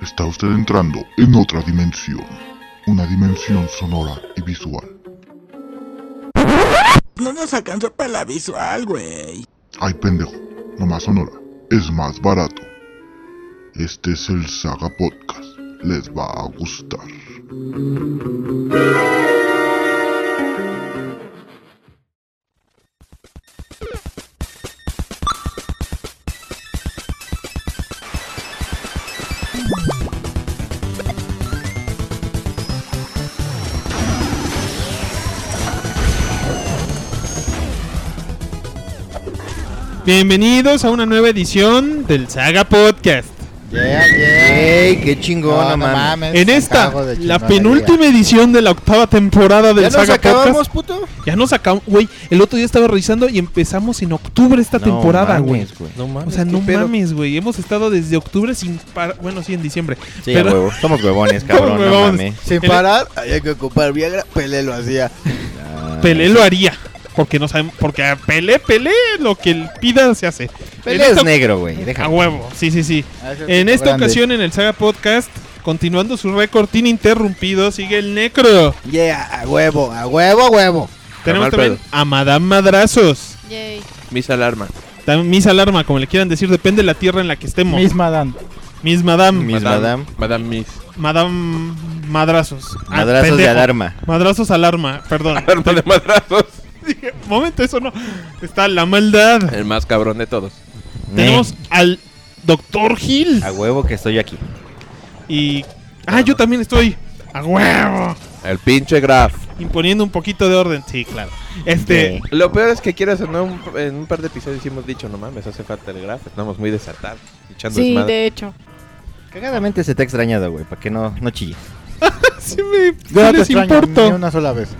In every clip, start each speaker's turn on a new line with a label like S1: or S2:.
S1: Está usted entrando en otra dimensión. Una dimensión sonora y visual.
S2: No nos alcanzó para la visual, güey.
S1: Ay, pendejo. No más sonora. Es más barato. Este es el Saga Podcast. Les va a gustar.
S3: Bienvenidos a una nueva edición del Saga Podcast.
S4: Yeah, yeah.
S5: ¡Ey, qué chingón, no, mames.
S3: En
S4: me
S3: esta,
S4: cago de
S3: la
S4: chingonería.
S3: penúltima edición de la octava temporada del
S5: ¿Ya nos
S3: Saga
S5: acabamos,
S3: Podcast.
S5: puto?
S3: Ya nos acabamos, güey. El otro día estaba revisando y empezamos en octubre esta temporada, güey.
S5: No mames.
S3: O sea,
S5: ¿qué
S3: no
S5: pedo?
S3: mames, güey. Hemos estado desde octubre sin par- Bueno, sí, en diciembre.
S5: Sí,
S3: Pero-
S5: a huevo. Somos huevones, cabrón.
S3: Somos
S5: no
S3: huevones.
S5: mames.
S4: Sin
S3: El-
S4: parar, había que ocupar Viagra. Pele lo hacía.
S5: Ah.
S3: Pelé lo haría. Porque no sabemos. Porque a Pelé, Pelé, lo que él pida se hace.
S5: Pelé
S3: En
S5: es
S3: esta-
S5: negro, güey.
S3: A
S5: Déjame.
S3: huevo. Sí, sí, sí.
S4: Ah,
S3: En esta ocasión, en el Saga Podcast, continuando su récord ininterrumpido, sigue el Necro.
S4: Yeah, a huevo, a huevo, a huevo.
S3: Tenemos también a Madame Madrazos.
S6: Yay.
S7: Mis alarma.
S3: Tam- Miss Alarma, como le quieran decir, depende de la tierra en la que estemos. Miss,
S8: Madame.
S3: Madame.
S5: Mis madame.
S7: Madame Miss.
S3: Madame Madrazos. Ah,
S5: Madrazos de
S3: pendejo.
S5: alarma.
S3: Madrazos Alarma, perdón.
S7: Alarma de madrazos.
S3: Momento, eso no. Está la
S5: Eh,
S3: maldad.
S7: El más cabrón de todos.
S3: Tenemos al Doctor Gil.
S5: Eh, A huevo que estoy aquí.
S3: Y. Ah, yo también estoy. A huevo.
S7: El pinche Graf.
S3: Imponiendo un poquito de orden. Sí, claro. Este.
S5: Sí.
S7: Lo peor es que quieras o no, un- en un par de episodios hemos dicho, no mames, hace falta el Graf. Estamos muy desatados. Echando
S6: Sí,
S7: desmadre.
S6: de hecho.
S5: Cagadamente se te ha extrañado, güey. Para que no, no chilles.
S3: Sí, me- sí
S4: Yo no te
S3: les
S4: extraño
S3: importo.
S4: ni una sola vez.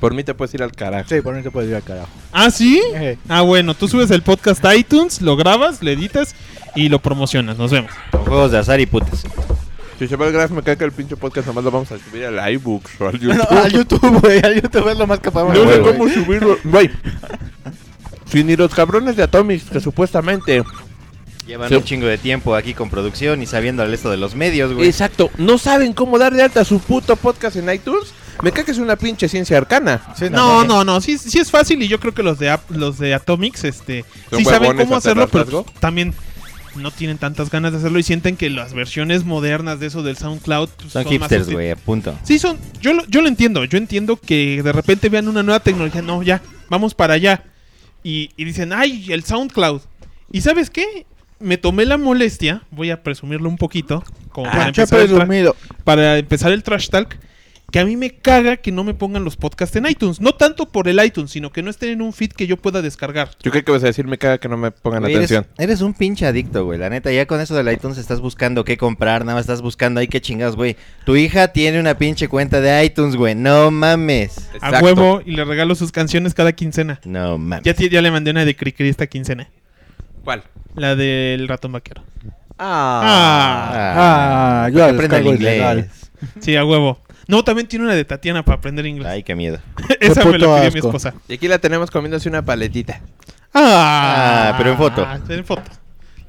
S7: Por mí te puedes ir al carajo.
S4: Sí, por mí te puedes ir al carajo.
S3: ¿Ah, sí?
S4: Eje.
S3: Ah, bueno, tú subes el podcast a iTunes, lo grabas, le editas y lo promocionas. Nos vemos.
S5: Con Juegos de azar y putas.
S7: Si se va el Graf, me cae que el pinche podcast nomás lo vamos a subir al iBooks o al YouTube.
S4: No, al YouTube, güey. Al YouTube es lo más que podemos
S7: No sé
S4: hacer, güey.
S7: cómo subirlo. Güey. Si ni los cabrones de Atomics, que supuestamente.
S5: Llevan
S7: Sí.
S5: un chingo de tiempo aquí con producción y sabiendo al esto de los medios, güey.
S7: Exacto, no saben cómo dar de alta su puto podcast en iTunes. Me cae que es una pinche ciencia arcana.
S4: Sí,
S3: No,
S4: mames.
S3: no, no, sí, sí es fácil y yo creo que los de Ap- los de Atomics este
S7: Son
S3: sí saben
S7: huevones
S3: cómo
S7: a
S3: hacerlo, pero
S7: terrazgo.
S3: pues, también no tienen tantas ganas de hacerlo y sienten que las versiones modernas de eso del SoundCloud pues,
S5: Son
S3: más Ah,
S5: hipsters,
S3: útiles.
S5: güey. a Punto.
S3: Sí, son yo lo, yo lo entiendo, yo entiendo que de repente vean una nueva tecnología, no, ya, vamos para allá. Y, y dicen, "Ay, el SoundCloud." ¿Y sabes qué? Me tomé la molestia, voy a presumirlo un poquito,
S5: Ah,
S3: como para
S4: Pinche
S3: empezar el tra-
S4: presumido.
S3: para empezar el trash talk, que a mí me caga que no me pongan los podcasts en iTunes. No tanto por el iTunes, sino que no estén en un feed que yo pueda descargar.
S7: Yo creo que vas a decir, me caga que no me pongan
S5: Güey, eres,
S7: atención.
S5: eres un pinche adicto, güey. La neta, ya con eso del iTunes estás buscando qué comprar, nada más estás buscando ahí qué chingados, güey. Tu hija tiene una pinche cuenta de iTunes, güey. No mames.
S3: A huevo y le regalo sus canciones cada quincena.
S5: No mames.
S3: Ya, ti- ya le mandé una de Cricri esta quincena.
S7: ¿Cuál?
S3: La del ratón vaquero. Ah.
S5: Ah,
S8: Ah, yo
S5: para
S8: la
S5: que aprenda el
S8: descargo ilegal.
S5: inglés.
S3: Sí, a huevo. No, también tiene una de Tatiana para aprender inglés.
S5: Ay, qué miedo.
S3: Esa
S4: qué
S3: me la pidió
S4: puto
S3: mi
S4: asco.
S3: esposa.
S7: Y aquí la tenemos comiéndose una paletita.
S3: Ah,
S5: Ah, pero en foto.
S3: En foto.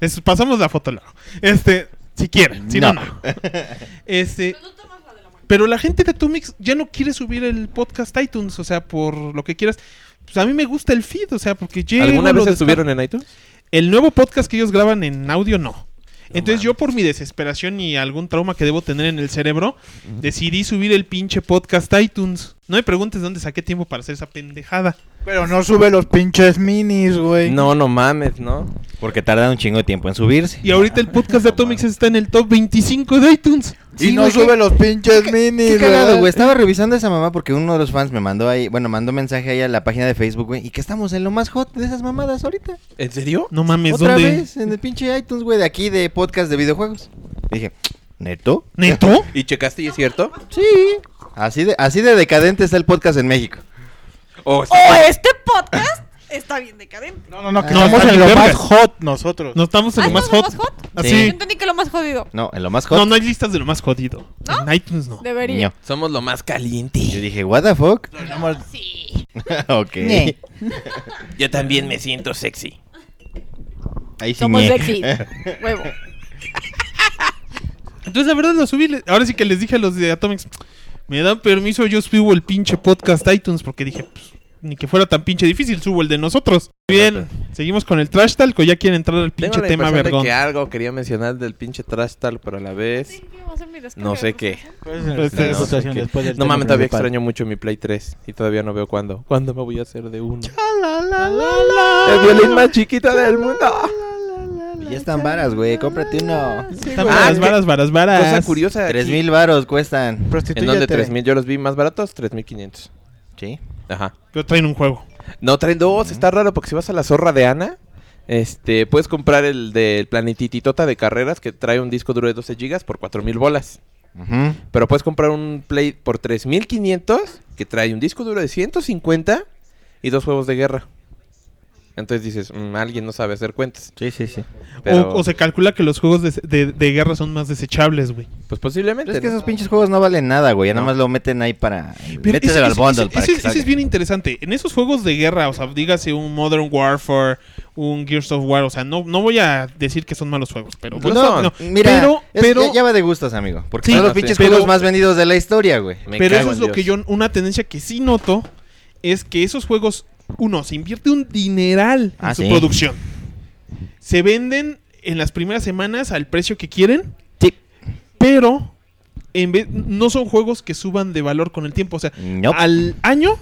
S3: Les pasamos la foto luego. Este, si quieren, si no, no.
S5: No.
S3: Este. Pero la gente de Atomix ya no quiere subir el podcast a iTunes, o sea, por lo que quieras. Pues a mí me gusta el feed, o sea, porque llego,
S7: ¿Alguna
S3: lo
S7: vez
S3: descargo.
S7: estuvieron en iTunes?
S3: El nuevo podcast que ellos graban en audio, no. Entonces yo por mi desesperación y algún trauma que debo tener en el cerebro, decidí subir el pinche podcast a iTunes. No me preguntes dónde saqué tiempo para hacer esa pendejada.
S4: Pero no sube los pinches minis, güey.
S7: No, no mames, ¿no?
S5: Porque tarda un chingo de tiempo en subirse.
S3: Y ahorita el podcast de Atomix está en el top 25 de iTunes.
S4: Y
S5: Sí,
S4: no
S5: güey, qué-
S4: sube los pinches minis,
S5: Qué cagado,
S4: ¿verdad?
S5: güey. Estaba revisando esa mamá porque uno de los fans me mandó ahí, bueno, mandó mensaje ahí a la página de Facebook, güey, y que estamos en lo más hot de esas mamadas ahorita.
S7: ¿En serio?
S3: No mames,
S5: Otra
S3: ¿dónde?
S5: vez en el pinche iTunes, güey, de aquí de podcast de videojuegos. Dije, ¿neto?
S3: ¿Neto?
S7: ¿Y checaste y es cierto?
S5: Sí. Así de así de decadente está el podcast en México.
S7: ¿O está-
S8: ¡Oh,
S6: O este podcast está bien decadente.
S4: No, no, no, que
S3: No,
S4: estamos
S3: está
S4: en
S3: bien
S4: lo más
S3: vergas.
S4: hot nosotros.
S3: No estamos en
S6: Ah,
S3: lo
S6: ¿no
S3: más
S6: es lo
S3: hot.
S6: más hot?
S3: Así.
S6: Yo
S5: Sí.
S6: entendí que lo más jodido.
S5: No, en lo más hot.
S3: No, no hay listas de lo más jodido. En iTunes no.
S6: Debería.
S5: Ño.
S7: Somos lo más
S5: Yo
S7: caliente.
S5: dije, what the fuck?
S6: Sí.
S5: ok.
S4: Ne.
S7: Yo también me siento sexy.
S5: Ahí sí.
S6: Somos
S5: ñe.
S6: sexy. Huevo.
S3: Entonces, la verdad, lo subí. le- Ahora sí que les dije a los de Atomics, me dan permiso, yo subo el pinche podcast a iTunes porque dije, pues, ni que fuera tan pinche difícil, subo el de nosotros. Bien, seguimos con el trash talk o ya quieren entrar al
S7: Tengo
S3: pinche
S7: la
S3: tema
S7: impresión de
S3: vergón.
S7: que algo quería mencionar del pinche trash tal, pero a la vez... No sé qué.
S3: Pues,
S7: No,
S3: es-
S7: no sé
S8: votación
S7: qué.
S8: después del
S7: No
S8: tema
S7: mames, todavía
S8: principal.
S7: extraño mucho mi Play 3 y todavía no veo cuándo. ¿Cuándo me voy a hacer de uno? El violín más chiquito del mundo.
S5: Y ya están varas, güey. Cómprate uno.
S7: güey.
S3: están varas,
S7: Ah,
S3: varas, varas, varas.
S7: Cosa curiosa.
S5: Tres
S7: aquí-
S5: mil varos cuestan.
S7: ¿En donde
S4: Prostituyete.
S7: 3000? Yo los vi más baratos, 3500.
S5: Sí.
S7: Ajá.
S3: Pero traen un juego.
S7: No, traen dos. Está raro porque si vas a la zorra de Ana, este, puedes comprar el del planetititota de carreras que trae un disco duro de 12 gigas por 4000 bolas.
S5: Ujú.
S7: Pero puedes comprar un Play por 3500 que trae un disco duro de 150 y dos juegos de guerra. Entonces dices, "Mm, alguien no sabe hacer cuentas.
S5: Sí, sí, sí.
S7: Pero,
S3: O, o se calcula que los juegos de, de- de guerra son más desechables, güey.
S7: pues posiblemente.
S5: Pero es que
S7: ¿no?
S5: esos pinches juegos no valen nada, güey. Ya nada
S7: No.
S5: más lo meten ahí para.
S3: Pero
S5: Méteselo
S3: ese-
S5: al
S3: ese-
S5: bundle
S3: ese-
S5: para
S3: ese-
S5: que
S3: ese
S5: salga.
S3: es bien interesante. En esos juegos de guerra, o sea, dígase un Modern Warfare, un Gears of War, o sea, no, no voy a decir que son malos juegos, pero...
S7: Pues
S3: no,
S7: no,
S3: no.
S5: Mira,
S3: pero,
S5: es-
S3: pero,
S5: ya, ya va de gustos, amigo. Porque
S3: Sí,
S5: son los
S7: no sé.
S5: pinches
S3: Pero-
S5: juegos más vendidos de la historia, güey.
S7: Me
S3: pero
S7: cago
S3: eso es
S7: en
S3: lo
S7: Dios.
S3: que yo... Una tendencia que sí noto es que esos juegos, uno, se invierte un dineral en
S5: Ah,
S3: su
S5: sí.
S3: producción. Se venden en las primeras semanas al precio que quieren.
S5: Sí.
S3: Pero en vez, no son juegos que suban de valor con el tiempo. O sea,
S5: No.
S3: al año,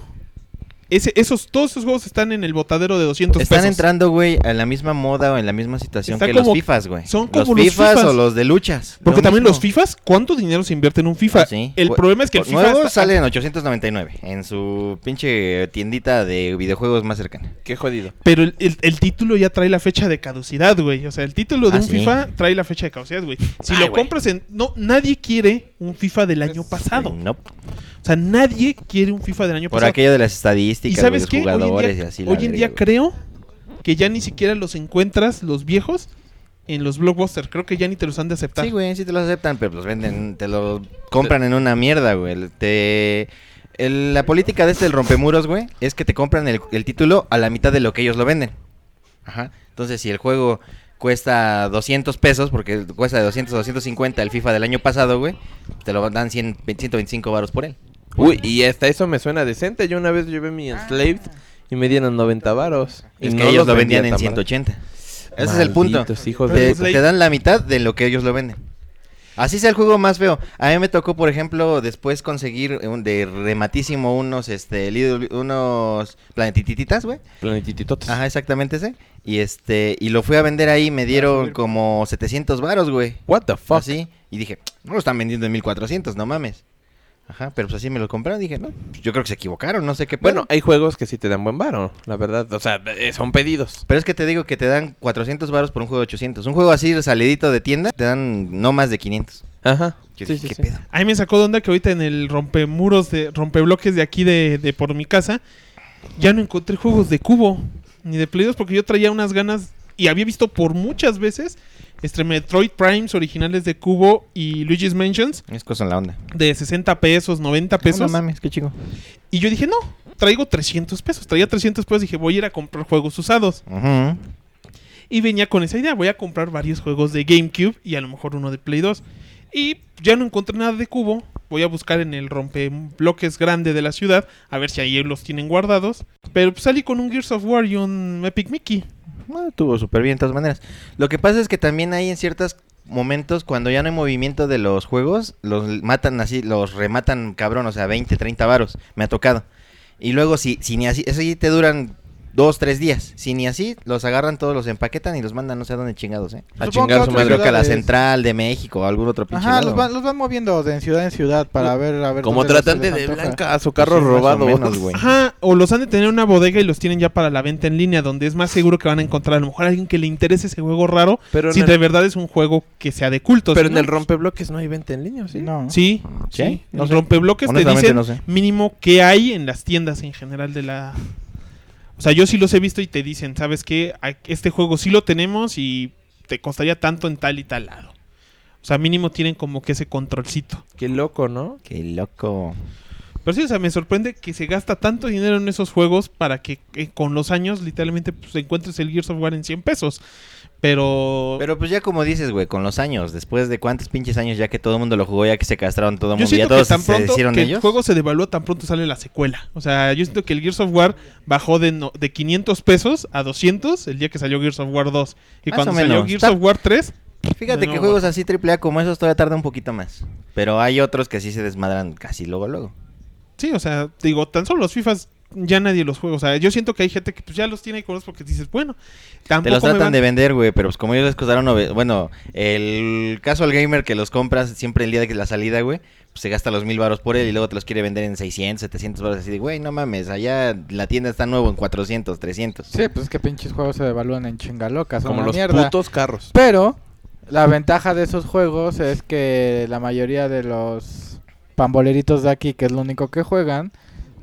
S3: ese, esos, todos esos juegos están en el botadero de 200
S5: Están
S3: pesos.
S5: entrando, güey, a la misma moda o en la misma situación
S3: Está
S5: que
S3: como-
S5: los FIFAs, güey.
S3: son como los
S5: los FIFAs,
S3: Fifas.
S5: o los de luchas.
S3: Porque
S5: Lo
S3: también
S5: mismo.
S3: los FIFAs, ¿cuánto dinero se invierte en un FIFA?
S5: Ah, sí.
S3: El
S5: Por-
S3: problema es que el
S5: por
S3: FIFA
S5: nuevos
S3: está-
S5: sale en 899 en su pinche tiendita de videojuegos más cercana.
S7: Qué jodido.
S3: Pero el, el- el título ya trae la fecha de caducidad, güey. O sea, el título de
S5: Ah,
S3: un
S5: sí.
S3: FIFA trae la fecha de caducidad, güey. Si
S5: Ay,
S3: lo
S5: güey.
S3: compras en... No, nadie quiere un FIFA del año pasado.
S5: No.
S3: O sea, nadie quiere un FIFA del año
S5: Por
S3: pasado.
S5: aquello de las
S3: ¿Y
S5: estadísticas, güey,
S3: sabes
S5: los
S3: qué? Hoy en
S5: jugadores
S3: día,
S5: y así. la
S3: hoy en
S5: verga,
S3: día
S5: güey.
S3: creo que ya ni siquiera los encuentras, los viejos, en los blockbusters. Creo que ya ni te los han de aceptar.
S5: Sí, güey, sí te los aceptan, pero los venden, te los compran en una mierda, güey. Te... el- la política de este del rompemuros, güey, es que te compran el, el título a la mitad de lo que ellos lo venden. Ajá. Entonces, si el juego cuesta 200 pesos, porque cuesta de 200 a 250 el FIFA del año pasado, güey, te lo dan 100, 125 varos por él.
S7: Uy, y hasta eso me suena decente. Yo una vez llevé mi
S8: Ah.
S7: Enslaved y me dieron 90 varos. Y
S5: Es que
S7: no
S5: ellos
S7: los
S5: lo
S7: vendía
S5: vendían en
S7: tan
S5: 180. Ese es el punto.
S7: Malditos hijos
S5: Te,
S7: de-
S3: Pues, like-
S5: te dan la mitad de lo que ellos lo venden. Así sea el juego más feo. A mí me tocó, por ejemplo, después conseguir un- de rematísimo unos este Lidl- unos planetititas, güey.
S7: barato. Planetititotes.
S5: Ajá, exactamente ese. Y este y lo fui a vender ahí, me dieron como 700 varos, güey.
S7: What the fuck?
S5: Así y dije, no lo están vendiendo en 1400, no mames. Ajá, pero pues así me lo compraron, dije, no, pues yo creo que se equivocaron, no sé qué.
S7: Bueno,
S5: pedo.
S7: hay juegos que sí te dan buen varo, la verdad. O sea, eh, son pedidos.
S5: Pero es que te digo que te dan 400 varos por un juego de 800. Un juego así salidito de tienda te dan no más de 500.
S7: Ajá.
S5: Yo
S7: Sí, sí,
S5: dije, ¿qué
S7: sí.
S5: pedo?
S3: Ahí me sacó de onda que ahorita en el rompemuros de rompebloques de aquí de, de por mi casa ya no encontré juegos de cubo ni de Play 2 porque yo traía unas ganas y había visto por muchas veces este Metroid Primes originales de cubo y Luigi's Mansions
S5: Es cosa en la onda.
S3: de 60 pesos, 90
S5: No
S4: Pues
S3: pesos
S5: mames, qué chico.
S3: y yo dije, "No, traigo 300 pesos." Traía 300 pesos y dije, "Voy a ir a comprar juegos usados."
S5: Ujú.
S3: Y venía con esa idea, voy a comprar varios juegos de GameCube y a lo mejor uno de Play 2. Y ya no encontré nada de cubo, voy a buscar en el rompebloques grande de la ciudad, a ver si ahí los tienen guardados. Pero pues, salí con un Gears of War y un Epic Mickey.
S5: Bueno, estuvo súper bien de todas maneras. Lo que pasa es que también hay en ciertos momentos cuando ya no hay movimiento de los juegos, los matan así, los rematan cabrón, o sea, 20, 30 varos. Me ha tocado. Y luego si, si ni así, eso sí te duran dos, tres días. Si ni así, los agarran todos, los empaquetan y los mandan no sé a dónde chingados, eh.
S7: A chingar
S4: Supongo que
S7: su
S4: otras
S7: madre.
S5: Creo que a la
S4: ciudades.
S5: central de México o algún otro pinche
S4: Ajá,
S5: lado.
S4: los van, los van moviendo de ciudad en ciudad para ver a ver
S7: Como
S4: dónde les-
S7: tratante
S4: les
S7: de
S4: antoja.
S7: blanca a su carro
S5: Sí, más o
S7: robado.
S5: menos, güey.
S3: Ajá, o los han de tener en una bodega y los tienen ya para la venta en línea, donde es más seguro que van a encontrar a lo mejor a alguien que le interese ese juego raro,
S7: Pero
S3: si
S7: en
S3: de
S7: el,
S3: verdad es un juego que sea de culto.
S7: pero
S3: si
S7: en
S3: no,
S7: el rompebloques no hay venta en línea, ¿o ¿sí?
S4: No.
S3: Sí,
S5: ¿Sí?
S3: sí.
S5: No
S3: en
S5: sé.
S3: rompebloques te
S5: Honestamente,
S3: dicen
S5: no sé.
S3: mínimo qué hay en las tiendas en general de la... O sea, yo sí los he visto y te dicen, ¿sabes qué? A- Este juego sí lo tenemos y te costaría tanto en tal y tal lado. O sea, mínimo tienen como que ese controlcito.
S7: Qué loco, ¿no?
S5: Qué loco.
S3: Pero sí, o sea, me sorprende que se gasta tanto dinero eh, en esos juegos para que, que con los años literalmente pues, encuentres el Gears of War en 100 pesos. Pero,
S5: Pero pues ya como dices, güey, con los años, después de cuántos pinches años ya que todo el mundo lo jugó, ya que se castraron todo el
S3: yo
S5: mundo, ya
S3: siento que
S5: todos
S3: tan
S5: se
S3: pronto
S5: hicieron
S3: que el
S5: ellos.
S3: juego se devalúa, tan pronto sale la secuela. O sea, yo siento que el Gears of War bajó de, no- de 500 pesos a 200 el día que salió Gears of War 2. Y
S5: Más
S3: cuando
S5: o
S3: salió
S5: menos.
S3: Gears
S5: Está-
S3: of War 3,
S5: Fíjate
S3: No,
S5: que
S3: no,
S5: juegos así AAA como esos todavía tarda un poquito más. Pero hay otros que sí se desmadran casi luego luego.
S3: Sí, o sea, digo, tan solo los FIFAs ya nadie los juega. O sea, yo siento que hay gente que pues, ya los tiene y conoce porque dices, bueno, tampoco
S5: Te los
S3: me
S5: tratan
S3: van-
S5: de vender, güey, pero pues como ellos les costaron... nove- Bueno, el casual gamer que los compras siempre el día de la salida, güey, pues se gasta los mil varos por él y luego te los quiere vender en 600, 700 varos. Así de, güey, no mames, allá la tienda está nuevo en 400, 300.
S4: Sí, pues es que pinches juegos se devalúan en chingalocas.
S7: Como los
S4: mierda.
S7: putos carros.
S4: Pero la ventaja de esos juegos es que la mayoría de los pamboleritos de aquí, que es lo único que juegan,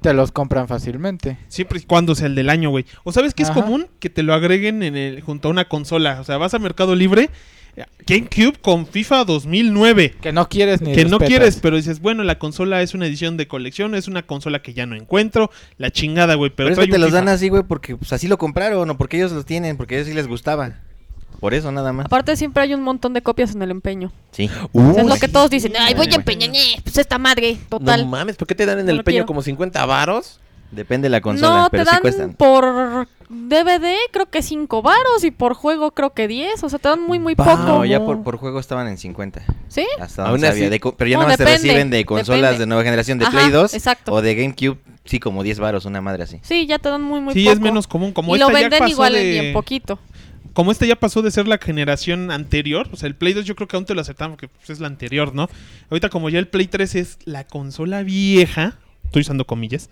S4: te los compran fácilmente.
S3: Siempre y cuando sea pues, el del año, güey. O sabes que es
S4: Ajá.
S3: común que te lo agreguen en el, junto a una consola. O sea, vas a Mercado Libre, eh, GameCube con FIFA 2009.
S4: Que no quieres ni
S3: que no
S4: respetas.
S3: quieres, pero dices, bueno, la consola es una edición de colección, es una consola que ya no encuentro, la chingada, güey. Pero,
S5: Pero, es
S3: trae
S5: que te
S3: un
S5: los
S3: FIFA.
S5: dan así, güey, porque pues, así lo compraron o porque ellos los tienen, porque a ellos sí les gustaba. Por eso nada más.
S8: Aparte siempre hay un montón de copias en el empeño.
S5: Sí.
S8: O sea, es lo que todos dicen, ay, voy a
S5: güey.
S8: empeñar, ñe, pues esta madre, total.
S7: No mames, ¿por qué te dan en
S8: No
S7: el
S8: lo
S7: peño
S8: quiero.
S7: como 50 varos?
S5: Depende de la consola,
S8: No, te
S5: pero
S8: dan
S5: sí cuestan.
S8: por DVD creo que 5 varos y por juego creo que 10, o sea, te dan muy muy poco.
S5: No, ya por, por juego estaban en 50.
S8: ¿Sí?
S5: Hasta
S7: Aún
S5: donde
S7: así.
S5: sabía. De co- pero ya
S8: No,
S5: nada más te
S8: depende,
S5: reciben de consolas
S8: depende.
S5: de nueva generación de
S8: Ajá,
S5: Play 2
S8: exacto.
S5: o de GameCube, sí, como 10 varos, una madre así.
S8: Sí, ya te dan muy muy
S3: Sí,
S8: poco.
S3: es menos común. Como
S8: y lo
S3: esta ya
S8: venden
S3: pasó
S8: igual
S3: de-
S8: en bien poquito.
S3: como este ya pasó de ser la generación anterior, o sea, el Play 2 yo creo que aún te lo aceptamos porque pues, es la anterior, ¿no? Ahorita como ya el Play 3 es la consola vieja, estoy usando comillas.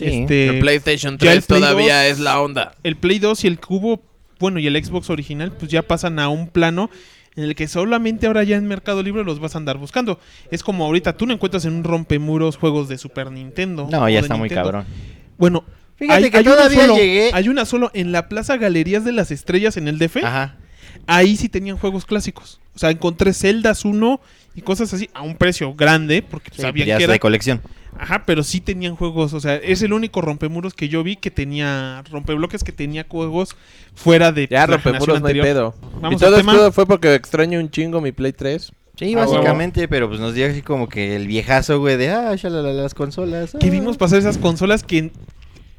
S3: este,
S5: Sí.
S7: el PlayStation
S3: ya
S7: 3
S3: el Play
S7: todavía
S3: 2.
S7: es la onda.
S3: el Play 2 y el cubo, bueno, y el Xbox original, pues ya pasan a un plano en el que solamente ahora ya en Mercado Libre los vas a andar buscando. Es como ahorita tú no encuentras en un rompemuros juegos de Super Nintendo.
S5: No,
S3: o
S5: ya
S3: de
S5: está muy
S3: Nintendo.
S5: cabrón.
S3: Bueno,
S5: Fíjate
S3: hay,
S5: que
S3: hay una
S5: todavía
S3: solo-
S5: llegué-
S3: Hay una solo en la Plaza Galerías de las Estrellas en el DF.
S5: Ajá.
S3: ahí sí tenían juegos clásicos. O sea, encontré Zeldas 1 y cosas así a un precio grande, porque pues, sabían
S5: ya
S3: que
S5: es
S3: era.
S5: de colección.
S3: Ajá, pero sí tenían juegos. O sea, es el único rompemuros que yo vi que tenía. Rompebloques que tenía juegos fuera de.
S7: Ya
S3: la
S7: rompemuros
S3: generación
S7: no hay
S3: anterior.
S7: pedo.
S3: Vamos
S7: y todo
S3: al tema.
S7: esto fue porque extraño un chingo mi Play 3.
S5: Sí,
S7: Ah,
S5: básicamente, pero pues nos dio así como que el viejazo, güey, de ah, shalala, las consolas. ah".
S3: Que vimos pasar esas consolas que.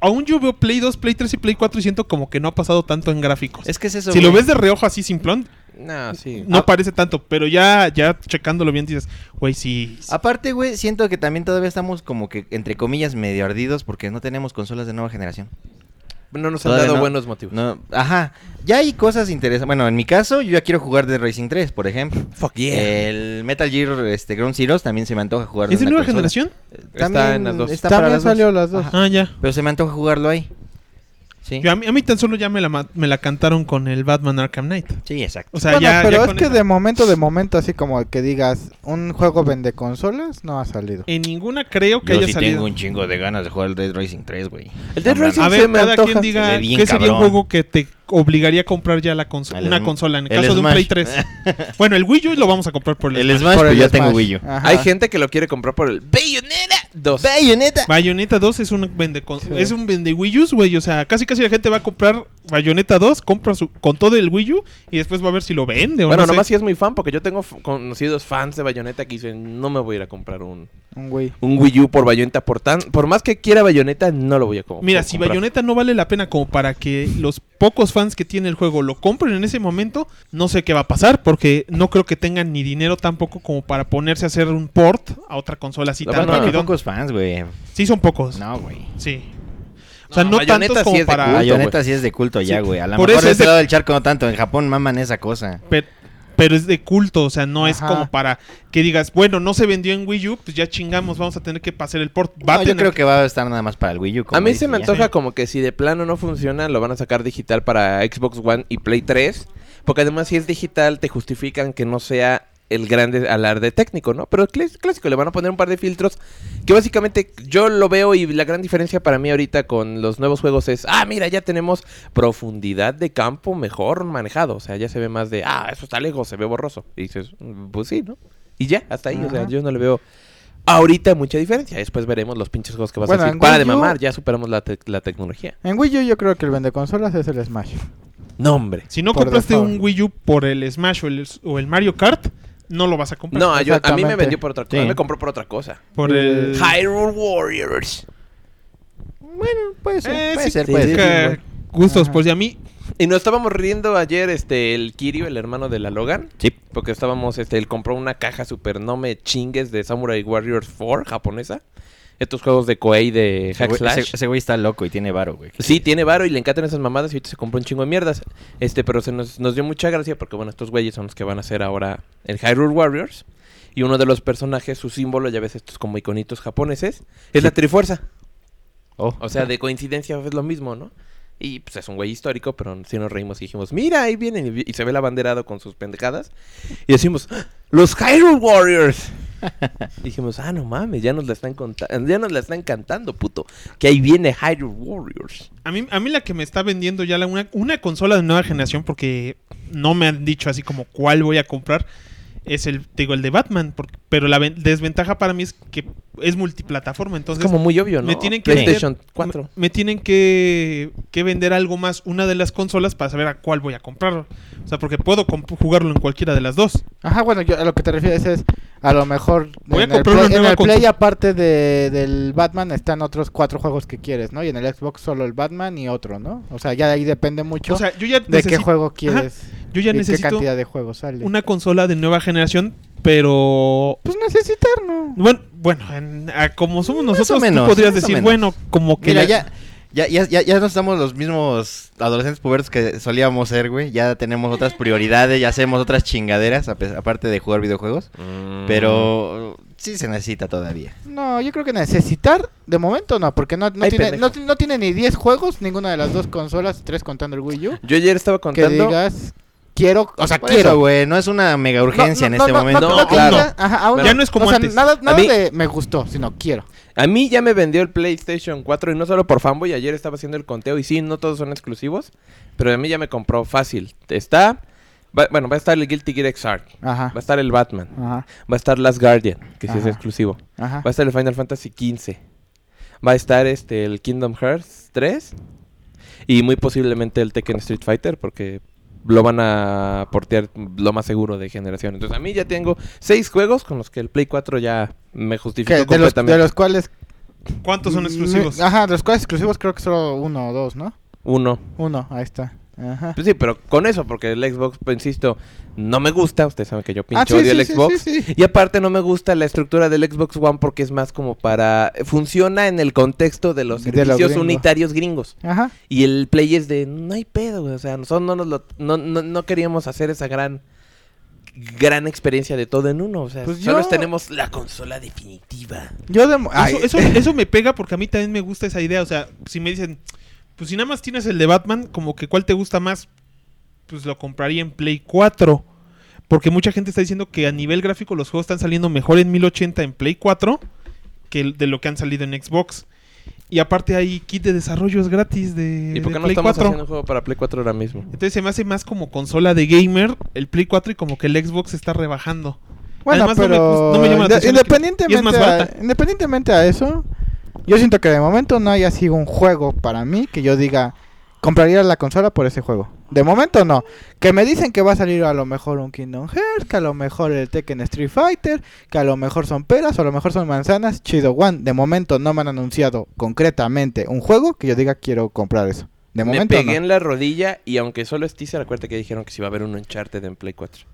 S3: Aún yo veo Play 2, Play 3 y Play 4 y siento como que no ha pasado tanto en gráficos.
S5: Es que es eso.
S3: si lo
S5: güey.
S3: ves de reojo así simplón,
S7: No, sí. Ah.
S3: no parece tanto, pero ya ya checándolo bien dices, güey, sí. sí".
S5: Aparte, güey, siento que también todavía estamos como que, entre comillas, medio ardidos porque no tenemos consolas de nueva generación.
S7: No nos han
S5: Todavía
S7: dado
S5: no.
S7: buenos motivos.
S5: No, ajá. Ya hay cosas interesantes. Bueno, en mi caso, yo ya quiero jugar de Racing 3, por ejemplo.
S7: Fuck yeah.
S5: El Metal Gear este, Ground Zeroes también se me antoja jugar.
S3: ¿Es de
S5: una
S3: nueva
S5: consola.
S3: generación?
S7: Está en las dos.
S5: está para
S4: También
S5: dos.
S4: salió las dos.
S5: Ajá.
S3: Ah, ya.
S5: Pero se me antoja jugarlo ahí. Sí.
S3: Yo a, mí, a mí tan solo ya me la, ma- me la cantaron con el Batman Arkham Knight.
S5: Sí, exacto.
S3: O sea,
S4: bueno,
S3: ya.
S4: pero
S3: ya
S4: es
S3: con
S4: que
S3: eso-
S4: de momento, de momento, así como que digas, un juego vende consolas, no ha salido.
S3: En ninguna creo que
S5: Yo
S3: haya
S5: sí
S3: salido.
S5: tengo un chingo de ganas de jugar el Dead Racing 3, güey.
S7: El Dead
S5: No mames.
S7: Racing
S3: A
S7: se
S3: ver,
S7: me
S3: cada
S7: antoja.
S3: quien diga
S5: Se ve bien
S3: qué sería un
S5: cabrón.
S3: juego que te obligaría a comprar ya la consola,
S5: El
S3: una
S5: Sm-
S3: consola, en el,
S5: el
S3: caso de un
S5: Smash.
S3: Play 3. bueno, el Wii U lo vamos a comprar por el,
S5: El
S3: Smash.
S5: Smash,
S4: Por
S5: pero
S4: el
S5: ya tengo
S4: Smash.
S5: Wii U.
S4: Ajá.
S7: Hay gente que lo quiere comprar por el Bayonetta 2.
S5: Bayonetta.
S3: Bayonetta 2 es un vende con-
S4: Sí.
S3: es un vende Wii U, güey, o sea, casi casi la gente va a comprar Bayonetta 2, compra su con todo el Wii U y después va a ver si lo vende o
S7: Bueno,
S3: no sé.
S7: nomás si es muy fan, porque yo tengo f- conocidos fans de Bayonetta que dicen, no me voy a ir a comprar un,
S4: Un güey.
S7: un Wii U por Bayonetta. Por, tan, por más que quiera Bayonetta, no lo voy a co- comprar.
S3: Mira, si Bayonetta no vale la pena como para que los pocos fans que tiene el juego lo compren en ese momento, no sé qué va a pasar, porque no creo que tengan ni dinero tampoco como para ponerse a hacer un port a otra consola así
S7: La
S3: tan
S7: verdad,
S5: No, no,
S3: rapidón.
S5: pocos fans, güey.
S3: Sí, son pocos.
S5: No, güey.
S3: Sí. O sea,
S7: No,
S3: no,
S7: Bayonetta
S3: tantos como
S7: sí es de
S3: para.
S7: culto,
S5: Bayonetta Ah, sí es de culto ya,
S3: Sí.
S5: güey. A lo
S3: Por
S5: mejor
S3: eso es
S5: de este
S3: de-
S5: lado del charco no tanto. En Japón maman esa cosa.
S3: Pero, pero es de culto, o sea, no es
S4: Ajá.
S3: como para que digas, bueno, no se vendió en Wii U, pues ya chingamos, vamos a tener que pasar el port. Va a
S5: No, yo
S3: tener
S5: creo que va a estar nada más para el Wii U. como
S7: A mí se
S5: dice
S7: me
S5: ya.
S7: antoja como que si de plano no funciona, lo van a sacar digital para Xbox One y Play 3. Porque además si es digital, te justifican que no sea el grande alarde técnico, ¿no? Pero cl- clásico, le van a poner un par de filtros que básicamente yo lo veo y la gran diferencia para mí ahorita con los nuevos juegos es, ah, mira, ya tenemos profundidad de campo mejor manejado. O sea, ya se ve más de, ah, eso está lejos, se ve borroso. Y dices, "Mm, pues sí, ¿no? Y ya, hasta ahí. O sea,
S4: Ajá.
S7: yo no le veo ahorita mucha diferencia. Después veremos los pinches juegos que vas
S4: Bueno,
S7: a
S4: en
S7: decir. Para de
S4: Wii U-
S7: mamar, ya superamos la, tec- la tecnología.
S4: En Wii U yo creo que el vende consolas es el Smash.
S7: No, hombre.
S3: Si no
S4: Por
S3: compraste
S4: default.
S3: un Wii U por el Smash o el, o el Mario Kart, no lo vas a comprar.
S7: No, yo- a mí me
S4: Exactamente.
S7: vendió por otra cosa.
S5: Sí.
S7: Me compró por otra cosa.
S3: por
S7: eh,
S3: el.
S7: Hyrule Warriors.
S5: Bueno, puede ser,
S3: Eh,
S5: puede
S3: sí,
S5: ser,
S7: sí,
S5: puede
S7: sí,
S5: ser.
S3: Que-
S7: bueno.
S3: Gustos,
S4: Ajá.
S3: pues y a mí.
S7: Y nos estábamos riendo ayer, este, el Kirio, el hermano de la Logan.
S5: Sí.
S7: Porque estábamos, este, él compró una caja super no me chingues de Samurai Warriors 4 japonesa. Estos juegos de Koei de
S5: Ese
S7: Hack
S5: güey-
S7: Slash.
S5: Ese, ese güey está loco y tiene varo, güey.
S7: Sí, tiene varo y le encantan esas mamadas y ahorita se compró un chingo de mierdas. Este, pero se nos, nos dio mucha gracia porque, bueno, estos güeyes son los que van a hacer ahora el Hyrule Warriors. Y uno de los personajes, su símbolo, ya ves estos como iconitos japoneses, es la Trifuerza.
S5: Oh.
S7: O sea, de coincidencia es lo mismo, ¿no? Y pues es un güey histórico, pero sí nos reímos y dijimos, mira, ahí vienen. Y, vi- y se ve el abanderado con sus pendejadas. Y decimos, ¡Ah! los Hyrule Warriors. dijimos, ah, no mames, ya nos la están contando, ya nos la están cantando, puto. Que ahí viene Hyrule Warriors.
S3: A mí, a mí la que me está vendiendo ya la, una, una consola de nueva generación, porque no me han dicho así como cuál voy a comprar, es el, te digo, el de Batman. porque- pero la ven- desventaja para mí es que es multiplataforma.
S7: Es
S3: Entonces,
S7: como muy obvio, ¿no?
S3: me tienen que
S7: PlayStation
S3: vender-
S7: 4.
S3: Me, me tienen que, que vender algo más, una de las consolas, para saber a cuál voy a comprar. O sea, porque puedo comp- jugarlo en cualquiera de las dos.
S4: Ajá, bueno, yo a lo que te refieres es a lo mejor
S3: Voy a
S4: en el
S3: comprar una
S4: Play, en
S3: nueva
S4: el Play,
S3: consola.
S4: aparte de, del Batman están otros cuatro juegos que quieres, ¿no? Y en el Xbox solo el Batman y otro, ¿no? O sea, ya de ahí depende mucho
S3: O sea, yo ya
S4: de qué
S3: necesito-
S4: juego quieres
S3: Yo ya
S4: y qué
S3: necesito
S4: cantidad de juegos sale.
S3: una consola de nueva generación, pero
S4: Pues necesitar, ¿no?
S3: Bueno, bueno, en- a como somos
S5: Más o
S3: nosotros,
S5: menos,
S3: tú podrías
S5: más o
S3: decir,
S5: menos.
S3: bueno, como que
S5: Mira,
S3: la-
S5: ya, ya, ya, ya, ya no estamos los mismos adolescentes pubertos que solíamos ser, güey. Ya tenemos otras prioridades, ya hacemos otras chingaderas, a pe- aparte de jugar videojuegos.
S7: Mm.
S5: Pero sí se necesita todavía.
S4: No, yo creo que necesitar, de momento no, porque no, no,
S7: Ay,
S4: tiene,
S7: pendejo.
S4: no, no tiene ni 10 juegos, ninguna de las dos consolas, tres contando el Wii U,
S7: Yo ayer estaba
S4: que
S7: contando.
S4: digas, quiero, o sea,
S5: Por
S4: quiero.
S5: eso, güey, no es una mega urgencia en este momento.
S7: no,
S4: que
S7: claro.
S4: diga, ajá, aún
S3: Ya no es como
S4: o sea,
S3: antes.
S4: Nada, nada
S7: mí-
S4: de me gustó, sino quiero.
S7: A mí ya me vendió el PlayStation 4 y no solo por fanboy. Ayer estaba haciendo el conteo y sí, no todos son exclusivos. Pero a mí ya me compró fácil. Está. va- bueno, va a estar el Guilty Gear Xrd.
S4: Ajá.
S7: Va a estar el Batman.
S4: Ajá,
S7: Va a estar Last Guardian, que sí es
S4: Ajá.
S7: exclusivo.
S4: ajá.
S7: Va a estar el Final Fantasy XV. Va a estar este el Kingdom Hearts 3. Y muy posiblemente el Tekken Street Fighter, porque lo van a portear lo más seguro de generación. Entonces a mí ya tengo seis juegos con los que el Play 4 ya me
S4: Que
S7: justificó
S4: de, los,
S7: completamente.
S4: de los cuales...
S3: ¿cuántos son
S4: mm,
S3: exclusivos?
S7: ah,
S4: Ajá, de los cuales exclusivos creo que solo uno o dos, ¿no?
S7: Uno.
S4: Uno, ahí está. Ajá.
S7: Pues sí, pero con eso, porque el Xbox, pues, insisto, no me gusta. Ustedes saben que yo pinche
S4: Ah, sí,
S7: odio
S4: sí,
S7: el
S4: sí,
S7: Xbox.
S4: sí, sí.
S7: Y aparte no me gusta la estructura del Xbox One porque es más como para... Funciona en el contexto de los
S4: De lo
S7: servicios
S4: gringo.
S7: unitarios gringos.
S4: Ajá.
S7: Y el Play es de, no hay pedo, güey. O sea, nosotros no, nos lo- no, no, no queríamos hacer esa gran gran experiencia de todo en uno. O sea,
S4: Pues
S7: solo
S4: yo-
S7: tenemos la consola definitiva.
S4: Yo de... mo- ay,
S3: Eso, eso, eso me pega porque a mí también me gusta esa idea. O sea, si me dicen, pues si nada más tienes el de Batman, como que cuál te gusta más, pues lo compraría en Play 4. Porque mucha gente está diciendo que a nivel gráfico los juegos están saliendo mejor en 1080 en Play 4 que el- de lo que han salido en Xbox. Y aparte hay kit de desarrollo es gratis de,
S7: ¿Y por
S3: de
S7: qué no
S3: Play
S7: estamos
S3: 4.
S7: haciendo un juego para Play 4 ahora mismo?
S3: Entonces se me hace más como consola de gamer el Play 4 y como que el Xbox está rebajando.
S4: Bueno,
S3: Además, no me
S4: pero...
S3: gusta- no me llama la
S4: de-
S3: atención, es que- y es más
S4: independientemente, a,
S3: barata.
S4: independientemente a eso, yo siento que de momento no haya sido un juego para mí que yo diga, compraría la consola por ese juego. De momento no. Que me dicen que va a salir a lo mejor un Kingdom Hearts, que a lo mejor el Tekken Street Fighter, que a lo mejor son peras o a lo mejor son manzanas. Chido, One. De momento no me han anunciado concretamente un juego que yo diga quiero comprar eso. De
S7: me
S4: momento
S7: pegué
S4: no.
S7: en la rodilla y aunque solo es teaser, acuérdate que dijeron que si va a haber un Uncharted en Play 4.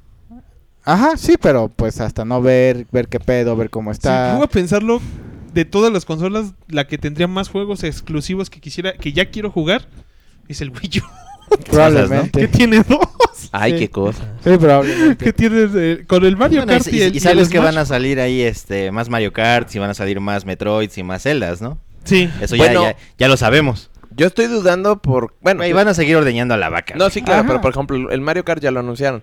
S4: Ajá, sí, pero pues hasta no ver, ver qué pedo, ver
S3: Si
S4: cómo
S3: me
S4: está.
S3: pongo a pensarlo, de todas las consolas, la que tendría más juegos exclusivos que quisiera, que ya quiero jugar, es el Wii U.
S4: probablemente.
S3: Que tiene dos.
S7: Ay,
S4: Sí.
S7: qué cosa.
S4: Sí, probablemente.
S3: que tiene eh, con el Mario
S5: Bueno,
S3: Kart
S5: y,
S3: y, el
S5: y
S3: y
S5: sabes
S3: el
S5: que van
S3: Smash.
S5: a salir ahí este más Mario Kart, y van a salir más Metroids y más Zeldas, ¿no?
S3: Sí.
S5: Eso ya,
S7: Bueno.
S5: ya, ya lo sabemos.
S7: Yo estoy dudando por... Bueno,
S5: Güey, van a seguir ordeñando a la vaca.
S7: No,
S5: güey.
S7: sí, claro,
S4: Ajá.
S7: pero por ejemplo, el Mario Kart ya lo anunciaron.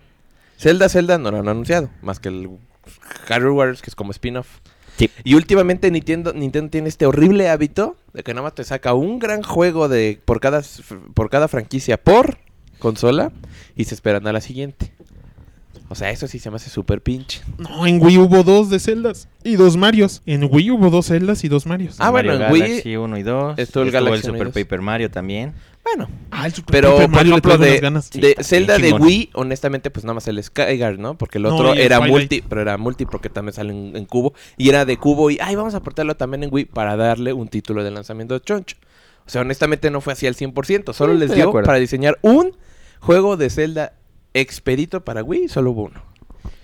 S7: Zelda, Zelda no lo han anunciado, más que el Hyrule Warriors, que es como spin-off.
S5: Sí.
S7: Y últimamente Nintendo, Nintendo tiene este horrible hábito de que nada más te saca un gran juego de por cada, s- por cada franquicia por consola y se esperan a la siguiente. O sea, eso sí se me hace súper pinche.
S3: No, en Wii hubo dos de Zeldas y dos Marios. En Wii hubo dos Zeldas y dos Marios.
S7: Ah, bueno, en Wii
S5: Galaxy 1 y 2.
S7: estuvo el
S5: estuvo el
S7: Galaxy 1 y
S5: Super
S7: 2.
S5: Paper Mario también.
S7: Bueno.
S3: Ah, el Super
S7: Pero,
S3: Paper
S7: por
S3: Mario le
S7: ejemplo,
S3: traigo unas
S7: de,
S3: ganas.
S7: de
S5: Sí,
S7: Zelda de
S5: chingón.
S7: Wii, honestamente, pues nada más el Skyguard, ¿no? Porque el
S3: No,
S7: otro
S3: y el
S7: era
S3: Twilight.
S7: multi, pero era multi porque también sale en, en cubo. Y era de cubo y, ay, vamos a portarlo también en Wii para darle un título de lanzamiento choncho. O sea, honestamente no fue así al 100%. Solo
S5: Sí,
S7: les
S5: estoy de
S7: dio
S5: acuerdo.
S7: para diseñar un juego de Zelda expedito para Wii, solo hubo uno.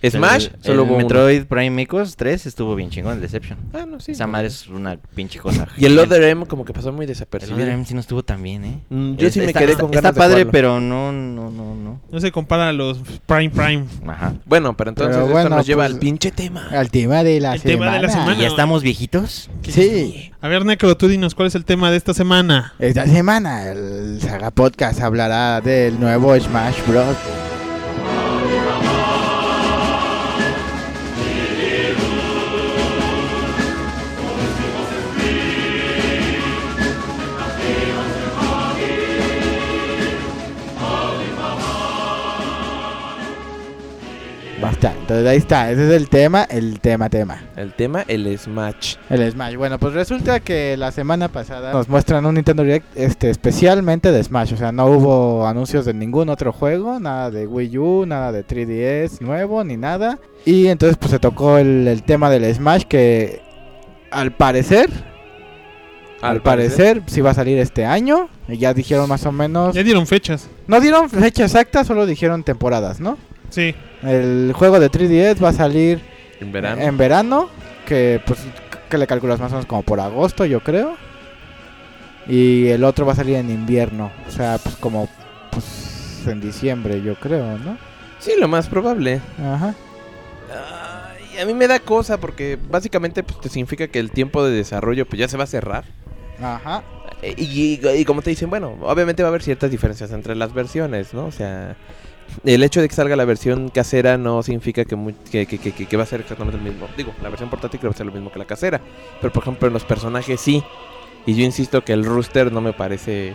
S7: Smash,
S5: El-
S7: solo
S5: el
S7: hubo uno.
S5: Metroid Prime Echoes 3 estuvo bien chingón, el Deception.
S7: Ah, no, sí.
S5: Esa madre es una pinche cosa.
S7: Y el
S5: genial.
S7: Other M como que pasó muy
S5: El
S7: desapercibido.
S5: Other M sí no estuvo tan bien, ¿eh?
S7: Mm, yo sí me
S5: Está-
S7: quedé
S5: está-
S7: con
S5: Está
S7: ganas de
S5: padre,
S7: jugarlo.
S5: pero no, no, no, no.
S3: No se compara a los Prime Prime.
S5: Ajá.
S7: Bueno, pero entonces
S4: Pero
S7: esto
S4: bueno,
S7: nos lleva
S4: pues-
S7: al pinche tema.
S5: ah.
S4: Al tema de la
S3: El tema
S4: semana.
S3: de la
S5: ¿Y ya
S3: semana.
S5: estamos viejitos?
S4: Sí.
S3: A ver, Necro, tú dinos cuál es el tema de esta semana.
S4: Esta semana el Saga Podcast hablará del nuevo Smash Bros. Basta, entonces ahí está, ese es el tema, el tema, tema.
S7: El tema, el Smash.
S4: El Smash. Bueno, pues resulta que la semana pasada nos muestran un Nintendo Direct este, especialmente de Smash. O sea, no hubo anuncios de ningún otro juego, nada de Wii U, nada de 3DS nuevo, ni nada. Y entonces pues se tocó el, el tema del Smash que al parecer, al, parecer, sí va a salir este año. Y ya dijeron más o menos...
S3: Ya dieron fechas.
S4: No dieron fecha exacta, solo dijeron temporadas, ¿no?
S3: Sí.
S4: El juego de 3DS va a salir
S7: En verano.
S4: en verano, que pues que le calculas más o menos como por agosto, yo creo. Y el otro va a salir en invierno, o sea, pues como pues en diciembre, yo creo, ¿no?
S7: Sí, lo más probable.
S4: Ajá.
S7: Ay, a mí me da cosa porque básicamente pues, te significa que el tiempo de desarrollo pues ya se va a cerrar.
S4: Ajá.
S7: Eh, Y, y- y como te dicen, bueno, obviamente va a haber ciertas diferencias entre las versiones, ¿no? O sea, el hecho de que salga la versión casera no significa que, mu- que, que- que- que- que va a ser exactamente lo mismo. Digo, la versión portátil creo que va a ser lo mismo que la casera. Pero por ejemplo, en los personajes sí. Y yo insisto que el rooster no me parece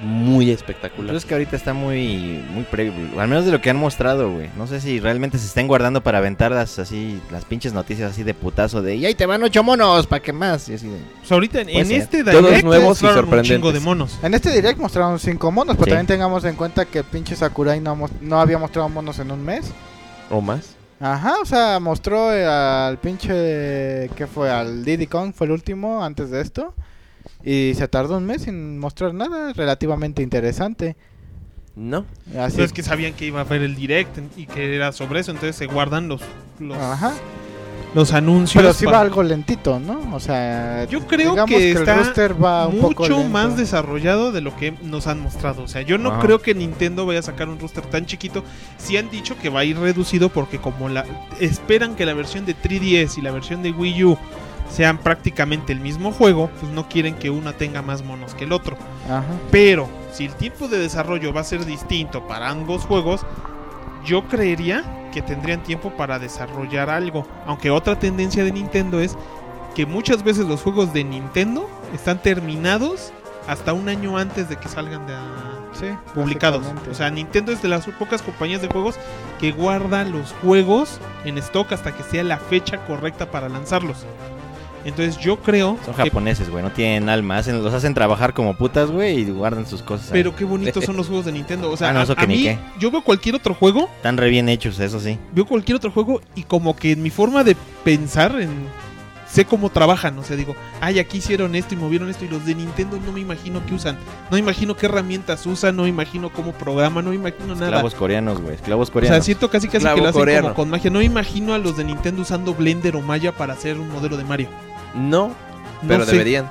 S7: muy espectacular.
S5: Pero Pues es que ahorita está muy, muy previo, al menos de lo que han mostrado, güey. No sé si realmente se estén guardando para aventar las, así, las pinches noticias así de putazo de, y ahí te van ocho monos, ¿para qué más? Y así de,
S3: Pues ahorita en,
S5: Puede
S3: en
S5: ser.
S3: este
S7: Todos
S3: Direct
S7: nuevos y
S3: mostraron un chingo
S7: sorprendentes.
S3: de monos.
S4: En este direct mostraron cinco monos, pero
S5: Sí.
S4: también tengamos en cuenta que el pinche Sakurai no, mos- no había mostrado monos en un mes.
S7: ¿O más?
S4: Ajá, o sea, mostró eh, al pinche que fue al Diddy Kong, fue el último antes de esto. Y se tardó un mes sin mostrar nada relativamente interesante.
S7: No.
S4: Así
S3: Pero es que sabían que iba a haber el Direct y que era sobre eso, entonces se guardan los, los,
S4: Ajá.
S3: los anuncios.
S4: Ah. Pero sí
S3: para-
S4: va algo lentito, ¿no? O sea,
S3: Yo creo
S4: digamos
S3: que,
S4: el
S3: está
S4: roster va ah, un
S3: mucho
S4: poco lento.
S3: más desarrollado de lo que nos han mostrado. O sea, yo no
S5: Ajá.
S3: creo que Nintendo vaya a sacar un roster tan chiquito. Si han dicho que va a ir reducido porque como la esperan que la versión de 3DS y la versión de Wii U sean prácticamente el mismo juego, pues no quieren que una tenga más monos que el otro.
S4: Ajá.
S3: Pero si el tiempo de desarrollo va a ser distinto para ambos juegos, yo creería que tendrían tiempo para desarrollar algo. Aunque otra tendencia de Nintendo es que muchas veces los juegos de Nintendo están terminados hasta un año antes de que salgan de a-
S4: Sí,
S3: publicados.
S4: básicamente.
S3: O sea, Nintendo es de las pocas compañías de juegos que guarda los juegos en stock hasta que sea la fecha correcta para lanzarlos. Entonces yo creo
S5: son
S3: que
S5: japoneses, güey, no tienen alma, hacen- los hacen trabajar como putas, güey, y guardan sus cosas. ahí.
S3: Pero qué bonitos son los juegos de Nintendo. O sea,
S5: Ah, no,
S3: a-
S5: eso
S3: a,
S5: que ni
S3: mí,
S5: qué.
S3: yo veo cualquier otro juego,
S5: Están re bien hechos, eso sí.
S3: veo cualquier otro juego y como que en mi forma de pensar, en, sé cómo trabajan. O sea, digo, ay, aquí hicieron esto y movieron esto y los de Nintendo no me imagino qué usan. No me imagino qué herramientas usan, no me imagino cómo programan, no me imagino nada.
S5: Esclavos coreanos, güey, esclavos
S3: O sea,
S5: coreanos.
S3: siento casi casi que
S7: Esclavo
S3: lo hacen
S7: coreano.
S3: como con magia. No me imagino a los de Nintendo usando Blender o Maya para hacer un modelo de Mario.
S7: No,
S3: No
S7: pero
S3: sé.
S7: deberían.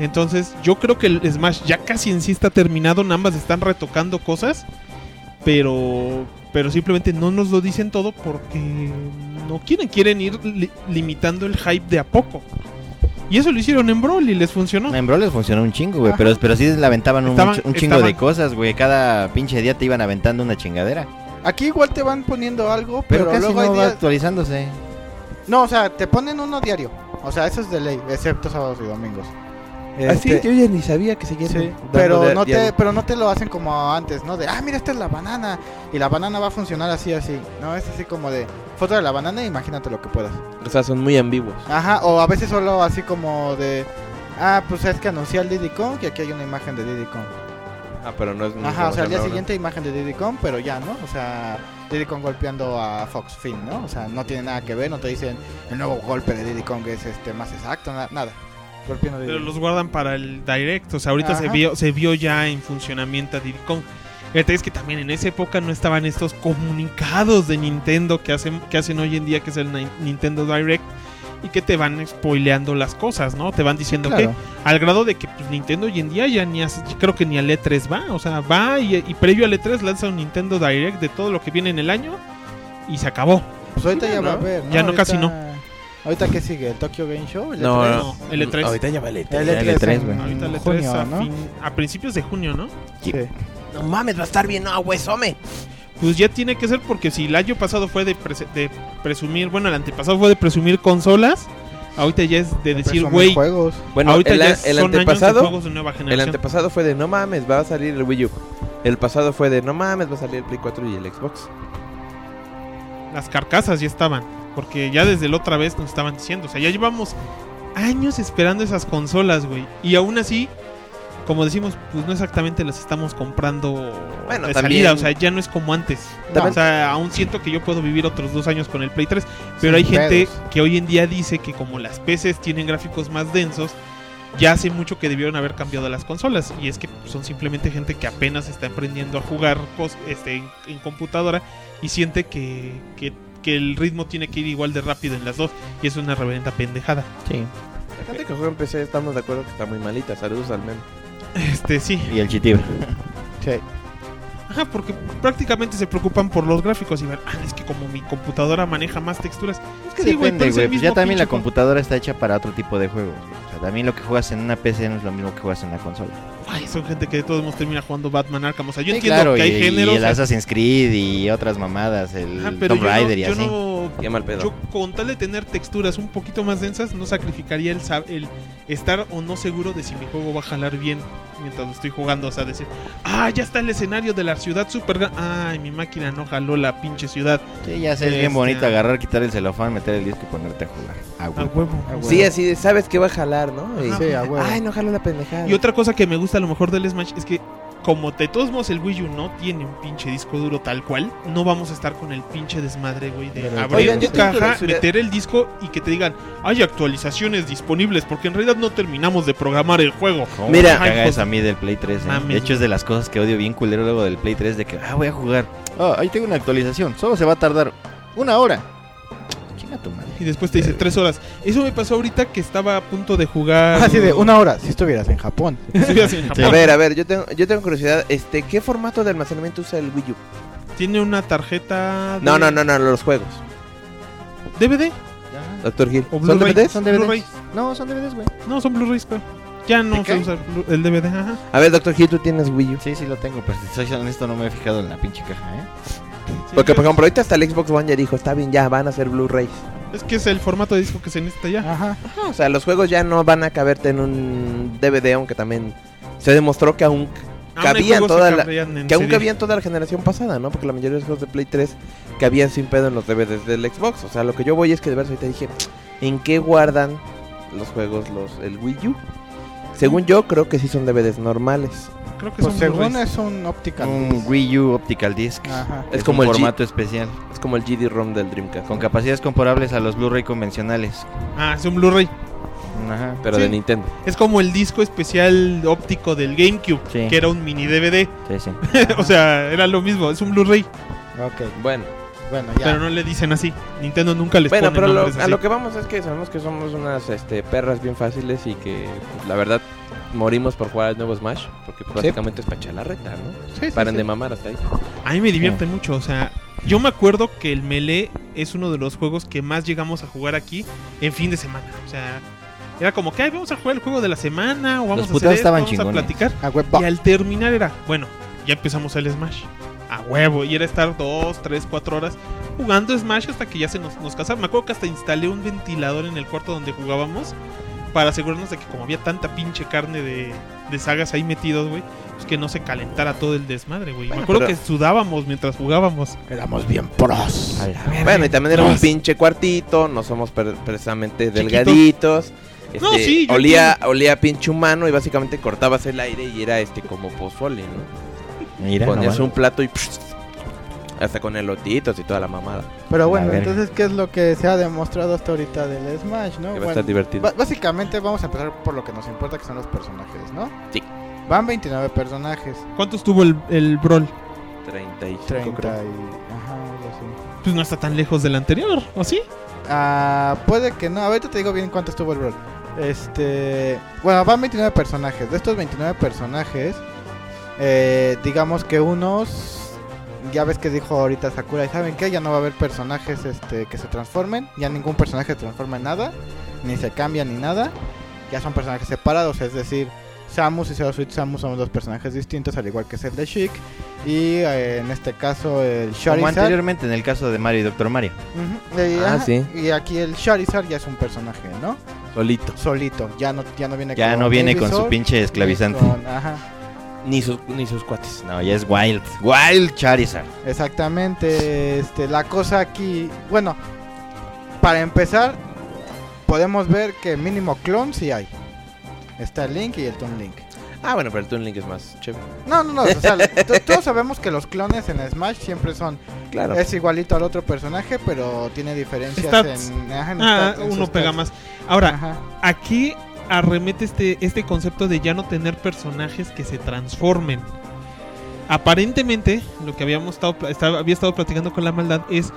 S3: Entonces, yo creo que el Smash ya casi en sí está terminado, nada más están retocando cosas, pero pero simplemente no nos lo dicen todo porque no quieren, quieren ir li- limitando el hype de a poco. Y eso lo hicieron en Brawl y les funcionó.
S5: En Brawl les funcionó un chingo, güey, pero, pero sí le aventaban un,
S3: Estaban-
S5: mucho- un chingo
S3: estaban-
S5: de cosas, güey. Cada pinche día te iban aventando una chingadera.
S4: Aquí igual te van poniendo algo,
S5: Pero,
S4: pero,
S5: casi
S4: luego
S5: no
S4: hay
S5: va
S4: días...
S5: actualizándose.
S4: No, o sea, te ponen uno diario. O sea, eso es de ley, excepto sábados y domingos.
S3: Ah,
S7: Así
S4: Este,
S7: Ah, yo ya ni sabía que seguían.
S4: Sí,
S7: dando
S4: pero
S7: de-
S4: no,
S7: diario.
S4: te, pero no te lo hacen como antes, ¿no? De, ah, mira, esta es la banana. Y la banana va a funcionar así, así. No, es así como de foto de la banana, imagínate lo que puedas.
S7: O sea, son muy ambiguos.
S4: Ajá, o a veces solo así como de, ah, pues es que anuncié al Diddy Kong y aquí hay una imagen de Diddy Kong.
S7: Ah, pero no es. no
S4: Ajá, o
S7: es
S4: sea, al día
S7: una-
S4: siguiente imagen de Diddy Kong, pero ya, ¿no? O sea, Diddy Kong golpeando a Fox Finn, ¿no? O sea, no tiene nada que ver, no te dicen el nuevo golpe de Diddy Kong es este más exacto, na- nada. Golpeando a Diddy
S3: Pero
S4: Kong.
S3: los guardan para el direct. O sea, ahorita se
S4: Ajá.
S3: vio, se vio ya en funcionamiento a Diddy Kong. El detalle es que también en esa época no estaban estos comunicados de Nintendo que hacen, que hacen hoy en día, que es el Ni- Nintendo Direct, y que te van spoileando las cosas, ¿no? Te van diciendo
S4: Claro.
S3: que, al grado de que pues, Nintendo hoy en día ya ni hace- creo que ni al E3 va, o sea, va y, y previo al E3 lanza un Nintendo Direct de todo lo que viene en el año y se acabó.
S4: Pues ahorita ya va a
S7: ¿no?
S4: haber, ¿no?
S3: Ya no, casi
S4: Ahorita- Ahorita qué sigue, el Tokyo Game Show, el
S7: No,
S4: E3?
S3: No, el E E3.
S7: Ahorita ya vale.
S4: El
S5: Ya
S4: E3,
S5: el E3,
S4: Pues, en
S5: güey.
S3: Ahorita el E3
S4: junio,
S3: a,
S4: ¿no?
S3: fin- a principios de junio, ¿no?
S4: Sí. E
S7: No mames, va a estar bien, no, güey, some.
S3: Pues ya tiene que ser porque si el año pasado fue de, prese- de presumir, bueno, el antepasado fue de presumir consolas, ahorita ya es de decir,
S4: Presumen
S3: güey,
S4: Pues juegos.
S7: Bueno,
S3: ahorita
S7: el,
S3: ya
S7: el
S3: son años de
S7: antepasado.
S3: juegos de nueva
S7: El
S3: generación.
S7: antepasado fue de no mames, va a salir el Wii U. El pasado fue de no mames, va a salir el Play 4 y el Xbox.
S3: Las carcasas ya estaban, porque ya desde la otra vez nos estaban diciendo, o sea, ya llevamos años esperando esas consolas, güey, y aún así, como decimos, pues no exactamente las estamos comprando
S7: Bueno,
S3: de
S7: también-
S3: salida, o sea, ya no es como antes.
S4: También-
S3: O sea, aún siento que yo puedo vivir otros dos años con el Play 3. Pero hay
S4: Sin
S3: gente
S4: pedos.
S3: que hoy en día dice que como las PCs tienen gráficos más densos, ya hace mucho que debieron haber cambiado las consolas. Y es que son simplemente gente que apenas está aprendiendo a jugar cos- este, en, en computadora y siente que, que- que el ritmo tiene que ir igual de rápido en las dos. Y es una reverenda pendejada.
S5: Sí.
S7: La gente que juega en PC estamos de acuerdo que está muy malita. Saludos al menos.
S3: Este, sí.
S5: Y el chitibro.
S4: Sí.
S3: Ajá, porque prácticamente se preocupan por los gráficos y van, "Ah, es que como mi computadora maneja más texturas.
S5: Es que
S3: Sí, güey, pero
S5: depende,
S3: es el
S5: güey. Pues ya
S3: mismo
S5: también la
S3: pinche juego.
S5: computadora está hecha para otro tipo de juegos. güey. O sea, también lo que juegas en una PC no es lo mismo que juegas en la consola.
S3: Ay, son gente que de todos modos termina jugando Batman Arkham. O sea, yo
S5: Sí,
S3: entiendo
S5: claro,
S3: que
S5: y,
S3: hay
S5: y
S3: géneros.
S5: el Assassin's Creed y otras mamadas, el
S3: Ajá, pero
S5: Tomb
S3: yo,
S5: Raider y
S3: no, yo
S5: así.
S3: no-
S7: Ya mal pedo.
S3: yo con tal de tener texturas un poquito más densas, no sacrificaría el, sab- el estar o no seguro de si mi juego va a jalar bien mientras lo estoy jugando. O sea, decir, ah, ya está el escenario de la ciudad super. gran- Ay, mi máquina no jaló la pinche ciudad.
S5: Sí, ya sé, es
S3: Este-
S5: bien bonito agarrar, quitar el celofán, meter el disco y ponerte a jugar. Ah,
S3: A
S5: güey.
S3: huevo.
S4: a huevo.
S7: Sí, así de, sabes que va a jalar, ¿no? Y-
S3: Ajá.
S4: Sí, a huevo.
S7: Ay, no jalo la pendejada.
S3: Y otra cosa que me gusta a lo mejor del Smash es que, como de todos modos el Wii U no tiene un pinche disco duro tal cual, no vamos a estar con el pinche desmadre, güey, de
S4: Pero-
S3: abrir
S7: Oigan,
S3: tu
S7: yo tengo
S3: caja,
S7: curiosidad.
S3: meter el disco y que te digan, hay actualizaciones disponibles, porque en realidad no terminamos de programar el juego.
S5: ¿Cómo
S7: Mira.
S5: me caga
S3: Ay, pues,
S5: eso a mí del Play 3. eh?
S3: Mames,
S5: De hecho, es de las cosas que odio bien culero luego del Play 3 de que, ah, voy a jugar. Ah, ahí tengo una actualización. Solo se va a tardar una hora. Chinga tu madre.
S3: Y después te dice tres horas. Eso me pasó ahorita que estaba a punto de jugar.
S4: Así Ah, de una hora, si estuvieras en Japón.
S3: Estuvieras en
S5: Sí.
S7: A
S3: Japón.
S7: ver, a ver, yo tengo, yo tengo curiosidad. Este, ¿qué formato de almacenamiento usa el Wii U?
S3: Tiene una tarjeta. de-
S7: No, no, no, no, los juegos.
S3: DVD
S7: Doctor Gil.
S3: o
S7: ¿Son
S3: Blu-ray.
S7: DVDs?
S5: ¿Son DVDs?
S3: Blu-ray.
S5: No, son DVDs, güey.
S3: No, son Blu-rays, pero Ya no
S5: ¿Te
S3: se
S5: cae?
S3: usa Blu- el DVD. Ajá.
S7: A ver, Doctor Gil, tú tienes Wii U.
S5: Sí, sí lo tengo, pero si soy honesto no me he fijado en la pinche caja, ¿eh?
S3: Sí,
S7: Porque, por
S3: pero
S7: ejemplo, ahorita hasta el Xbox One ya dijo, está bien, ya van a ser Blu-rays.
S3: Es que es el formato de disco que se necesita ya.
S4: Ajá.
S3: Hmm.
S7: O sea, los juegos ya no van a caberte en un DVD, aunque también se demostró que aún,
S3: Aún hay
S7: cabían
S3: juegos
S7: toda la,
S3: cabrían en
S7: que aún
S3: CD.
S7: cabían toda la generación pasada, ¿no? Porque la mayoría de los juegos de Play 3 cabían sin pedo en los DVDs del Xbox. O sea, lo que yo voy es que de verdad ahorita dije, ¿en qué guardan los juegos los el Wii U? Según yo, creo que sí son DVDs normales.
S3: Creo que
S4: Pues
S3: son
S4: según
S3: Blu-rays.
S4: es un optical.
S5: Un Wii U Optical Disc.
S3: Ah.
S4: Ajá.
S7: Es como
S5: un
S7: el G-
S5: formato especial,
S7: Es como el GD-ROM del Dreamcast.
S5: con
S7: ¿no?
S5: capacidades comparables a los Blu-ray convencionales.
S3: Ah, es un Blu-ray.
S5: Ajá.
S7: Pero
S3: Sí.
S7: de Nintendo.
S3: Es como el disco especial óptico del GameCube,
S5: Sí.
S3: que era un mini DVD.
S5: Sí, sí.
S3: o sea, era lo mismo, es un Blu-ray,
S4: Ok,
S7: Bueno,
S4: bueno, ya.
S3: pero no le dicen así. Nintendo nunca les
S7: bueno
S3: pone
S7: pero lo-
S3: nombres
S7: a
S3: así.
S7: lo que vamos es que sabemos que somos unas este, perras bien fáciles y que pues, la verdad morimos por jugar al nuevo Smash. Porque prácticamente es pacha la reta, ¿no?
S4: Sí, sí,
S7: Paren
S4: sí.
S7: de mamar hasta ahí.
S3: A mí me divierte mucho, o sea, yo me acuerdo que el Melee es uno de los juegos que más llegamos a jugar aquí en fin de semana. O sea, era como que "Ay, vamos a jugar el juego de la semana o vamos a
S5: putados
S3: hacer esto,
S5: estaban
S3: vamos a
S5: chingones.
S3: platicar.
S4: A huevo.
S3: Y al terminar era, bueno, ya empezamos el Smash. A huevo. Y era estar dos, tres, cuatro horas jugando Smash hasta que ya se nos, nos casaba. Me acuerdo que hasta instalé un ventilador en el cuarto donde jugábamos para asegurarnos de que como había tanta pinche carne de, de sagas ahí metidos, güey, pues que no se calentara todo el desmadre, güey. Me acuerdo
S7: pero-
S3: que sudábamos mientras jugábamos.
S4: Éramos bien pros.
S7: Bueno, y también era un pinche cuartito, no somos pre- precisamente delgaditos. Este,
S3: No, sí, yo
S7: olía, olía a pinche humano y básicamente cortabas el aire y era este como pozole, ¿no?
S5: Mira,
S7: Ponías
S5: nomás.
S7: un plato y hasta con elotitos y toda la mamada.
S3: Ah,
S4: Pero bueno,
S5: La verga.
S4: entonces, ¿qué es lo que se ha demostrado hasta ahorita del Smash, no?
S7: que va a
S4: Bueno,
S7: estar divertido.
S4: ba- básicamente vamos a empezar por lo que nos importa, que son los personajes, ¿no?
S7: Sí.
S4: Van 29 personajes.
S3: ¿Cuántos tuvo el, el Brawl?
S7: 35 creo.
S4: 30 y... Ajá, algo así.
S3: Pues no está tan lejos del anterior, ¿o sí?
S4: Ah, puede que no. Ahorita te digo bien cuánto estuvo el rol. Este. Bueno, van 29 personajes. De estos 29 personajes, eh, digamos que unos. Ya ves que dijo ahorita Sakura, ¿y saben qué? Ya no va a haber personajes este, que se transformen. Ya ningún personaje se transforma en nada. Ni se cambia ni nada. Ya son personajes separados. Es decir, Samus y Zero Suit Samus son dos personajes distintos, al igual que es el de Chic. Y eh, en este caso, el
S5: Como
S4: Charizard.
S5: anteriormente en el caso de Mario y Doctor Mario.
S4: Ujú, eh,
S7: Ah,
S4: ajá,
S7: sí.
S4: Y aquí el Charizard ya es un personaje, ¿no?
S7: Solito.
S4: Solito, ya no, ya no viene
S5: Ya no viene con su
S4: Ivysaur,
S5: pinche esclavizante.
S4: ni con- ajá,
S7: Ni sus, ni sus cuates.
S5: No, ya es Wild. Wild Charizard.
S4: exactamente. Este, la cosa aquí, bueno, para empezar, podemos ver que mínimo clon sí hay. Está el Link y el Toon Link.
S7: Ah, bueno, pero el Toon Link es más chévere.
S4: No, no, no, o sea, to- todos sabemos que los clones en Smash siempre son...
S7: Claro.
S4: Es igualito al otro personaje, pero tiene diferencias
S3: Stats.
S4: en... ajá, en
S3: Ah,
S4: stats, en
S3: uno
S4: sus
S3: pega
S4: stats.
S3: más. Ahora,
S4: Ajá.
S3: aquí arremete este, este concepto de ya no tener personajes que se transformen. Aparentemente, lo que habíamos estado, pla- estaba- había estado platicando con la maldad es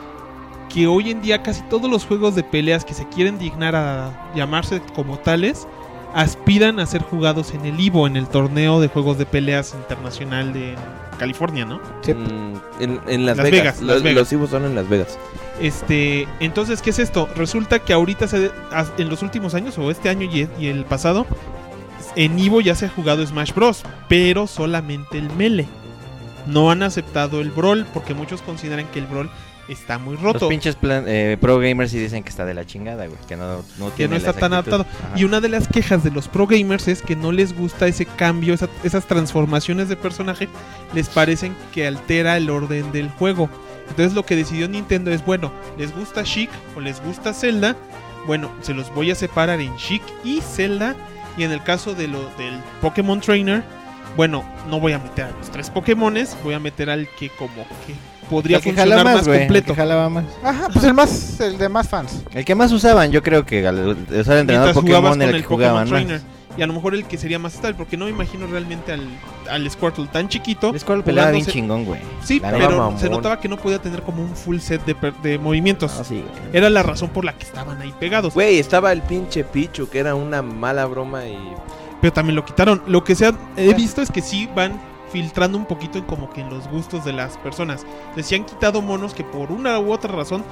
S3: que hoy en día casi todos los juegos de peleas que se quieren dignar a llamarse como tales aspiran a ser jugados en el Ivo, en el torneo de juegos de peleas internacional de California, ¿no?
S4: Sí.
S7: Mm, en, en Las,
S3: Las
S7: Vegas.
S3: Vegas,
S7: Los,
S3: Las Vegas.
S7: los Ibus son en Las Vegas.
S3: Este, entonces, ¿qué es esto? Resulta que ahorita se- as- en los últimos años, o este año y, e- y el pasado, en Ivo ya se ha jugado Smash Bros. Pero solamente el Mele. No han aceptado el Brawl porque muchos consideran que el Brawl está muy
S5: Los
S3: roto.
S5: pinches plan- eh, pro gamers sí dicen que está de la chingada, güey. Que no, no
S3: Que
S5: tiene
S3: no está
S5: la
S3: tan
S5: exactitud.
S3: adaptado.
S5: Ajá.
S3: Y una de las quejas de los pro gamers es que no les gusta ese cambio, esa- esas transformaciones de personaje, les parecen que altera el orden del juego. Entonces lo que decidió Nintendo es, bueno, les gusta Chic o les gusta Zelda, bueno, se los voy a separar en Chic y Zelda. Y en el caso de lo, del Pokémon Trainer, bueno, no voy a meter a los tres Pokémones, voy a meter al que como que podría
S5: El que jala
S3: funcionar
S5: más,
S3: más,
S5: güey, el
S3: completo.
S5: jalaba más.
S4: Ajá, pues el más, el de más fans.
S5: El que más usaban, yo creo que al usar entrenador
S3: mientras jugabas
S5: Pokémon
S3: con
S5: era el
S3: el
S5: que jugaban
S3: Pokémon
S5: más.
S3: Trainer. Y a lo mejor el que sería más estable, porque no me imagino realmente al, al Squirtle tan chiquito.
S5: Es cual peleaba bien
S3: jugándose-
S5: chingón, güey.
S3: Sí,
S5: La
S3: pero
S5: neta.
S3: se notaba que no podía tener como un full set de, per- de movimientos.
S5: Ah, sí, güey.
S3: Era la razón por la que estaban ahí pegados.
S7: Güey, estaba el pinche Pichu, que era una mala broma y...
S3: Pero también lo quitaron. Lo que se ha- he
S4: Ya.
S3: visto es que sí van filtrando un poquito en como que en los gustos de las personas. Entonces, sí han quitado monos que por una u otra razón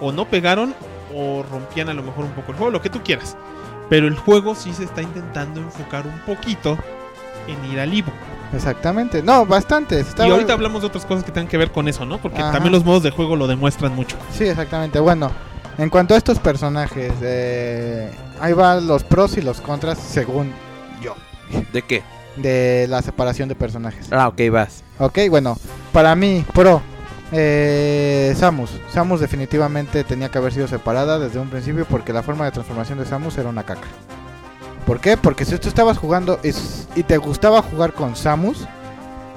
S3: o no pegaron o rompían a lo mejor un poco el juego, lo que tú quieras. Pero el juego sí se está intentando enfocar un poquito en ir al Ivo.
S4: Exactamente. No, bastante.
S3: Y ahorita hablamos de otras cosas que tengan que ver con eso, ¿no? Porque
S4: Ajá.
S3: también los modos de juego lo demuestran mucho.
S4: Sí, exactamente. Bueno, en cuanto a estos personajes, eh, ahí van los pros y los contras según yo
S7: ¿De qué?
S4: de la separación de personajes.
S7: Ah, ok, vas.
S4: Ok, bueno, para mí, pro, eh, Samus. Samus definitivamente tenía que haber sido separada desde un principio porque la forma de transformación de Samus era una caca. ¿Por qué? Porque si tú estabas jugando y, s- y te gustaba jugar con Samus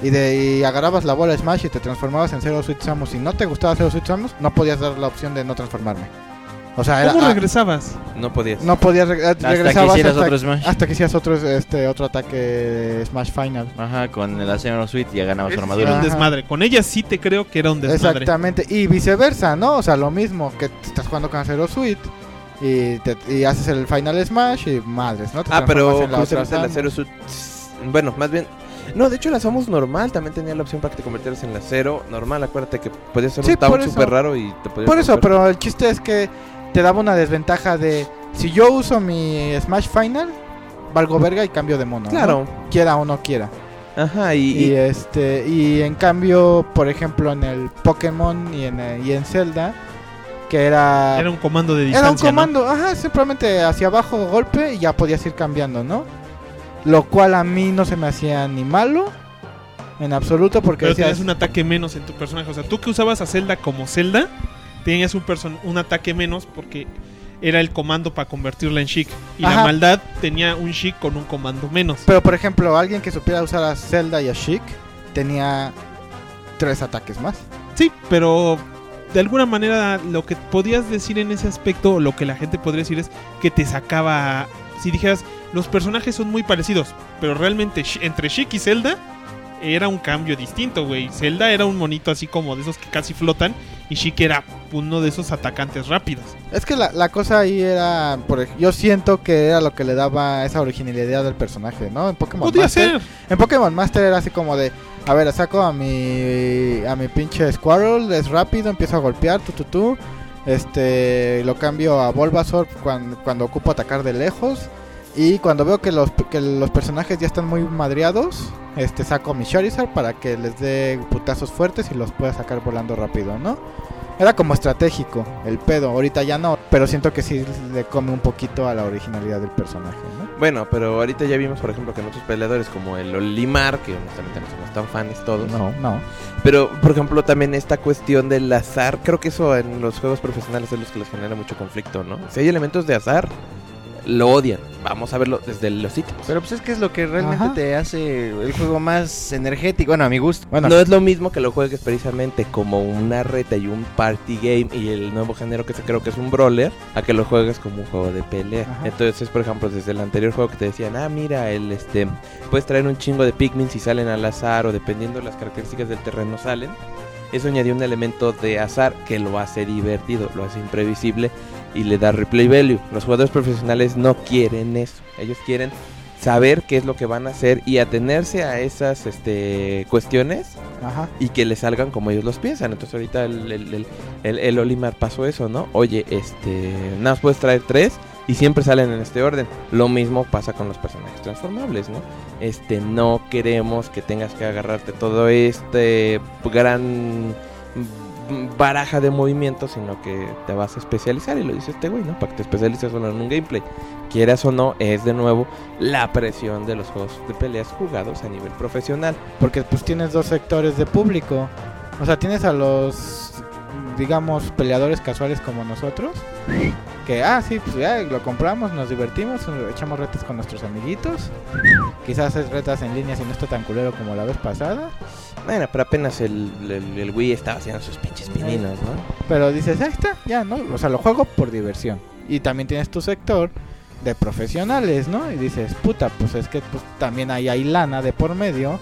S4: y, de, y agarrabas la bola Smash y te transformabas en Zero Suit Samus y no te gustaba Zero Suit Samus, no podías dar la opción de no transformarme. O sea, era,
S3: ¿Cómo
S4: ah,
S3: regresabas?
S7: No podías.
S4: no podías reg-
S5: Hasta que
S4: regresabas
S5: hicieras
S4: hasta,
S5: otro Smash.
S4: hasta que hicieras otro, este, otro ataque Smash Final.
S5: Ajá, con el Acero Suite ya ganabas
S3: Ese sí era
S5: su armadura.
S3: un
S4: Ajá.
S3: desmadre. Con ella sí te creo que era un desmadre.
S4: Exactamente, y viceversa, ¿no? O sea, lo mismo que t- estás jugando con Zero Suite y, te- y haces el Final Smash y madres, ¿no? Te
S7: Ah, pero
S4: transformas en la otra
S7: justamente la
S4: Samus.
S7: Zero Suit... Bueno, más bien... No, de hecho la Samus normal también tenía la opción para que te convirtieras en la Zero normal. Acuérdate que podías hacer
S4: Sí,
S7: un
S4: por
S7: town
S4: eso.
S7: súper raro y te podías...
S4: Por eso,
S7: romper.
S4: pero el chiste es que te daba una desventaja de si yo uso mi Smash Final, valgo verga y cambio de mono. ¿no?
S7: Claro.
S4: Quiera o no quiera.
S7: Ajá, y...
S4: Y, eh,
S7: y-
S4: este y en cambio, por ejemplo, en el Pokémon y en, y en Zelda que era...
S3: Era un comando de distancia.
S4: Era un
S3: ¿no?
S4: comando, ajá, simplemente hacia abajo golpe y ya podías ir cambiando, ¿no? Lo cual a mí no se me hacía ni malo en absoluto porque
S3: Pero
S4: decías,
S3: tenías un ataque menos en tu personaje. O sea, tú que usabas a Zelda como Zelda, tenías un, person- un ataque menos porque era el comando para convertirla en Chic. Y la
S4: Ajá.
S3: maldad tenía un Chic con un comando menos.
S4: pero por ejemplo, alguien que supiera usar a Zelda y a Sheik tenía tres ataques más.
S3: Sí, pero de alguna manera lo que podías decir en ese aspecto, o lo que la gente podría decir es que te sacaba... Si dijeras, los personajes son muy parecidos, pero realmente Sh- entre Chic y Zelda era un cambio distinto, güey. Zelda era un monito así como de esos que casi flotan y Chic era uno de esos atacantes rápidos.
S4: Es que la, la cosa ahí era, por ej- yo siento que era lo que le daba esa originalidad al personaje, ¿no? En Pokémon
S3: Podía
S4: Master-
S3: ser.
S4: En Pokémon Master era así como de, a ver, saco a mi a mi pinche Squirtle, es rápido, empiezo a golpear, tu tu tu. Este, lo cambio a Bulbasaur cuando, cuando ocupo atacar de lejos y cuando veo que los que los personajes ya están muy madreados, este saco a mi Charizard para que les dé putazos fuertes y los pueda sacar volando rápido, ¿no? Era como estratégico el pedo, ahorita ya no, pero siento que sí le come un poquito a la originalidad del personaje, ¿no?
S7: Bueno, pero ahorita ya vimos, por ejemplo, que en otros peleadores como el Olimar, que honestamente no somos tan fans todos,
S4: No, no.
S7: pero por ejemplo también esta cuestión del azar, creo que eso en los juegos profesionales es lo que les genera mucho conflicto, ¿no? Si hay elementos de azar, lo odian. Vamos a verlo desde los ítems.
S5: Pero pues es que es lo que realmente
S4: Ajá.
S5: te hace el juego más energético. Bueno, a mi gusto.
S4: Bueno,
S7: No es lo mismo que lo juegues precisamente como una reta y un party game y el nuevo género que se creo que es un brawler, a que lo juegues como un juego de pelea.
S4: Ajá.
S7: Eh, Entonces, por ejemplo, desde el anterior juego que te decían, ah, mira, el este, puedes traer un chingo de Pikmin si salen al azar o dependiendo de las características del terreno salen. Eso añadió un elemento de azar que lo hace divertido, lo hace imprevisible y le da replay value. Los jugadores profesionales no quieren eso. Ellos quieren saber qué es lo que van a hacer y atenerse a esas este, cuestiones
S4: ajá.
S7: y que le salgan como ellos los piensan. Entonces ahorita el, el, el- el- el Olimar pasó eso, ¿no? Oye, este, nada más puedes traer tres y siempre salen en este orden. Lo mismo pasa con los personajes transformables, ¿no? Este, no queremos que tengas que agarrarte todo este gran mm, baraja de movimientos, sino que te vas a especializar y lo dice este güey, ¿no? Para que te especialices solo en un gameplay. Quieras o no, es de nuevo la presión de los juegos de peleas jugados a nivel profesional.
S4: Porque pues tienes dos sectores de público. O sea, tienes a los, digamos, peleadores casuales como nosotros. Que, ah, sí, pues ya lo compramos, nos divertimos, echamos retas con nuestros amiguitos. Quizás es retas en línea si no está tan culero como la vez pasada.
S7: Bueno, pero apenas el, el- el Wii estaba haciendo sus pinches pininos, ¿no?
S4: Pero dices, ahí está, ya, ¿no? O sea, lo juego por diversión. Y también tienes tu sector de profesionales, ¿no? Y dices, puta, pues es que pues, también ahí hay lana de por medio.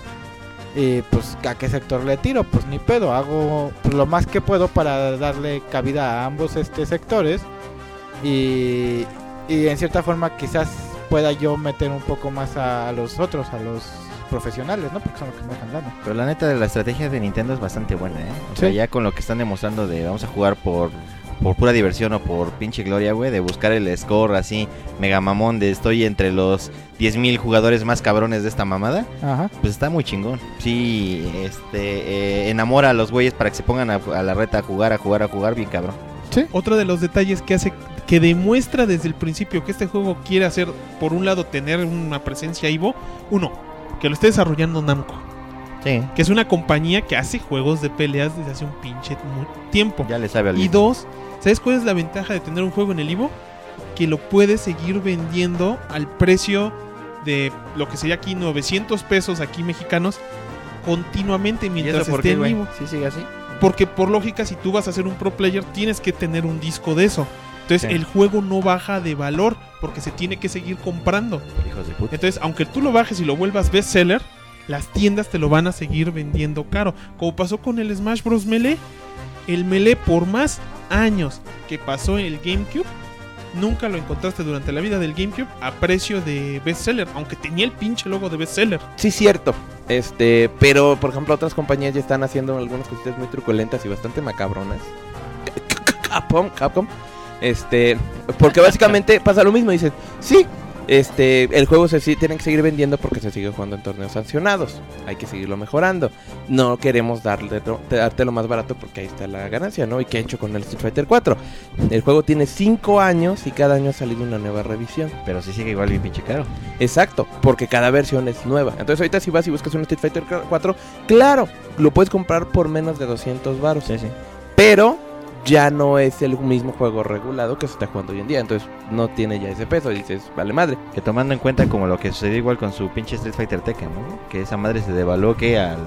S4: Y pues, ¿a qué sector le tiro? Pues ni pedo, hago pues, lo más que puedo para darle cabida a ambos este, sectores. Y, y en cierta forma quizás pueda yo meter un poco más a, a los otros, a los profesionales, ¿no? Porque son los que me dejan lana.
S5: Pero la neta, la estrategia de Nintendo es bastante buena, ¿eh? O sea,
S4: Sí.
S5: ya con lo que están demostrando de vamos a jugar por, por pura diversión o por pinche gloria, güey, de buscar el score así, mega mamón, de estoy entre los 10.000 jugadores más cabrones de esta mamada,
S4: Ajá.
S5: pues está muy chingón. Sí, este, eh, enamora a los güeyes para que se pongan a, a la reta a jugar, a jugar, a jugar, bien cabrón.
S3: Otro de los detalles que hace que demuestra desde el principio que este juego quiere hacer, por un lado, tener una presencia Ivo, uno, que lo esté desarrollando Namco,
S5: Sí.
S3: que es una compañía que hace juegos de peleas desde hace un pinche mu- tiempo.
S5: Ya le sabe al
S3: Y
S5: ritmo.
S3: dos, ¿sabes cuál es la ventaja de tener un juego en el Ivo? Que lo puedes seguir vendiendo al precio de lo que sería aquí 900 pesos aquí mexicanos continuamente
S5: ¿Y
S3: mientras
S5: eso por
S3: esté
S5: qué,
S3: en
S5: güey?
S3: Ivo.
S5: Sí, sigue así.
S3: Porque por lógica, si tú vas a ser un pro player, tienes que tener un disco de eso. Entonces
S5: Sí.
S3: el juego no baja de valor porque se tiene que seguir comprando.
S5: Hijos de puta.
S3: Entonces, aunque tú lo bajes y lo vuelvas bestseller, las tiendas te lo van a seguir vendiendo caro. Como pasó con el Smash Bros. Melee. El Melee por más años que pasó en el GameCube, nunca lo encontraste durante la vida del GameCube a precio de bestseller. Aunque tenía el pinche logo de bestseller.
S7: Sí, cierto. Este, pero por ejemplo, otras compañías ya están haciendo algunas cositas muy truculentas y bastante macabronas. Capcom, Capcom. Este, porque básicamente pasa lo mismo. Dicen, sí, Este, el juego se sí, tienen que seguir vendiendo porque se sigue jugando en torneos sancionados. Hay que seguirlo mejorando. No queremos darle to- te- darte lo más barato porque ahí está la ganancia, ¿no? ¿Y qué he hecho con el Street Fighter 4? El juego tiene 5 años y cada año ha salido una nueva revisión.
S5: Pero sí sigue igual bien pinche caro.
S7: Exacto, porque cada versión es nueva. Entonces ahorita si vas y buscas un Street Fighter 4, claro, lo puedes comprar por menos de 200 baros.
S5: sí.
S7: Pero ya no es el mismo juego regulado que se está jugando hoy en día. Entonces no tiene ya ese peso. Dices, vale madre.
S5: Que tomando en cuenta como lo que sucedió igual con su pinche Street Fighter Tekken, ¿no? Que esa madre se devaluó que al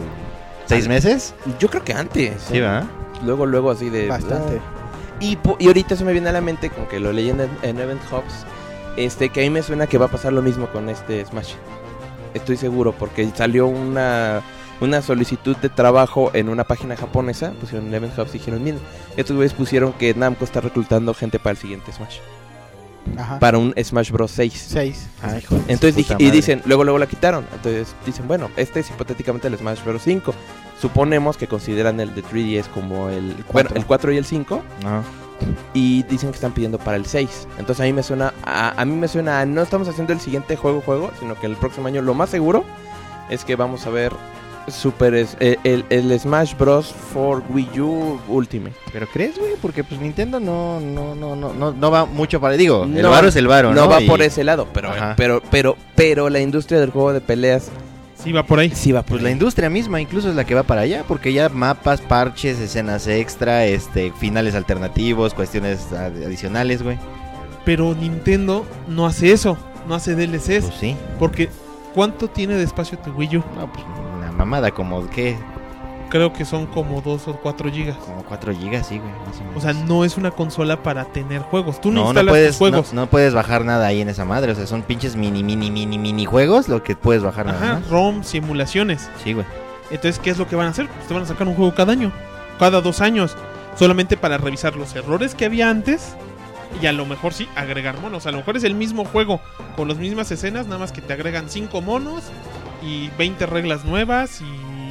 S5: seis meses.
S7: Yo creo que antes.
S5: Sí,
S7: ¿eh?
S5: ¿verdad?
S7: Luego, luego así de... "Ah,
S4: Bastante.
S7: Y, po- y ahorita se me viene a la mente con que lo leí en, en Event Hubs. Este, que a mí me suena que va a pasar lo mismo con este Smash. Estoy seguro, porque salió una, una solicitud de trabajo en una página japonesa. Pusieron en Event Hubs y dijeron: Miren, estos güeyes pusieron que Namco está reclutando gente para el siguiente Smash.
S4: Ajá.
S7: Para un Smash Bros. 6.
S4: Seis.
S5: Ay, hijo de su
S7: Entonces
S5: Ah. puta
S7: dije- y
S5: madre.
S7: dicen, luego luego la quitaron. Entonces dicen, bueno, este es hipotéticamente el Smash Bros 5. Suponemos que consideran el de 3DS como el, bueno, el 4 y el 5
S5: Ajá.
S7: y dicen que están pidiendo para el 6. Entonces a mí me suena a, a mí me suena a no estamos haciendo el siguiente juego juego, sino que el próximo año lo más seguro es que vamos a ver Super es- eh, el, el Smash Bros for Wii U Ultimate.
S5: Pero crees, güey, porque pues Nintendo no, no, no, no, no, no va mucho para. Digo, el
S7: No,
S5: varo es el varo,
S7: No,
S5: ¿no?
S7: va
S5: Y-
S7: por ese lado, pero
S5: Ajá.
S7: pero pero pero la industria del juego de peleas
S3: Sí, va por ahí.
S7: sí va por
S5: Pues la industria misma incluso es la que va para allá, porque ya mapas, parches, escenas extra, este, finales alternativos, cuestiones ad- adicionales, güey.
S3: Pero Nintendo no hace eso. No hace DLCs.
S5: Pues sí.
S3: Porque ¿cuánto tiene de espacio tu Wii U?
S5: No, pues una mamada como que
S3: Creo que son como 2 o 4 gigas.
S5: como 4 gigas, sí, güey, más o menos.
S3: O sea, no es una consola para tener juegos. Tú no,
S5: no, no
S3: instalas
S5: puedes,
S3: tus juegos.
S5: No, no puedes bajar nada ahí en esa madre. O sea, son pinches mini, mini, mini, mini juegos lo que puedes bajar nada
S3: Ajá,
S5: más.
S3: ROM, simulaciones.
S5: Sí, güey.
S3: Entonces, ¿qué es lo que van a hacer? Pues te van a sacar un juego cada año, cada dos años, solamente para revisar los errores que había antes y a lo mejor sí agregar monos. A lo mejor es el mismo juego con las mismas escenas, nada más que te agregan cinco monos y 20 reglas nuevas y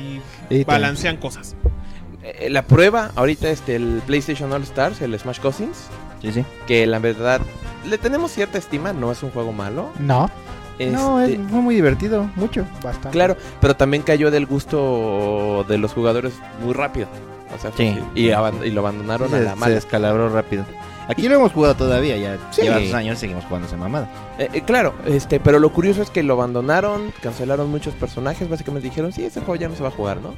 S7: Y te-
S3: balancean cosas.
S7: Eh, la prueba ahorita este el PlayStation All Stars, el Smash Cousins,
S5: Sí, sí.
S7: que la verdad le tenemos cierta estima, no es un juego malo.
S4: No.
S5: No,
S7: Este,
S5: es- fue muy divertido, mucho.
S4: Bastante.
S7: claro, pero también cayó del gusto de los jugadores muy rápido. O sea, fue
S5: Sí.
S7: así, y, aban- y lo abandonaron a
S5: se,
S7: la
S5: se
S7: mala.
S5: descalabró rápido. Aquí lo hemos jugado todavía, ya
S7: Sí.
S5: lleva dos años seguimos jugando esa mamada.
S7: Eh, eh, claro, este, pero lo curioso es que lo abandonaron, cancelaron muchos personajes, básicamente dijeron, sí, este juego ya no se va a jugar, ¿no?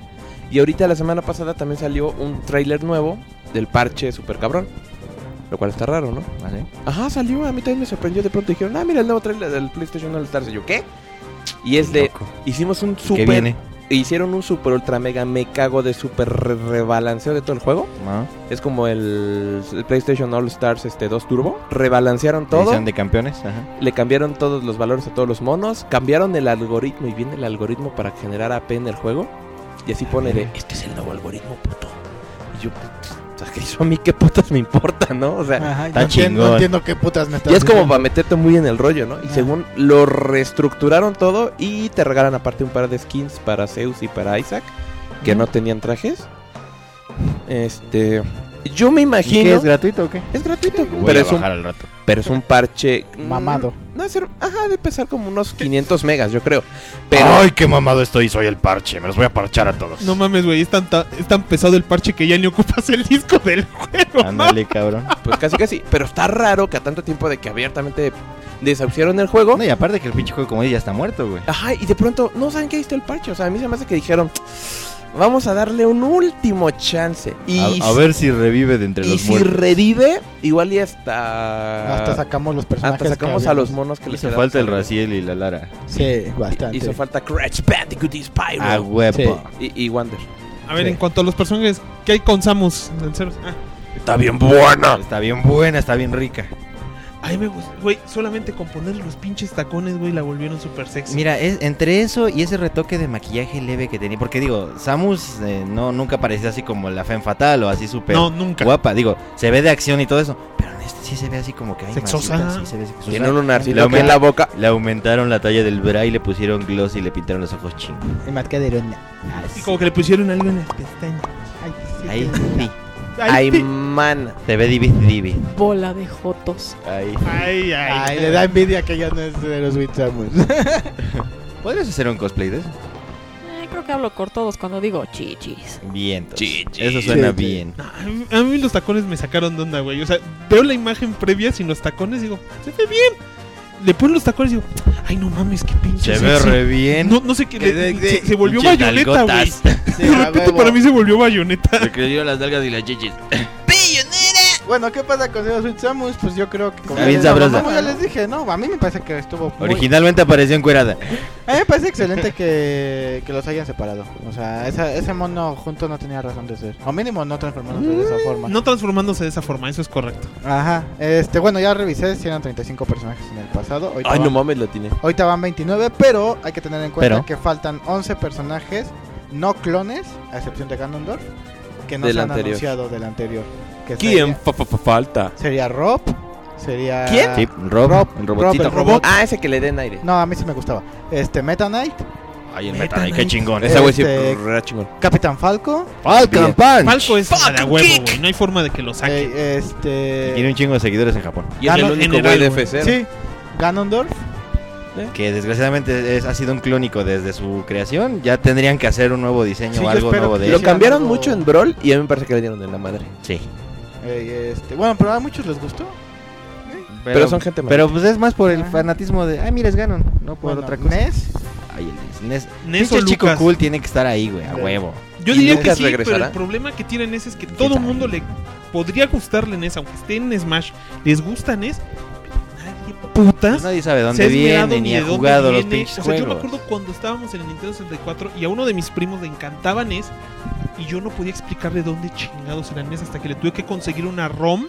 S7: Y ahorita la semana pasada también salió un tráiler nuevo del parche Super Cabrón. Lo cual está raro, ¿no?
S5: ¿Ah, sí?
S7: Ajá, salió, a mí también me sorprendió de pronto. Dijeron, ah, mira el nuevo trailer del PlayStation All Stars. Y yo, ¿qué? Y es de,
S5: Loco.
S7: hicimos un
S5: ¿Qué
S7: super,
S5: viene?
S7: e hicieron un super ultra mega me cago de super re- rebalanceo de todo el juego.
S5: ¿No?
S7: Es como el, el PlayStation All Stars este 2 Turbo. Rebalancearon todo,
S5: Edición de campeones, ajá.
S7: le cambiaron todos los valores a todos los monos, cambiaron el algoritmo y viene el algoritmo para generar AP en el juego. Y así pone de, este es el nuevo algoritmo, puto. Y yo, "Putz, o sea, que eso a mí qué putas me importa, ¿no? O sea,
S4: Ajá,
S5: Está
S4: no, entiendo,
S5: chingón.
S4: no entiendo qué putas me estás
S7: y es como
S4: diciendo.
S7: para meterte muy en el rollo, ¿no? Y
S4: Ah.
S7: según lo reestructuraron todo y te regalan aparte un par de skins para Zeus y para Isaac, que no tenían trajes. Este, yo me
S5: ¿Y qué,
S7: imagino
S5: es gratuito o qué?
S7: es gratuito,
S5: Voy
S7: pero
S5: a
S7: es, un,
S5: bajar al rato.
S7: pero es un parche mm,
S4: Mamado.
S7: No, es ser- ajá, de pesar como unos 500 megas, yo creo. Pero
S5: qué mamado estoy, soy el parche, me los voy a parchar a todos.
S3: No mames, güey, es tan, ta- es tan pesado el parche que ya ni ocupas el disco del juego. ¿no?
S5: Ándale, cabrón.
S7: pues casi casi, pero está raro que a tanto tiempo de que abiertamente desahuciaron el juego.
S5: No, y aparte que el pinche juego como dice ya está muerto, güey.
S7: Ajá, y de pronto, no saben que ahí está el parche. O sea, a mí se me hace que dijeron, vamos a darle un último chance. Y,
S5: A, a ver si revive de entre
S7: y
S5: los
S7: si
S5: muertos.
S7: revive, igual y hasta.
S4: Hasta sacamos los personajes.
S7: hasta sacamos
S4: que
S7: a los
S4: habíamos.
S7: monos que les
S5: Hizo falta el Raciel y la Lara.
S4: Sí, bastante.
S7: Hizo falta Crash Bandicoot y Spyro.
S5: A huevo.
S7: y, y Wander.
S3: A ver,
S4: Sí.
S3: en cuanto a los personajes, ¿qué hay con Samus? del Zero? Ah,
S7: Está bien buena.
S5: Está bien buena, está bien rica.
S3: a mí me gusta, güey, solamente con ponerle los pinches tacones, güey, la volvieron súper sexy.
S5: Mira, es, entre eso y ese retoque de maquillaje leve que tenía, porque digo, Samus eh, no nunca parecía así como la Femme Fatal o así súper
S3: no, nunca.
S5: guapa. Digo, se ve de acción y todo eso, pero en este sí se ve así como que hay
S3: Sexosa.
S5: masita, sí se ve sexosa.
S7: Tiene un lunarcito
S5: Le
S7: aquí en la boca.
S5: Le aumentaron la talla del bra y le pusieron gloss y le pintaron los ojos chingos.
S4: Y más que de Irene.
S3: Y como que le pusieron algo en las pestañas.
S4: Ay, sí,
S5: Ahí
S4: sí.
S5: sí.
S3: Ay, ti-
S7: Aymana.
S5: Te ve divi divi.
S8: Bola de jotos.
S5: Ahí.
S3: ay, ay.
S4: Ay, le da envidia que ya no es de los Witzamus.
S5: ¿Podrías hacer un cosplay de eso?
S8: Eh, creo que hablo por todos cuando digo chichis.
S5: Bien, entonces.
S7: Chichis.
S5: Eso suena
S4: Chichis.
S5: bien.
S3: A mí- A mí los tacones me sacaron de onda, güey. O sea, veo la imagen previa sin los tacones y digo, se ve bien. Le ponen los tacones y digo, ay, no mames, qué pinche.
S5: Se ve
S3: sexy".
S5: re bien.
S3: No, no sé qué.
S5: Que
S3: le-
S5: de-
S3: se, se volvió
S5: Pinches
S3: bayoneta, güey.
S5: nalgotas.
S3: De repente para mí se volvió bayoneta.
S5: Se creyeron las nalgas y las chichis.
S4: Bueno, ¿qué pasa con los Witzamus? Pues yo creo que. como
S5: Está bien
S4: ya-
S5: sabrosa.
S4: como ya les dije, no, a mí me parece que estuvo. muy-
S5: Originalmente apareció encuerada.
S4: A mí me parece excelente que, que los hayan separado. O sea, esa- ese mono junto no tenía razón de ser. O mínimo no transformándose de esa forma.
S3: No transformándose de esa forma, eso es correcto.
S4: Ajá. Este, bueno, ya revisé, si eran 35 personajes en el pasado. Ahorita,
S7: Ay, no
S4: van,
S7: mames, lo tiene.
S4: ahorita van 29, pero hay que tener en cuenta
S5: Pero.
S4: que faltan 11 personajes no clones, a excepción de Ganondorf, que no
S7: Del
S4: se han
S7: anterior.
S4: anunciado del anterior. Que
S7: ¿Quién
S4: Sería,
S7: fa- fa- fa- falta?
S4: sería Rob, sería...
S7: ¿Quién?
S5: Sí, Ah. Rob,
S4: Rob,
S5: el robotito.
S4: Rob, el robot.
S7: Ah, ese que le den aire.
S4: No, a mí sí me gustaba. Este, Meta Knight,
S5: Ay, el metal, ay, qué chingón. Eh,
S7: Ese güey sí,
S4: Este-
S7: era chingón.
S4: Capitán Falco,
S5: Falcon Punch.
S3: Falco es la de a huevo, güey. No hay forma de que lo saque.
S4: eh, este...
S5: Tiene un chingo de seguidores en Japón.
S7: Y es el
S3: Ganó
S7: único güey
S3: general,
S7: de
S3: güey.
S7: FC.
S4: Sí, Ganondorf.
S5: Que desgraciadamente es- ha sido un clónico desde su creación. Ya tendrían que hacer un nuevo diseño
S4: Sí,
S5: o
S4: yo
S5: algo
S4: espero
S5: nuevo
S4: que
S5: de
S4: lo
S7: Lo
S5: él.
S4: ca-
S7: cambiaron
S4: algo-
S7: mucho en Brawl y a mí me parece que le dieron en la madre.
S5: Sí.
S4: eh, este, bueno, pero a muchos les gustó.
S7: Pero son gente mala.
S5: Pero pues es más por el
S3: Ah.
S4: Ajá.
S5: fanatismo de. Ay, mira, es Ganon. No por
S4: Bueno,
S5: otra cosa.
S4: Ness,
S5: Ay, el Ness. Ness.
S3: pues, Ness
S5: Pinche
S3: o
S5: chico
S3: Lucas.
S5: cool tiene que estar ahí, güey. A
S4: Sí.
S5: huevo.
S3: Yo
S7: ¿Y
S3: diría que
S7: Lucas
S3: sí, pero
S7: regresará?
S3: el problema que tienen es, es que todo el
S5: sabe?
S3: mundo le podría gustarle NES, aunque esté en Smash, les gusta NES, nadie putas
S5: Pues nadie sabe
S3: se
S5: dónde
S3: ha esmerado
S5: viene ni
S3: de
S5: ha
S3: dónde
S5: jugado los
S3: viene.
S5: pinches
S3: O sea, yo me
S5: juegos.
S3: acuerdo cuando estábamos en el Nintendo 64 y a uno de mis primos le encantaba NES y yo no podía explicarle dónde chingados era NES hasta que le tuve que conseguir una ROM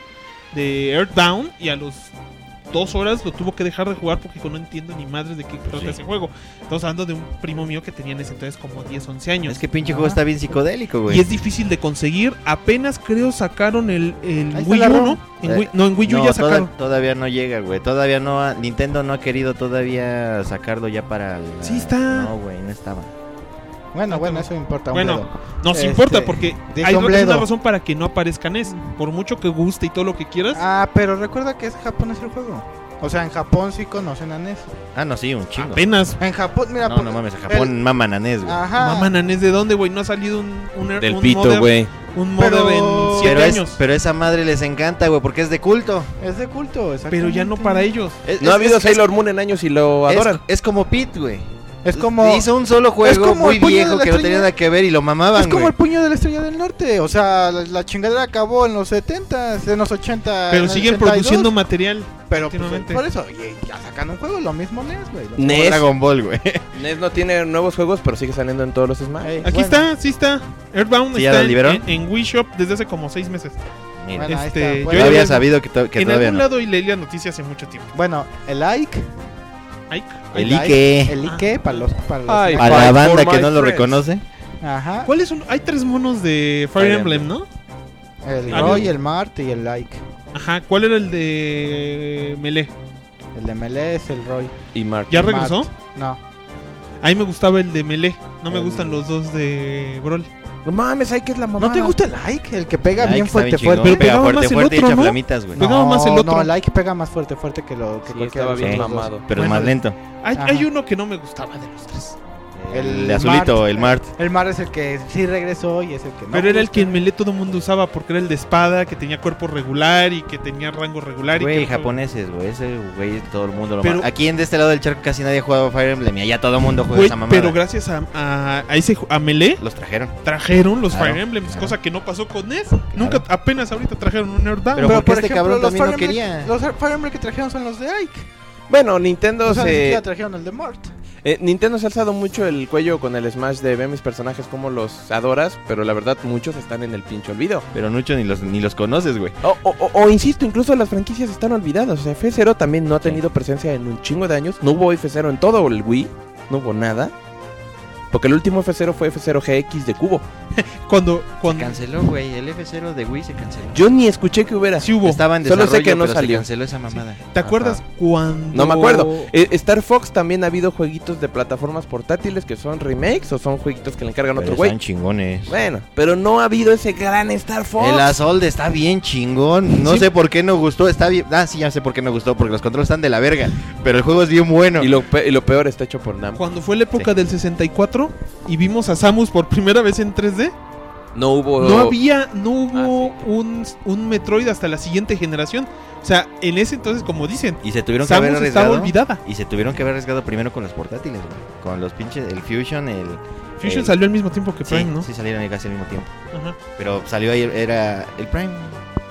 S3: de Earthbound y a los dos horas lo tuvo que dejar de jugar porque no entiendo ni madre de qué trata
S5: sí.
S3: ese juego. Estamos hablando de un primo mío que tenía en ese entonces como 10, 11 años.
S5: Es que pinche juego está bien psicodélico, güey.
S3: Y es difícil de conseguir. Apenas creo sacaron el, el
S4: Ahí está
S3: Wii
S4: la
S3: U,
S4: ROM.
S3: ¿no? En
S5: Eh,
S3: Wii- no, en Wii U
S5: No,
S3: ya
S5: toda-
S3: sacaron.
S5: todavía no llega, güey. Todavía no. ha- Nintendo no ha querido todavía sacarlo ya para. la-
S3: Sí está.
S5: No, güey, no estaba.
S4: Bueno, bueno, eso importa. un
S3: Bueno,
S4: dedo.
S3: Nos
S4: Este,
S3: importa porque
S4: de
S3: hay no- es
S4: Tombledo.
S3: una razón para que no aparezcan es Por mucho que guste y todo lo que quieras.
S4: Ah, pero recuerda que es Japón es el juego. O sea, en Japón sí conocen a NES.
S5: Ah, no, sí, un chingo.
S3: apenas. Ah,
S4: En Japón, mira,
S5: No,
S4: por-
S5: no mames, a Japón maman a NES, güey.
S4: Ajá.
S3: Mamá nanés, ¿de dónde, güey? No ha salido un, un,
S7: Del
S3: un
S7: pito,
S3: modder-
S7: güey.
S3: un modder
S4: Pero-
S3: en
S5: Pero,
S3: 7
S5: es-
S3: años.
S5: pero esa madre les encanta, güey, porque es de culto.
S4: Es de culto,
S3: Pero ya no
S4: exactamente.
S3: para ellos.
S5: Es-
S7: No ha
S5: es-
S7: habido
S5: es-
S7: Sailor Moon en años y lo
S5: es-
S7: adoran.
S5: Es como Pit, güey.
S4: Es como,
S5: Hizo un solo
S4: es
S5: juego
S4: como
S5: muy
S4: el puño de
S5: viejo
S4: la
S5: que no
S4: estrella.
S5: tenía nada que ver y lo mamaban,
S4: es como
S5: güey.
S4: el puño de la estrella del norte. O sea, la, la chingadera acabó en los 70s, en los 80. Ah, en
S3: Pero
S4: el
S3: siguen
S4: 82,
S3: produciendo material.
S4: Pero pues,
S3: continuamente.
S4: por eso, oye, ya sacan un juego, lo mismo NES, güey. Lo-
S7: Ne-
S3: E
S5: Como
S7: NES.
S5: Dragon Ball, güey.
S7: NES no tiene nuevos juegos, pero sigue saliendo en todos los Smash.
S4: Eh,
S3: Aquí
S4: bueno,
S3: está, sí está. Earthbound
S5: ¿Sí ya
S3: está
S5: la
S3: en,
S5: liberaron?
S3: en- en Wii Shop desde hace como 6 meses.
S5: Mira,
S4: Bueno, ahí
S3: este,
S4: está, pues,
S3: yo
S5: yo
S4: bueno.
S5: no había
S3: había-
S5: sabido que, to- que
S3: en
S5: todavía
S3: algún
S5: no.
S3: lado y leí la noticia hace mucho tiempo.
S4: Bueno, el Ike.
S3: Ay,
S5: El
S4: Ike,
S5: Ike.
S4: El
S3: Ah.
S4: Ike para los. Para los
S7: Ay,
S5: Para la
S7: Fight
S5: banda
S7: for
S5: que
S7: my
S5: no lo
S7: friends.
S5: reconoce.
S4: Ajá.
S3: ¿Cuáles son? Hay tres monos de Fire
S7: Fire
S3: Emblem, ¿no?
S4: El
S3: Ah,
S4: Roy,
S3: bien.
S4: el Mart y el Like.
S3: Ajá, ¿cuál era el de Melee?
S4: El de Melee es el Roy.
S7: Y Mark.
S3: ¿Ya
S4: El
S3: regresó?
S4: Mart. No.
S3: A mí me gustaba el de Melee. No me
S4: El-
S3: gustan los dos de Brawl.
S7: No mames, ay, que es la mamá.
S4: ¿No te gusta el Like? El que pega
S5: Ike
S4: bien
S5: está
S4: fuerte,
S5: chingón,
S4: fuerte.
S5: Pega
S3: Pegaba más
S5: fuerte,
S3: el
S5: fuerte y
S3: otro,
S5: echa
S3: ¿no?
S5: flamitas, güey.
S3: Pegaba más el otro.
S4: No, Like pega más fuerte, fuerte que lo que
S7: Sí,
S4: cualquiera
S7: estaba
S4: de los
S7: bien
S4: otros dos.
S7: mamado.
S5: Pero es
S3: Bueno,
S5: más lento.
S3: Hay,
S4: Ajá.
S3: hay uno que no me gustaba de los tres.
S5: El,
S4: el
S5: azulito,
S4: Mart.
S5: el Mart.
S4: El Mar es el que sí regresó y es el que no.
S3: Pero era el que en
S4: me
S3: Melee todo el mundo usaba porque era el de espada, que tenía cuerpo regular y que tenía rango regular. y
S5: Güey,
S3: que no-
S5: japoneses, güey. Ese güey, todo el mundo lo
S3: Pero-
S5: mama. Aquí en de este lado del charco casi nadie ha jugado Fire Emblem. Y allá todo el mundo juega
S3: Güey,
S5: esa mamada.
S3: pero gracias a, a, a ese ju- a Melee
S5: Los trajeron.
S3: trajeron los
S5: Claro,
S3: Fire Emblems,
S5: claro.
S3: cosa que no pasó con NES. Nunca, apenas ahorita trajeron un Earthbound.
S5: Pero- porque este cabrón también no quería.
S4: Los Fire Emblem que trajeron son los de Ike.
S7: Bueno, Nintendo
S4: O sea, ni
S7: se.
S4: siquiera trajeron el de Mort.
S7: eh, Nintendo se ha alzado mucho el cuello con el Smash de ve a mis personajes como los adoras, pero la verdad muchos están en el pinche olvido.
S5: Pero Nucho ni los, ni los conoces, güey.
S7: O, o- o- o insisto, incluso las franquicias están olvidadas. O sea, F0 también no ha tenido presencia en un chingo de años. No hubo F0 en todo el Wii, no hubo nada. Porque el último F0 fue F0 GX de cubo.
S3: Cuando,
S5: Se
S3: cuando
S5: canceló, güey. El F0 de Wii se canceló.
S7: Yo ni escuché que hubiera.
S3: sí hubo.
S5: Estaba en
S7: Solo
S5: desarrollo,
S7: sé que no
S5: pero se
S7: salió.
S5: canceló esa mamada.
S3: ¿Te acuerdas cuando
S7: No me acuerdo. Eh, Star Fox también ha habido jueguitos de plataformas portátiles que son remakes o son jueguitos que le encargan a otro
S5: Pero
S7: güey.
S5: están chingones.
S7: Bueno, pero no ha habido ese gran Star Fox.
S5: El Asolde está bien chingón. No sé por qué no gustó. Está bien. Ah, sí, ya sé por qué no gustó. Porque los controles están de la verga. Pero el juego es bien bueno.
S7: Y lo, pe- y lo peor está hecho por Namco.
S3: Cuando fue la época del 64 y vimos a Samus por primera vez en 3D,
S7: No hubo.
S5: Oh.
S3: no había,
S5: Ah,
S3: no hubo un, un Metroid hasta la siguiente generación. O sea, en ese entonces, como dicen,
S5: Y se tuvieron que haber
S3: Samus estaba
S5: arriesgado.
S3: olvidada.
S5: Y se tuvieron que haber arriesgado primero con los portátiles, güey. Con los pinches. El Fusion, el.
S3: Fusion
S5: el-
S3: salió al mismo tiempo que
S5: Sí,
S3: Prime, ¿no?
S5: sí salieron casi al mismo tiempo.
S3: Ajá.
S5: Pero salió ahí, era el Prime.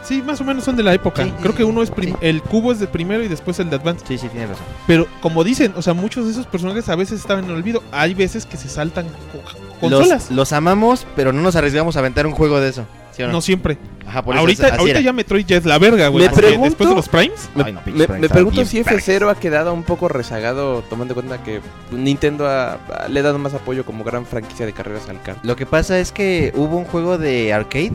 S3: Sí, más o menos son de la época.
S5: Sí, sí,
S3: Creo que
S5: sí,
S3: uno es prim-
S5: sí.
S3: el cubo es de primero y después el de Advance.
S5: Sí, sí, tienes razón.
S3: Pero como dicen, o sea, muchos de esos personajes a veces estaban en olvido. Hay veces que se saltan co- consolas.
S5: Los, los amamos, pero no nos arriesgamos a aventar un juego de eso. ¿sí o no?
S3: No siempre.
S5: Ajá, por eso
S3: Ahorita,
S5: es- así
S3: ahorita
S5: era.
S3: ya Metroid ya es la verga, güey.
S7: Me
S3: porque
S7: pregunto-
S3: Después de los Primes.
S7: Me,
S5: Ay, no, pinches
S7: me-
S5: Prime
S7: me
S5: estaban
S7: pregunto
S5: bien
S7: si F0 ha quedado un poco rezagado, tomando en cuenta que Nintendo ha- ha- le ha dado más apoyo como gran franquicia de carreras al kart.
S5: Lo que pasa es que hubo un juego de arcade,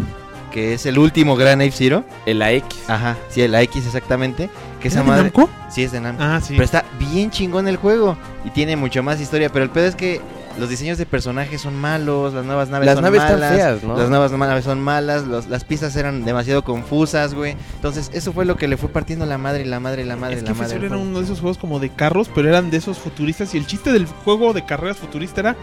S5: que es el último gran F-Zero.
S7: El AX.
S5: Ajá, sí, el AX exactamente. Que esa
S3: ¿Era de
S5: madre.
S3: Namco?
S5: Sí, es de Namco.
S3: Ah, sí.
S5: Pero está bien chingón el juego y tiene mucho más historia. Pero el pedo es que los diseños de personajes son malos, las nuevas naves
S7: Las
S5: son
S7: naves
S5: malas.
S7: están feas, ¿no?
S5: Las nuevas naves son malas, los- las pistas eran demasiado confusas, güey. Entonces, eso fue lo que le fue partiendo la madre, y la madre, y la madre, y
S3: es que
S5: la madre.
S3: F0
S5: al
S3: era
S5: juego.
S3: uno de esos juegos como de carros, pero eran de esos futuristas. Y el chiste del juego de carreras futurista era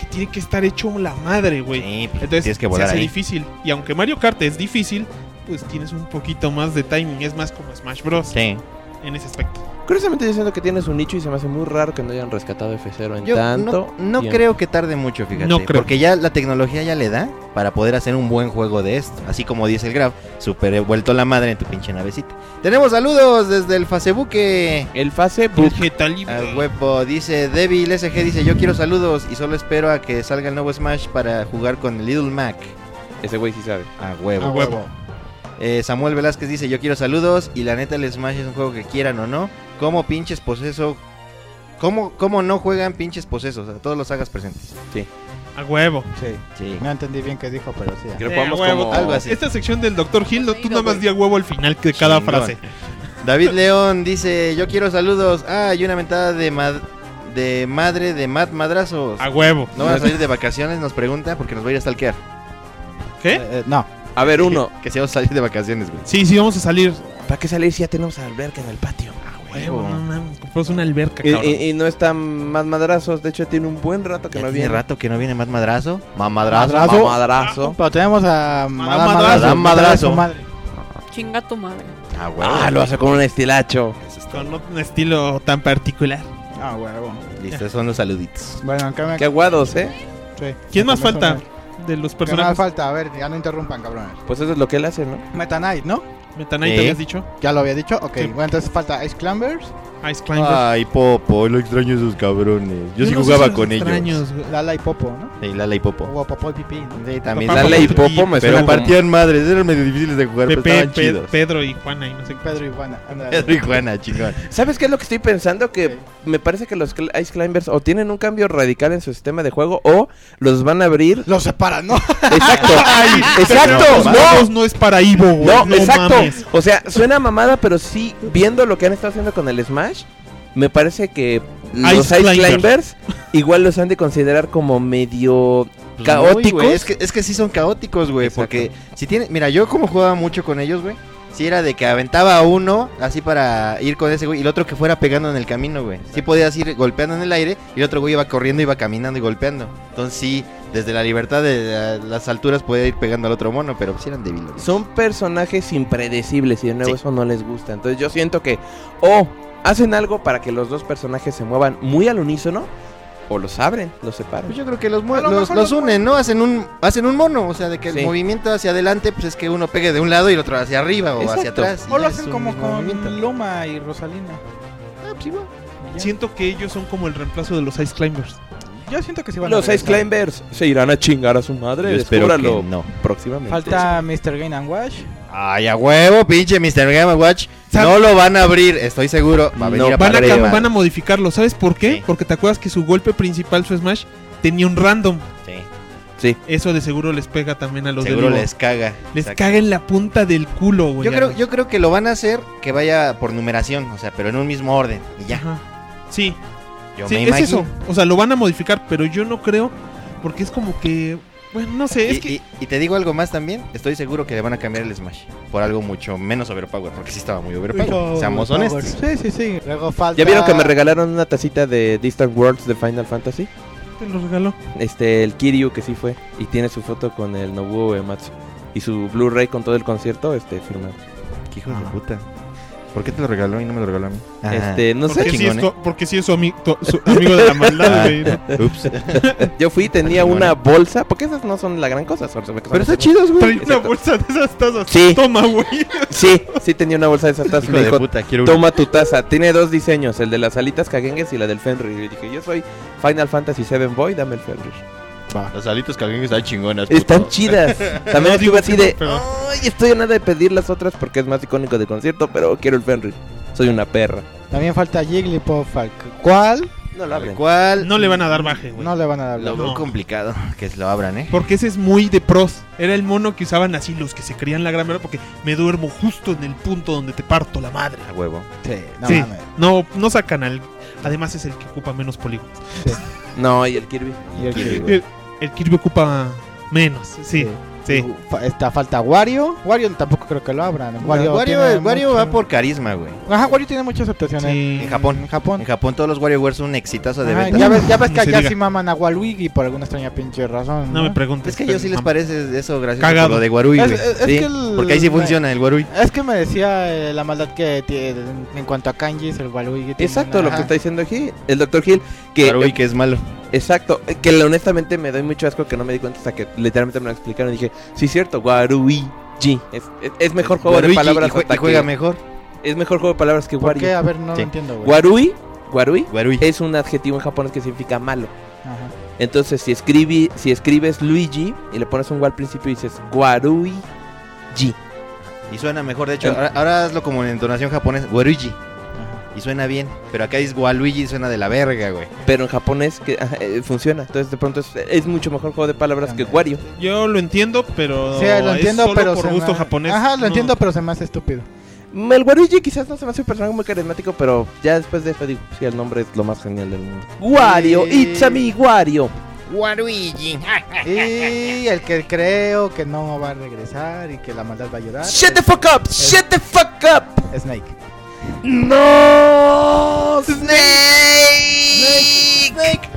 S3: que tiene que estar hecho la madre, güey.
S5: Sí, pues,
S3: Entonces
S5: tienes que volar
S3: se hace
S5: ahí.
S3: difícil. Y aunque Mario Kart es difícil, pues tienes un poquito más de timing. Es más como Smash Bros.
S5: Sí.
S3: en ese aspecto.
S7: Curiosamente yo siento que tiene su nicho y se me hace muy raro que no hayan rescatado F0 en
S5: Yo
S7: tanto.
S5: no, no
S7: tiempo.
S5: creo que tarde mucho, fíjate.
S3: No creo.
S5: Porque ya la tecnología ya le da para poder hacer un buen juego de esto. Así como dice el Graf, super he vuelto la madre en tu pinche navecita. Tenemos saludos desde el Facebook.
S7: El fase
S3: El
S7: book.
S3: Geta Libre.
S5: A Ah, huevo, dice Devil SG, dice yo quiero saludos y solo espero a que salga el nuevo Smash para jugar con el Little Mac.
S7: Ese güey sí sabe.
S5: A huevo.
S4: Ah,
S3: A huevo.
S5: Eh, Samuel Velázquez dice yo quiero saludos y la neta el Smash es un juego que quieran o no. Como pinches poseso? ¿Cómo, ¿Cómo no juegan pinches posesos? A todos los hagas presentes.
S3: A huevo.
S4: Sí.
S5: Sí.
S4: No entendí bien qué dijo, pero sí.
S7: Creo
S3: Eh,
S7: que vamos
S3: a huevo.
S7: como...
S5: Algo así.
S3: Esta sección del Dr. Hill, no, tú
S6: Digo,
S3: nada más
S6: güey.
S3: di a huevo al final de cada
S5: Chingón.
S3: frase.
S5: David León dice, yo quiero saludos. Ah, y una mentada de, mad- de madre de Matt Madrazos.
S3: A Ah, huevo.
S5: ¿No van a salir de vacaciones? Nos pregunta porque nos va a ir a stalkear.
S3: ¿Qué?
S4: Eh, eh, no.
S7: A ver, uno.
S5: Que se va a salir de vacaciones, güey.
S3: Sí, sí, vamos a salir.
S7: ¿Para qué salir si ya tenemos alberca en el patio?
S3: Huevo, no mames. Compramos una alberca,
S7: Y,
S5: Eh,
S3: cabrón.
S7: y- y no están más madrazos. De hecho, tiene un buen rato que
S5: Ya
S7: no
S5: tiene
S7: viene.
S5: rato que no viene Matt Madrazo. Matt Madrazo.
S4: Madrazo.
S7: Madrazo. Madrazo.
S4: Pero tenemos a Madame
S3: Madrazo.
S4: Madrazo.
S5: Madame Madrazo.
S4: Su madre.
S8: Chinga tu madre.
S5: Ah, güey.
S7: Ah, lo hace con un estilacho.
S5: Eso es todo.
S3: Con un estilo tan particular.
S4: Ah, huevo.
S5: Listo, esos son los saluditos.
S4: Bueno, en cambio-
S7: Qué aguados, ¿eh?
S4: sí.
S3: ¿Quién más
S4: Me comenzó
S3: falta
S4: una-
S3: de los
S4: ¿Qué más
S3: personajes?
S4: falta? A ver, ya no interrumpan, cabrones.
S7: Pues eso es lo que él hace, ¿no?
S4: Meta Knight, ¿no?
S3: Metanite,
S5: Sí.
S3: habías dicho. Ah,
S4: Ya lo había dicho. Ok,
S3: Sí.
S4: bueno, entonces falta Ice Climbers,
S3: Ice Climber.
S5: Ah, Popo, lo extraño esos cabrones.
S3: no sé si los extraños, güey.
S4: Lala y Popo, ¿no?
S5: Sí, Lala y Popo.
S4: O Popo y Pipí, ¿no?
S5: Sí, también.
S3: Papá
S7: Lala y
S3: Popo.
S7: Popo me
S5: Pero
S7: suena como-
S5: partían madres, eran medio difíciles de jugar, pero
S3: Pepe,
S5: estaban
S3: Pe-
S5: chidos.
S3: Pedro y Juana y no sé qué.
S4: Pedro y Juana. ándale.
S5: Pedro y Juana, chingón.
S7: ¿Sabes qué es lo que estoy pensando? Que me parece que los cl- Ice Climbers o tienen un cambio radical en su sistema de juego o los van a abrir.
S4: Los separan, ¿no?
S7: Exacto.
S3: Los
S7: exacto.
S3: huevos
S7: No.
S3: no es para Ivo, güey.
S7: No, exacto.
S3: mames.
S7: O sea, suena mamada, pero sí, viendo lo que han estado haciendo con el Smash, me parece que los Ice
S3: Climbers.
S7: Climbers igual los han de considerar como medio
S5: Pues muy,
S7: caóticos.
S5: güey, es, que, es que sí son caóticos, güey.
S7: Exacto.
S5: Porque si tiene. Mira, yo como jugaba mucho con ellos, güey. Si era de que aventaba a uno así para ir con ese güey y el otro que fuera pegando en el camino, güey. Sí podías ir golpeando en el aire y el otro güey iba corriendo, iba caminando y golpeando. Entonces sí, desde la libertad de la- las alturas podía ir pegando al otro mono, pero pues sí eran débiles. güey.
S7: son personajes impredecibles y de nuevo
S5: Sí.
S7: eso no les gusta. Entonces yo siento que o hacen algo para que los dos personajes se muevan muy al unísono o los abren, los separan.
S5: Pues yo creo que los, mu-
S4: A lo
S5: los,
S4: mejor
S5: los
S4: los
S5: unen, ¿no? Hacen un, hacen un mono, o sea, de que
S7: Sí.
S5: el movimiento hacia adelante, pues es que uno pegue de un lado y el otro hacia arriba o hacia
S7: Exacto.
S5: atrás. y
S4: O lo
S5: ya es
S4: hacen
S5: un
S4: como
S5: mismo movimiento.
S4: con Luma y Rosalina.
S5: Ah, pues igual.
S3: Siento que ellos son como el reemplazo de los Ice Climbers.
S4: Yo siento que sí van a
S7: Los Ice
S4: regresar.
S7: Climbers se irán a chingar a su madre.
S5: Yo espero que
S7: Descúbralo
S5: no.
S7: próximamente.
S4: Falta Mr. Game and Wash.
S5: Ay, a huevo, pinche Mr. Game Watch.
S3: ¿Sabe-
S5: No lo van a abrir, estoy seguro. Va a venir
S7: No,
S5: a
S3: Van a,
S5: parar
S3: cam-
S5: el-
S3: van a modificarlo, ¿sabes por qué?
S5: Sí.
S3: Porque te acuerdas que su golpe principal, su Smash, tenía un random.
S5: Sí.
S7: Sí.
S3: Eso de seguro les pega también a los
S5: Seguro
S3: de Lugo.
S5: les caga.
S3: Les
S5: Exacto.
S3: caga en la punta del culo, güey.
S5: Yo
S3: a
S5: creo,
S3: los-
S5: yo creo que lo van a hacer que vaya por numeración, o sea, pero en un mismo orden. Y ya.
S3: Ajá. Sí,
S5: Yo
S3: sí,
S5: me
S3: es
S5: imagino.
S3: eso. O sea, lo van a modificar, pero yo no creo porque es como que... Bueno, no sé,
S5: Y,
S3: es que...
S5: y- y te digo algo más también, estoy seguro que le van a cambiar el Smash por algo mucho menos overpower, porque sí estaba muy overpower. Seamos honestos.
S4: Sí, sí, sí. Luego falta.
S7: ¿Ya vieron que me regalaron una tacita de Distant Worlds de Final Fantasy?
S3: Te lo regaló.
S7: Este, el Kiryu que sí fue. Y tiene su foto con el Nobuo Uematsu. Y su Blu-ray con todo el concierto, este, firmado.
S5: Qué hijo de puta. ¿Por qué te lo regaló y no me lo regaló a mí?
S7: Este, no sé.
S3: Porque sí,
S5: chingón, ¿eh? Ah.
S3: es co- porque sí es su, ami- to- su amigo de la maldad, güey.
S5: Ups.
S7: Yo fui, tenía
S5: chingón,
S7: una
S5: eh.
S7: bolsa. Porque esas no son la gran cosa. son- son- son-
S3: Trae una
S7: Exacto.
S3: bolsa de esas tazas.
S7: Sí.
S3: Toma, güey.
S7: Sí, sí tenía una bolsa de esas tazas.
S5: Hijo
S7: Me
S5: de
S7: dijo,
S5: puta, quiero una.
S7: Toma tu taza. Tiene dos diseños, el de las alitas cagengues y la del Fenrir. Y dije, yo soy Final Fantasy VII Boy, dame el Fenrir.
S5: Las alitas que están chingonas.
S7: Están
S5: puto.
S7: chidas. También
S3: No,
S7: estuve
S3: digo,
S7: así
S3: sí, no,
S7: de,
S3: pero-
S7: ay, estoy a nada de pedir las otras porque es más icónico de concierto, pero quiero el Fenrir. Soy una perra.
S4: También falta Jigglypuff. al cual
S7: No lo
S5: Tal
S7: hablen.
S5: cual.
S3: No le van a dar baje, güey.
S4: no le van a dar.
S5: Lo
S4: bien.
S5: veo
S3: No.
S5: complicado que lo abran, ¿eh?
S3: Porque ese es muy de pros. Era el mono que usaban así los que se creían la gran verdad. Porque me duermo justo en el punto donde te parto la madre.
S5: A huevo.
S4: Sí, no
S3: sí.
S4: mames.
S3: No, no sacan al. Además es el que ocupa menos polígonos.
S7: No, y el Kirby.
S4: Y el Kirby.
S3: El, el Kirby ocupa menos. Sí, sí.
S4: Fa- Está falta Wario. Wario tampoco creo que lo abran. Wario,
S5: Wario,
S4: tiene
S5: el Wario
S4: mucho-
S5: va por carisma, güey.
S4: Ajá, Wario tiene muchas aceptaciones.
S3: Sí.
S5: En Japón.
S4: En Japón.
S5: En Japón todos los WarioWare son un exitazo de
S4: Ajá,
S5: venta.
S4: ya, ves, ya ves
S3: Ni
S4: que
S3: se
S4: allá
S3: diga.
S4: sí maman a Waluigi por alguna extraña pinche razón.
S3: No me preguntes.
S5: Es que yo sí les
S3: pero-
S5: parece eso gracioso
S3: Cagado.
S5: por lo de Warui,
S4: Es-
S5: güey.
S4: es- es
S5: Sí,
S4: que el-
S5: Porque ahí sí funciona el Warui.
S4: Es que me decía eh, la maldad que tiene en cuanto a kanjis, el Waluigi. tiene
S7: Exacto,
S4: una-
S7: lo que está diciendo aquí, el Dr. Hill. Que,
S5: Warui que es malo.
S7: Exacto, eh, que le- honestamente me doy mucho asco que no me di cuenta hasta que literalmente me lo explicaron y dije, sí, cierto, Waluigi. Es, es- es mejor juego de
S5: Waluigi,
S7: palabras.
S5: y jue-
S7: hasta
S5: y juega
S7: que-
S5: mejor.
S7: Es mejor juego de palabras que
S4: ¿Por
S7: Wario.
S4: qué? A ver, no
S5: Sí.
S4: lo entiendo, güey.
S7: Warui, Warui
S5: Warui.
S4: Eh.
S7: es un adjetivo en japonés que significa malo.
S4: Ajá.
S7: Entonces, si, escribi- si escribes Luigi y le pones un wa al principio y dices Warui G.
S5: Y suena mejor, de hecho. Ahora, ahora hazlo como en entonación japonesa. Waruigi.
S4: Ajá.
S5: Y suena bien. Pero acá es Waluigi y suena de la verga, güey.
S7: Pero en japonés que, ajá, eh, funciona. Entonces, de pronto es, es mucho mejor juego de palabras que Wario.
S3: Yo lo entiendo, pero.
S4: Sí, lo
S3: Oh, es
S4: entiendo,
S3: solo
S4: pero.
S3: Por
S4: se me-
S3: gusto japonés.
S4: Ajá, lo
S3: No.
S4: entiendo, pero se me hace estúpido.
S7: El Waluigi quizás no se me hace un personaje muy carismático, pero ya después de eso digo, sí, el nombre es lo más genial del mundo. Wario,
S5: Sí.
S7: it's a me, Wario.
S5: Waluigi.
S4: Y el que creo que no va a regresar y que la maldad va a ayudar.
S7: Shut the fuck
S4: Eh.
S7: up, shut the fuck up.
S4: es Snake.
S7: No, Snake.
S5: Snake.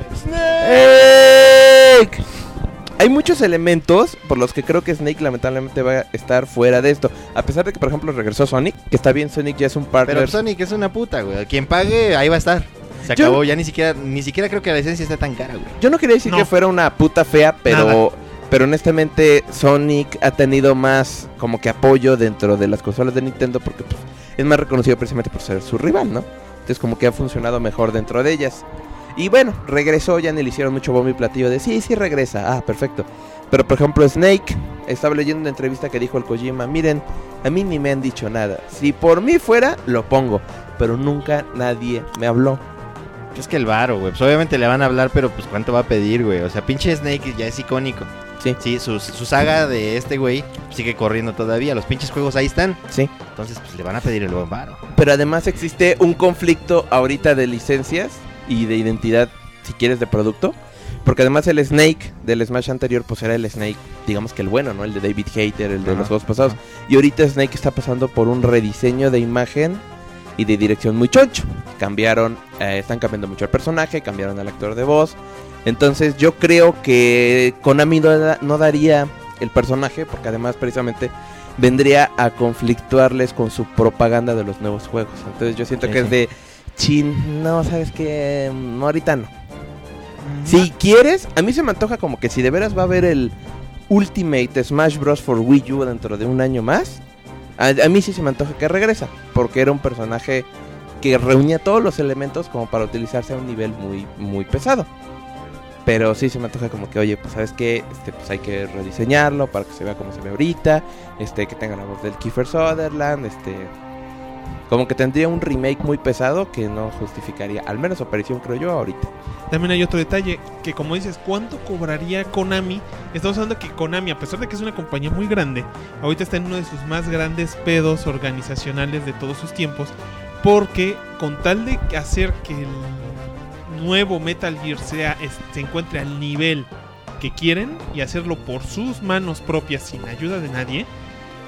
S7: Snake. Hay muchos elementos por los que creo que Snake lamentablemente va a estar fuera de esto. A pesar de que, por ejemplo, regresó Sonic, que está bien, Sonic ya es un partner.
S5: Pero Sonic es una puta, güey. Quien pague, ahí va a estar. Se
S7: Yo-
S5: acabó, ya ni siquiera, ni siquiera creo que la licencia está tan cara, güey.
S7: Yo no quería decir
S3: No.
S7: que fuera una puta fea, pero, pero honestamente Sonic ha tenido más como que apoyo dentro de las consolas de Nintendo porque pues, es más reconocido precisamente por ser su rival, ¿no? Entonces como que ha funcionado mejor dentro de ellas. Y bueno, regresó, ya ni le hicieron mucho bombo y platillo de sí, sí regresa, ah, perfecto. Pero por ejemplo Snake, estaba leyendo una entrevista que dijo el Kojima, miren, a mí ni me han dicho nada. Si por mí fuera, lo pongo, pero nunca nadie me habló.
S5: Es que el varo, güey. Pues obviamente le van a hablar, pero pues cuánto va a pedir, güey. O sea, pinche Snake ya es icónico.
S7: Sí.
S5: Sí, su, su saga de este güey sigue corriendo todavía. Los pinches juegos ahí están.
S7: Sí.
S5: Entonces, pues le van a pedir el buen varo.
S7: Pero además existe un conflicto ahorita de licencias y de identidad, si quieres, de producto. Porque además el Snake del Smash anterior, pues era el Snake, digamos que el bueno, ¿no? El de David Hater, el de
S5: Ajá,
S7: los juegos pasados. Y ahorita Snake está pasando por un rediseño de imagen y de dirección muy choncho. Cambiaron, eh, están cambiando mucho el personaje, cambiaron al actor de voz. Entonces yo creo que Konami no, da- no daría el personaje, porque además precisamente vendría a conflictuarles con su propaganda de los nuevos juegos. Entonces yo siento
S5: Sí,
S7: que
S5: sí.
S7: es de chin, no, sabes que ahorita no. Si quieres, a mí se me antoja como que si de veras va a haber el Ultimate Smash Bros. for Wii U dentro de un año más, a, a mí sí se me antoja que regresa, porque era un personaje que reunía todos los elementos como para utilizarse a un nivel muy, muy pesado. Pero sí se me antoja como que, oye, pues sabes qué, este, pues hay que rediseñarlo para que se vea como se ve ahorita, este, que tenga la voz del Kiefer Sutherland, este, Como que tendría un remake muy pesado que no justificaría, al menos su aparición creo yo ahorita.
S3: También hay otro detalle, que como dices, ¿cuánto cobraría Konami? Estamos hablando que Konami, a pesar de que es una compañía muy grande, ahorita está en uno de sus más grandes pedos organizacionales de todos sus tiempos, porque con tal de hacer que el nuevo Metal Gear sea, es- se encuentre al nivel que quieren y hacerlo por sus manos propias sin ayuda de nadie,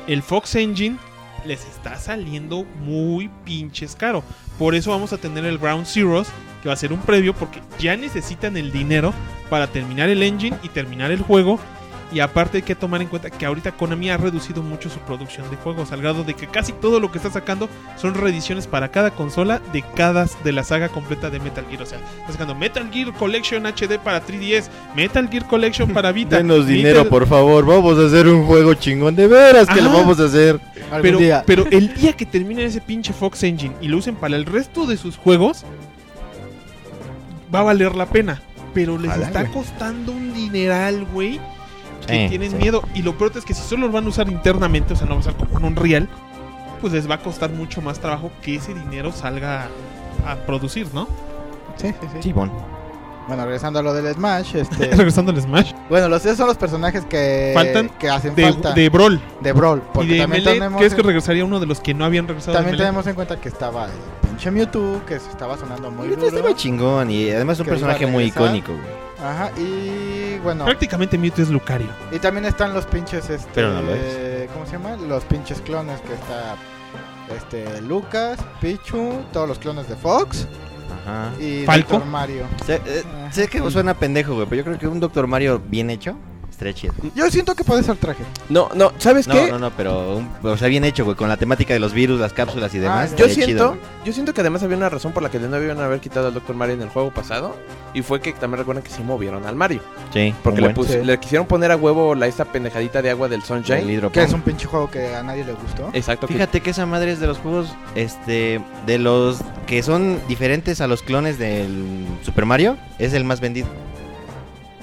S3: el Fox Engine les está saliendo muy pinches caro. Por eso vamos a tener el Ground Zeroes que va a ser un previo porque ya necesitan el dinero para terminar el engine y terminar el juego. Y aparte hay que tomar en cuenta que ahorita Konami ha reducido mucho su producción de juegos, al grado de que casi todo lo que está sacando son reediciones para cada consola de cada de la saga completa de Metal Gear. O sea, está sacando Metal Gear Collection HD para 3DS, Metal Gear Collection para Vita.
S5: Denos
S3: Metal-
S5: dinero, por favor. Vamos a hacer un juego chingón. De veras que lo
S3: Ajá.
S5: vamos a hacer.
S4: Algún
S3: Pero,
S4: día.
S3: pero el día que terminen ese pinche Fox Engine y lo usen para el resto de sus juegos, va a valer la pena. Pero les
S5: Ojalá,
S3: está
S5: güey.
S3: costando un dineral, güey. Que
S5: Sí,
S3: tienen
S5: sí.
S3: miedo. Y lo peor es que si solo lo van a usar internamente, o sea, no va a ser como en un real, pues les va a costar mucho más trabajo que ese dinero salga a producir, ¿no?
S4: Sí, sí, sí.
S5: Chibón.
S4: Bueno, regresando a lo del Smash, este...
S3: Regresando al Smash.
S4: bueno, los esos son los personajes que,
S3: Faltan
S4: que hacen
S3: De,
S4: falta de,
S3: de Brawl.
S4: Brawl. Porque
S3: Y de
S4: también
S3: Melee,
S4: tenemos...
S3: ¿crees que regresaría uno de los que no habían regresado de
S4: También
S3: Melee?
S4: tenemos en cuenta que estaba el pinche Mewtwo, que se estaba sonando muy
S5: Ahorita
S4: duro.
S5: Este estaba chingón y además un
S4: Que iba a
S5: personaje muy
S4: regresar.
S5: icónico, güey.
S4: Ajá, y bueno,
S3: Prácticamente Mewtwo es Lucario.
S4: y también están los pinches este
S5: Pero no lo es.
S4: ¿cómo se llama? Los pinches clones que está este Lucas, Pichu, todos los clones de Fox
S5: Ajá.
S4: y
S3: ¿Falco?
S4: Dr. Mario.
S5: Sé, eh, sé que suena pendejo, güey, pero yo creo que un Doctor Mario bien hecho estaría chido.
S4: Yo siento que puede ser traje.
S7: No, no, ¿sabes
S5: No,
S7: qué?
S5: no, no, pero, un- o sea, bien hecho, güey, con la temática de los virus, las cápsulas y demás.
S4: Ah,
S7: Yo
S5: estaría
S7: siento,
S5: chido, güey.
S7: yo siento que además había una razón por la que no debían haber quitado al Dr. Mario en el juego pasado. Y fue que también recuerdan que se movieron al Mario.
S5: Sí,
S7: Porque
S5: un
S7: le,
S5: buen.
S7: pus-
S4: Sí.
S7: le quisieron poner a huevo la esta pendejadita de agua del
S5: El
S7: Sunshine.
S5: hidropón.
S4: Que es un pinche juego que a nadie le gustó.
S7: Exacto. que-
S5: Fíjate que esa madre es de los juegos, este, de los que son diferentes a los clones del Super Mario, es el más vendido.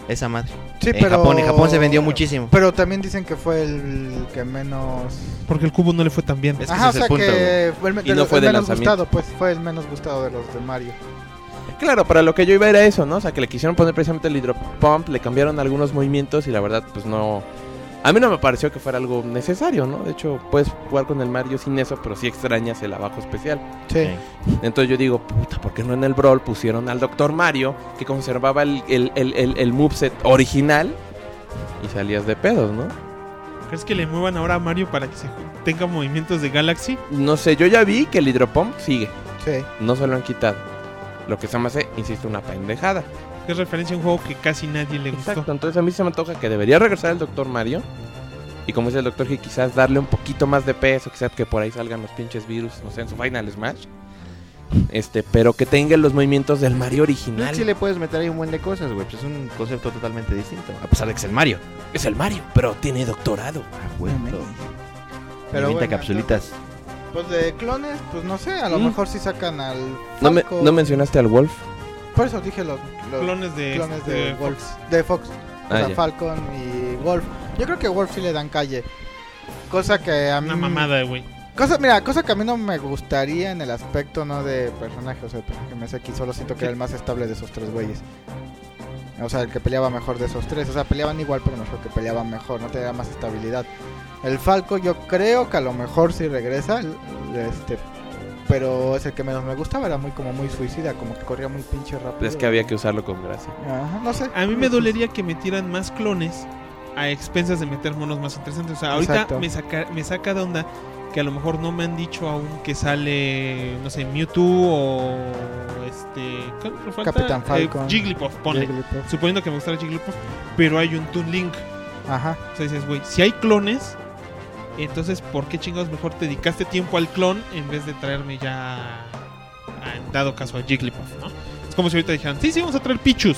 S5: Esa madre.
S4: Sí,
S5: en Japón, en Japón se vendió muchísimo.
S4: Pero también dicen que fue el que menos
S3: Porque el cubo no le fue tan bien.
S5: Es que
S4: Ajá,
S5: ese
S4: o
S5: es
S4: sea
S5: el punto. güey.
S4: que fue el, me-
S7: Y
S4: de
S7: no
S4: los-
S7: fue
S4: el
S7: de
S4: menos
S7: lanzamiento.
S4: gustado, pues fue el menos gustado de los de Mario.
S7: Claro, para lo que yo iba era eso, ¿no? O sea, que le quisieron poner precisamente el hidropump, le cambiaron algunos movimientos y la verdad, pues no. A mí no me pareció que fuera algo necesario, ¿no? De hecho, puedes jugar con el Mario sin eso, pero sí extrañas el abajo especial.
S4: Sí.
S5: Sí.
S7: Entonces yo digo, puta, ¿por qué no en el Brawl pusieron al Doctor Mario que conservaba el, el, el, el- el moveset original y salías de pedos, ¿no?
S3: ¿Crees que le muevan ahora a Mario para que se ju- tenga movimientos de Galaxy?
S7: No sé, yo ya vi que el hidropump sigue,
S4: Sí.
S7: no se lo han quitado. Lo que se me hace, insisto, una pendejada.
S3: Que es referencia a un juego que casi nadie le gustó.
S7: Exacto, entonces a mí se me antoja que debería regresar el Doctor Mario. Y como dice el Doctor G, quizás darle un poquito más de peso, quizás que por ahí salgan los pinches virus, no sé, en su Final Smash. Este, pero que tenga los movimientos del Mario original.
S5: Sí le puedes meter ahí un buen de cosas, güey, pues es un concepto totalmente distinto, a pesar de que es el Mario.
S7: Es el Mario, pero tiene doctorado.
S5: Ah, güey,
S4: Pero
S5: Pero
S4: bueno,
S5: capsulitas.
S4: entonces, pues de clones, pues no sé, a lo
S7: Mm.
S4: mejor sí sacan al
S7: No, me-
S4: Falco.
S7: no mencionaste al Wolf.
S4: Por eso dije los, los
S3: Clones de, este,
S4: clones de,
S3: de
S4: Wolf,
S3: Fox.
S4: de Fox, o
S7: Ah,
S4: sea,
S7: ya.
S4: Falcon y Wolf. Yo creo que Wolf sí le dan calle. Cosa que a mí
S3: Una mamada, güey.
S4: Cosa, mira, cosa que a mí no me gustaría en el aspecto no de personaje, o sea, el personaje que me hace aquí solo siento que era el más estable de esos tres güeyes. O sea, el que peleaba mejor de esos tres, o sea, peleaban igual, pero mejor que peleaban mejor, no tenía más estabilidad. El Falco yo creo que a lo mejor sí regresa, l- este, pero es el que menos me gustaba, era muy como muy suicida, como que corría muy pinche rápido.
S7: Es que había que usarlo con gracia.
S4: Ajá, no sé.
S3: A mí me dolería que metieran más clones a expensas de meter monos más interesantes. O sea, ahorita
S4: Exacto.
S3: me saca, me saca de onda que a lo mejor no me han dicho aún que sale, no sé, Mewtwo o este... ¿cuál otro falta? Eh,
S4: Capitán Falcon.
S3: Jigglypuff, ponle.
S4: Jigglypuff.
S3: Suponiendo que me gustara Jigglypuff, pero hay un Toon Link.
S4: Ajá.
S3: O sea, dices, güey, si hay clones, entonces, ¿por qué chingados mejor te dedicaste tiempo al clon en vez de traerme ya, a- en dado caso, a Jigglypuff, ¿no? Es como si ahorita dijeran, sí, sí, vamos a traer Pichus.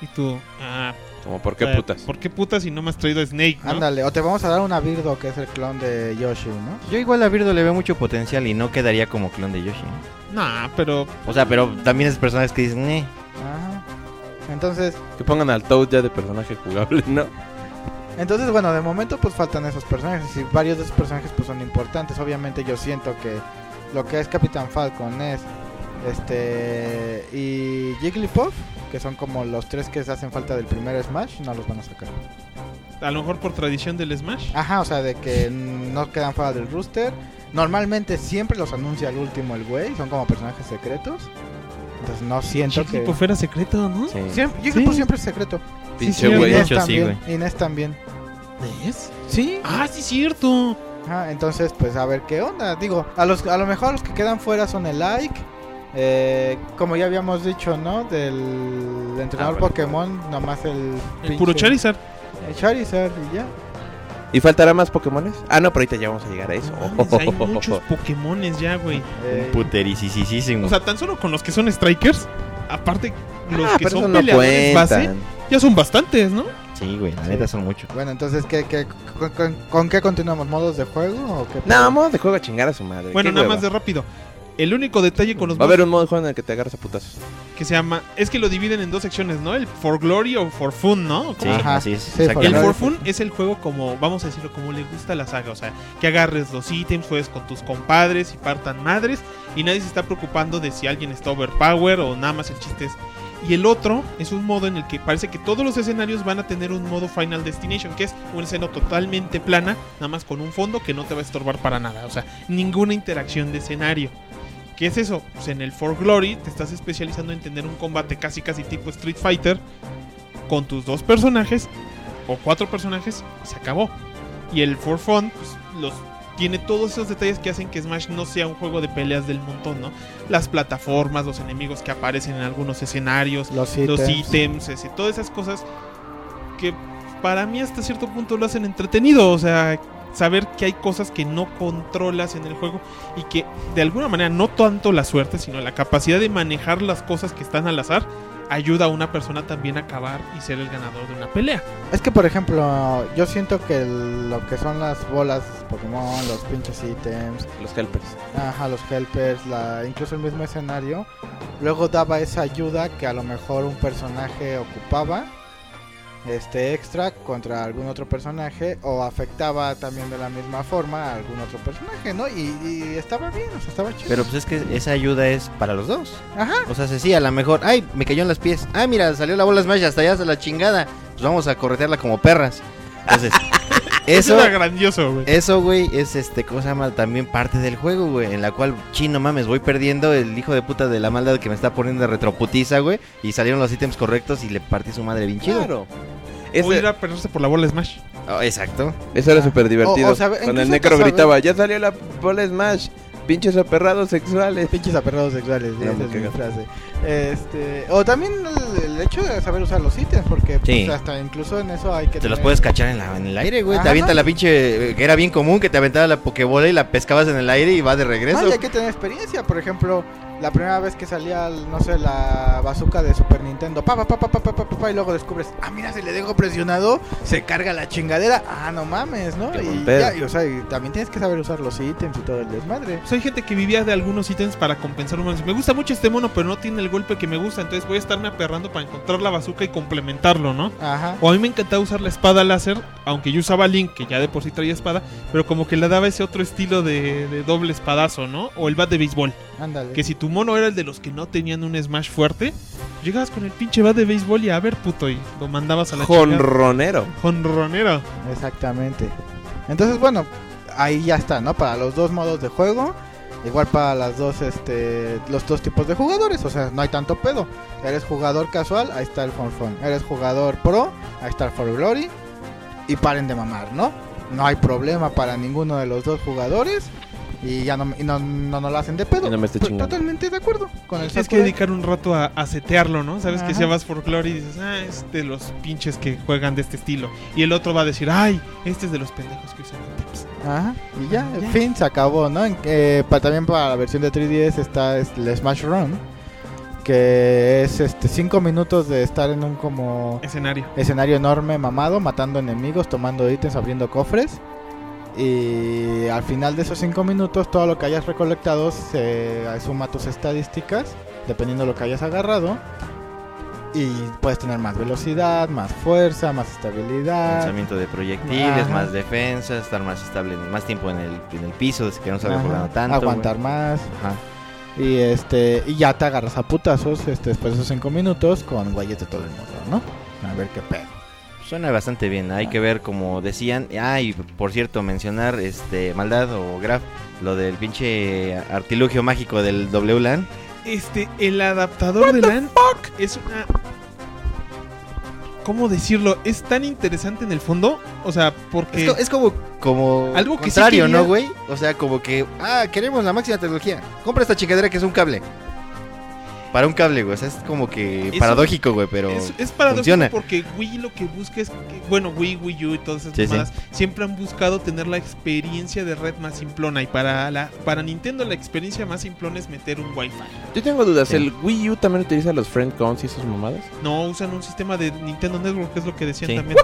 S3: Y tú, ah,
S7: Como, ¿por qué
S3: eh,
S7: putas?
S3: ¿Por qué putas si no me has traído a Snake, no?
S4: Ándale, o te vamos a dar una Birdo que es el clon de Yoshi, ¿no?
S5: Yo igual a Birdo le veo mucho potencial y no quedaría como clon de Yoshi. ¿eh?
S3: Nah, pero
S5: O sea, pero también es personajes que dicen, eh,
S4: Ajá. Entonces,
S7: Que pongan al Toad ya de personaje jugable, ¿no?
S4: Entonces, bueno, de momento pues faltan esos personajes y varios de esos personajes pues son importantes. Obviamente yo siento que lo que es Capitán Falcon es este y Jigglypuff, que son como los tres que hacen falta del primer Smash, no los van a sacar.
S3: A lo mejor por tradición del Smash.
S4: Ajá, o sea, de que no quedan fuera del rooster. Normalmente siempre los anuncia al último el güey, son como personajes secretos. Entonces no siento que
S3: Jigglypuff era secreto, ¿no?
S7: Sí.
S4: Siempre, Jigglypuff
S3: Sí.
S4: siempre es secreto.
S3: Sí,
S5: Pinche
S3: sí,
S5: güey,
S4: Inés
S5: hecho así, güey.
S4: también, Inés también.
S3: ¿Es?
S4: Sí,
S3: Ah, sí, cierto.
S4: Ajá, entonces, pues a ver qué onda. Digo, a los a lo mejor los que quedan fuera son el like. eh, como ya habíamos dicho, ¿no? Del entrenador
S7: Ah, bueno.
S4: Pokémon, nomás el.
S3: El puro
S4: pinche-
S3: Charizard.
S4: el Charizard y ya.
S7: ¿Y faltará más Pokémones? Ah, no, pero ahorita ya vamos a llegar a eso.
S3: No mames, Ah, pues hay muchos Pokémones ya, güey.
S4: Eh,
S5: Putericisísimo.
S3: O sea, tan solo con los que son Strikers. Aparte, los
S7: Ah,
S3: que
S7: pero eso
S3: son
S7: no
S3: peleadores base.
S7: cuentan.
S3: Ya son bastantes, ¿no?
S5: Sí, güey, la neta son muchos.
S4: bueno, entonces, ¿qué, qué- con, con- con qué continuamos? ¿Modos de juego o qué?
S7: No, vamos de juego a chingar a su madre.
S3: Bueno,
S7: qué
S3: nada
S7: hueva.
S3: más de rápido. El único detalle con los
S7: Va a
S3: mods
S7: haber un modo de juego en el que te agarras a putazos.
S3: que se llama es que lo dividen en dos secciones, ¿no? El For Glory o For Fun, ¿no?
S5: Sí,
S3: ¿Cómo?
S4: Ajá,
S5: así es.
S4: sí,
S5: exacto.
S3: El
S4: Glory.
S3: For Fun es el juego como, vamos a decirlo, como le gusta a la saga. O sea, que agarres los ítems, juegues con tus compadres y partan madres. Y nadie se está preocupando de si alguien está overpower o nada más el chiste es. Y el otro es un modo en el que parece que todos los escenarios van a tener un modo Final Destination, que es un escenario totalmente plana, nada más con un fondo que no te va a estorbar para nada. O sea, ninguna interacción de escenario. ¿Qué es eso? Pues en el For Glory te estás especializando en tener un combate casi casi tipo Street Fighter con tus dos personajes o cuatro personajes y se acabó. Y el For Fun pues, los, tiene todos esos detalles que hacen que Smash no sea un juego de peleas del montón, ¿no? Las plataformas, los enemigos que aparecen en algunos escenarios,
S4: Los
S3: los
S4: ítems.
S3: ítems, ese, todas esas cosas que para mí hasta cierto punto lo hacen entretenido, o sea, saber que hay cosas que no controlas en el juego y que de alguna manera no tanto la suerte, sino la capacidad de manejar las cosas que están al azar ayuda a una persona también a acabar y ser el ganador de una pelea.
S4: Es que, por ejemplo, yo siento que el- lo que son las bolas Pokémon, los pinches ítems,
S7: Los helpers.
S4: Ajá, los helpers, la, incluso el mismo escenario. Luego daba esa ayuda que a lo mejor un personaje ocupaba, este extra, contra algún otro personaje, o afectaba también de la misma forma a algún otro personaje, ¿no? Y, y estaba bien, o sea, estaba chido.
S5: Pero pues es que esa ayuda es para los dos.
S4: Ajá.
S5: O sea, se- sí, a lo mejor, ay, me cayó en los pies. Ah, mira, salió la bola Smash hasta allá hasta la chingada. Pues vamos a corretearla como perras. Entonces, eso, e-,
S3: era grandioso, güey.
S5: eso, güey, es este, ¿cómo se llama? También parte del juego, güey. En la cual, chino mames, voy perdiendo el hijo de puta de la maldad que me está poniendo de retroputiza, güey. Y salieron los ítems correctos y le partí su madre bien chido.
S7: Claro.
S3: O
S7: Ese-
S3: ir a perderse por la bola Smash.
S5: Ah, exacto.
S7: Eso era súper divertido.
S4: O- o sabe-
S7: Cuando el
S4: incluso
S7: necro
S4: hasta
S7: gritaba, ya salió la bola Smash. Pinches aperrados sexuales.
S4: Pinches aperrados sexuales,
S7: Era
S4: esa
S7: muy
S4: es mi
S7: cagado.
S4: frase. Este, o también el, el hecho de saber usar los ítems, porque pues,
S5: Sí.
S4: hasta incluso en eso hay que...
S5: Te los
S4: tener-
S5: puedes cachar en, la- en el aire, güey. Te
S4: Ajá.
S5: avienta la pinche. eh, Que era bien común que te aventaba la pokebola y la pescabas en el aire y va de regreso.
S4: No, y hay que tener experiencia. Por ejemplo, la primera vez que salía, no sé, la bazooka de Super Nintendo. Pa, pa, pa, pa, pa, pa, pa, pa, pa, y luego descubres, ah, mira, si le dejo presionado, se carga la chingadera. Ah, no mames, ¿no?
S7: Qué
S4: Y,
S7: buen pedo.
S4: ya, y, o sea, y también tienes que saber usar los ítems y todo el desmadre.
S3: Soy gente que vivía de algunos ítems para compensar un mono. Me gusta mucho este mono, pero no tiene el golpe que me gusta, entonces voy a estarme aperrando para encontrar la bazooka y complementarlo, ¿no?
S4: Ajá.
S3: O a mí me encantaba usar la espada láser, aunque yo usaba Link, que ya de por sí traía espada, pero como que le daba ese otro estilo de, de doble espadazo, ¿no? O el bat de béisbol,
S4: Ándale.
S3: que si tu mono era el de los que no tenían un smash fuerte, llegabas con el pinche bat de béisbol y a ver, puto, y lo mandabas a la chingada.
S7: Jonronero.
S3: Jonronero.
S4: Exactamente. Entonces, bueno, ahí ya está, ¿no? Para los dos modos de juego, igual para las dos, este, los dos tipos de jugadores, o sea, no hay tanto pedo. Eres jugador casual, ahí está el For Fun. Eres jugador pro, ahí está el For Glory. Y paren de mamar, ¿no? No hay problema para ninguno de los dos jugadores. Y ya no, y no, no, no lo hacen de pedo.
S7: Y no me esté
S4: Pues,
S7: chingando.
S4: Totalmente de acuerdo con el
S3: Tienes que
S4: Sakura.
S3: dedicar un rato a, a setearlo, ¿no? Sabes que
S4: pues- Ajá.
S3: si vas por Glory y dices, ah, es de los pinches que juegan de este estilo. Y el otro va a decir, ay, este es de los pendejos que usan ítems.
S4: Ajá, y ya,
S3: Ya.
S4: en fin, se acabó, ¿no? En- eh, pa- también para la versión de 3DS está es- el Smash Run, que es este 5 minutos de estar en un como
S3: Escenario.
S4: escenario enorme, mamado, matando enemigos, tomando ítems, abriendo cofres. Y al final de esos 5 minutos, todo lo que hayas recolectado se suma a tus estadísticas, dependiendo de lo que hayas agarrado. Y puedes tener más velocidad, más fuerza, más estabilidad.
S5: Lanzamiento de proyectiles,
S4: Ajá.
S5: más defensa, estar más estable, más tiempo en el, en el piso, así que no sabe
S4: Ajá.
S5: jugando tanto. güey.
S4: Aguantar más.
S5: Ajá.
S4: Y este y ya te agarras a putazos este, después de esos 5 minutos con güeyes de todo el mundo, ¿no? A ver qué pedo.
S5: Suena bastante bien, hay que ver como decían. Ah, y por cierto, mencionar este Maldad o Graf, lo del pinche artilugio mágico del WLAN.
S3: Este, el adaptador de LAN es una. ¿Cómo decirlo? Es tan interesante en el fondo. O sea, porque.
S5: Es, co- es como, como
S3: Algo que sí
S5: contrario,
S3: quería.
S5: ¿no, güey? O sea, como que, ah, queremos la máxima tecnología. Compra esta chingadera que es un cable. Para un cable, güey. O sea, es como que
S3: Eso-
S5: paradójico, güey, pero.
S3: Es, es paradójico
S5: funciona.
S3: porque Wii lo que busca es. que- bueno, Wii, Wii U y todas esas
S5: Sí, sí.
S3: mamadas siempre han buscado tener la experiencia de red más simplona. Y para, la, para Nintendo, la experiencia más simplona es meter un Wi-Fi.
S7: Yo tengo dudas,
S5: Sí.
S7: ¿el Wii U también utiliza los friend cons y esas mamadas?
S3: No usan un sistema de Nintendo Network, que es lo que decían
S5: Sí.
S3: también.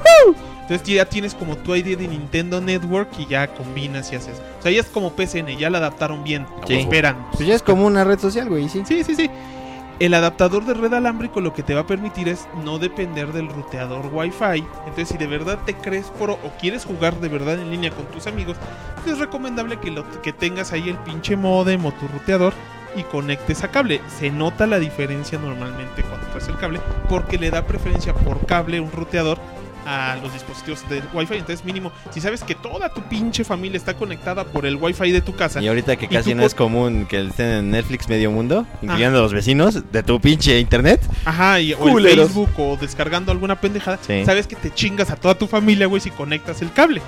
S3: Entonces ya tienes como tu idea de Nintendo Network y ya combinas y haces. O sea, ya es como PSN, ya la adaptaron bien.
S5: Sí.
S3: Esperan.
S5: Pues ya es como una red social, güey, sí.
S3: Sí, sí, sí. El adaptador de red alámbrico lo que te va a permitir es no depender del ruteador Wi-Fi. Entonces, si de verdad te crees pro o quieres jugar de verdad en línea con tus amigos, pues es recomendable que, lo, que tengas ahí el pinche modem o tu ruteador y conectes a cable. Se nota la diferencia normalmente cuando traes el cable, porque le da preferencia por cable un ruteador a los dispositivos de Wi-Fi. Entonces, mínimo, si sabes que toda tu pinche familia está conectada por el Wi-Fi de tu casa,
S5: Y ahorita que
S3: ¿Y
S5: casi
S3: tú
S5: no
S3: por-
S5: es común que estén en Netflix medio mundo, incluyendo a los vecinos de tu pinche internet.
S3: Ajá, y, o el
S5: Culeros.
S3: Facebook o descargando alguna pendejada,
S5: Sí.
S3: sabes que te chingas a toda tu familia, güey, si conectas el cable.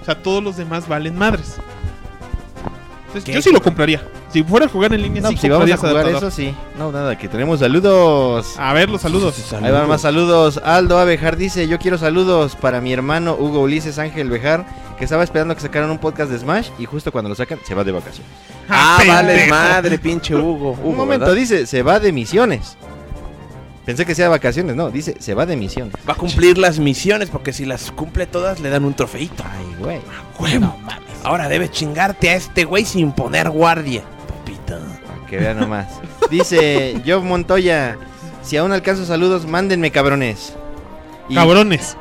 S3: O sea, todos los demás valen madres. Entonces,
S5: ¿Qué?
S3: yo sí lo compraría. Si fuera a jugar en línea,
S5: No,
S3: sí
S5: pues si vamos
S3: compraría
S5: a
S3: ese
S5: jugar
S3: adaptador.
S5: eso, sí. No, nada, que tenemos saludos.
S3: A ver, los saludos.
S5: Ahí van más saludos. Aldo Abejar dice, yo quiero saludos para mi hermano Hugo Ulises Ángel Bejar, que estaba esperando que sacaran un podcast de Smash y justo cuando lo sacan se va de vacaciones.
S7: Ah,
S3: pendejo.
S7: vale, madre, pinche Hugo. Hugo,
S5: un momento,
S7: ¿verdad?
S5: dice, se va de misiones. Pensé que sea de vacaciones, no, dice, se va de misiones.
S7: Va a cumplir las misiones porque si las cumple todas le dan un trofeito.
S5: Ay, güey.
S7: Huevo. Ahora debes chingarte a este güey sin poner guardia. Papita.
S5: para Que vean nomás. Dice Job Montoya, si aún alcanzo saludos, mándenme cabrones. Y
S3: Cabrones.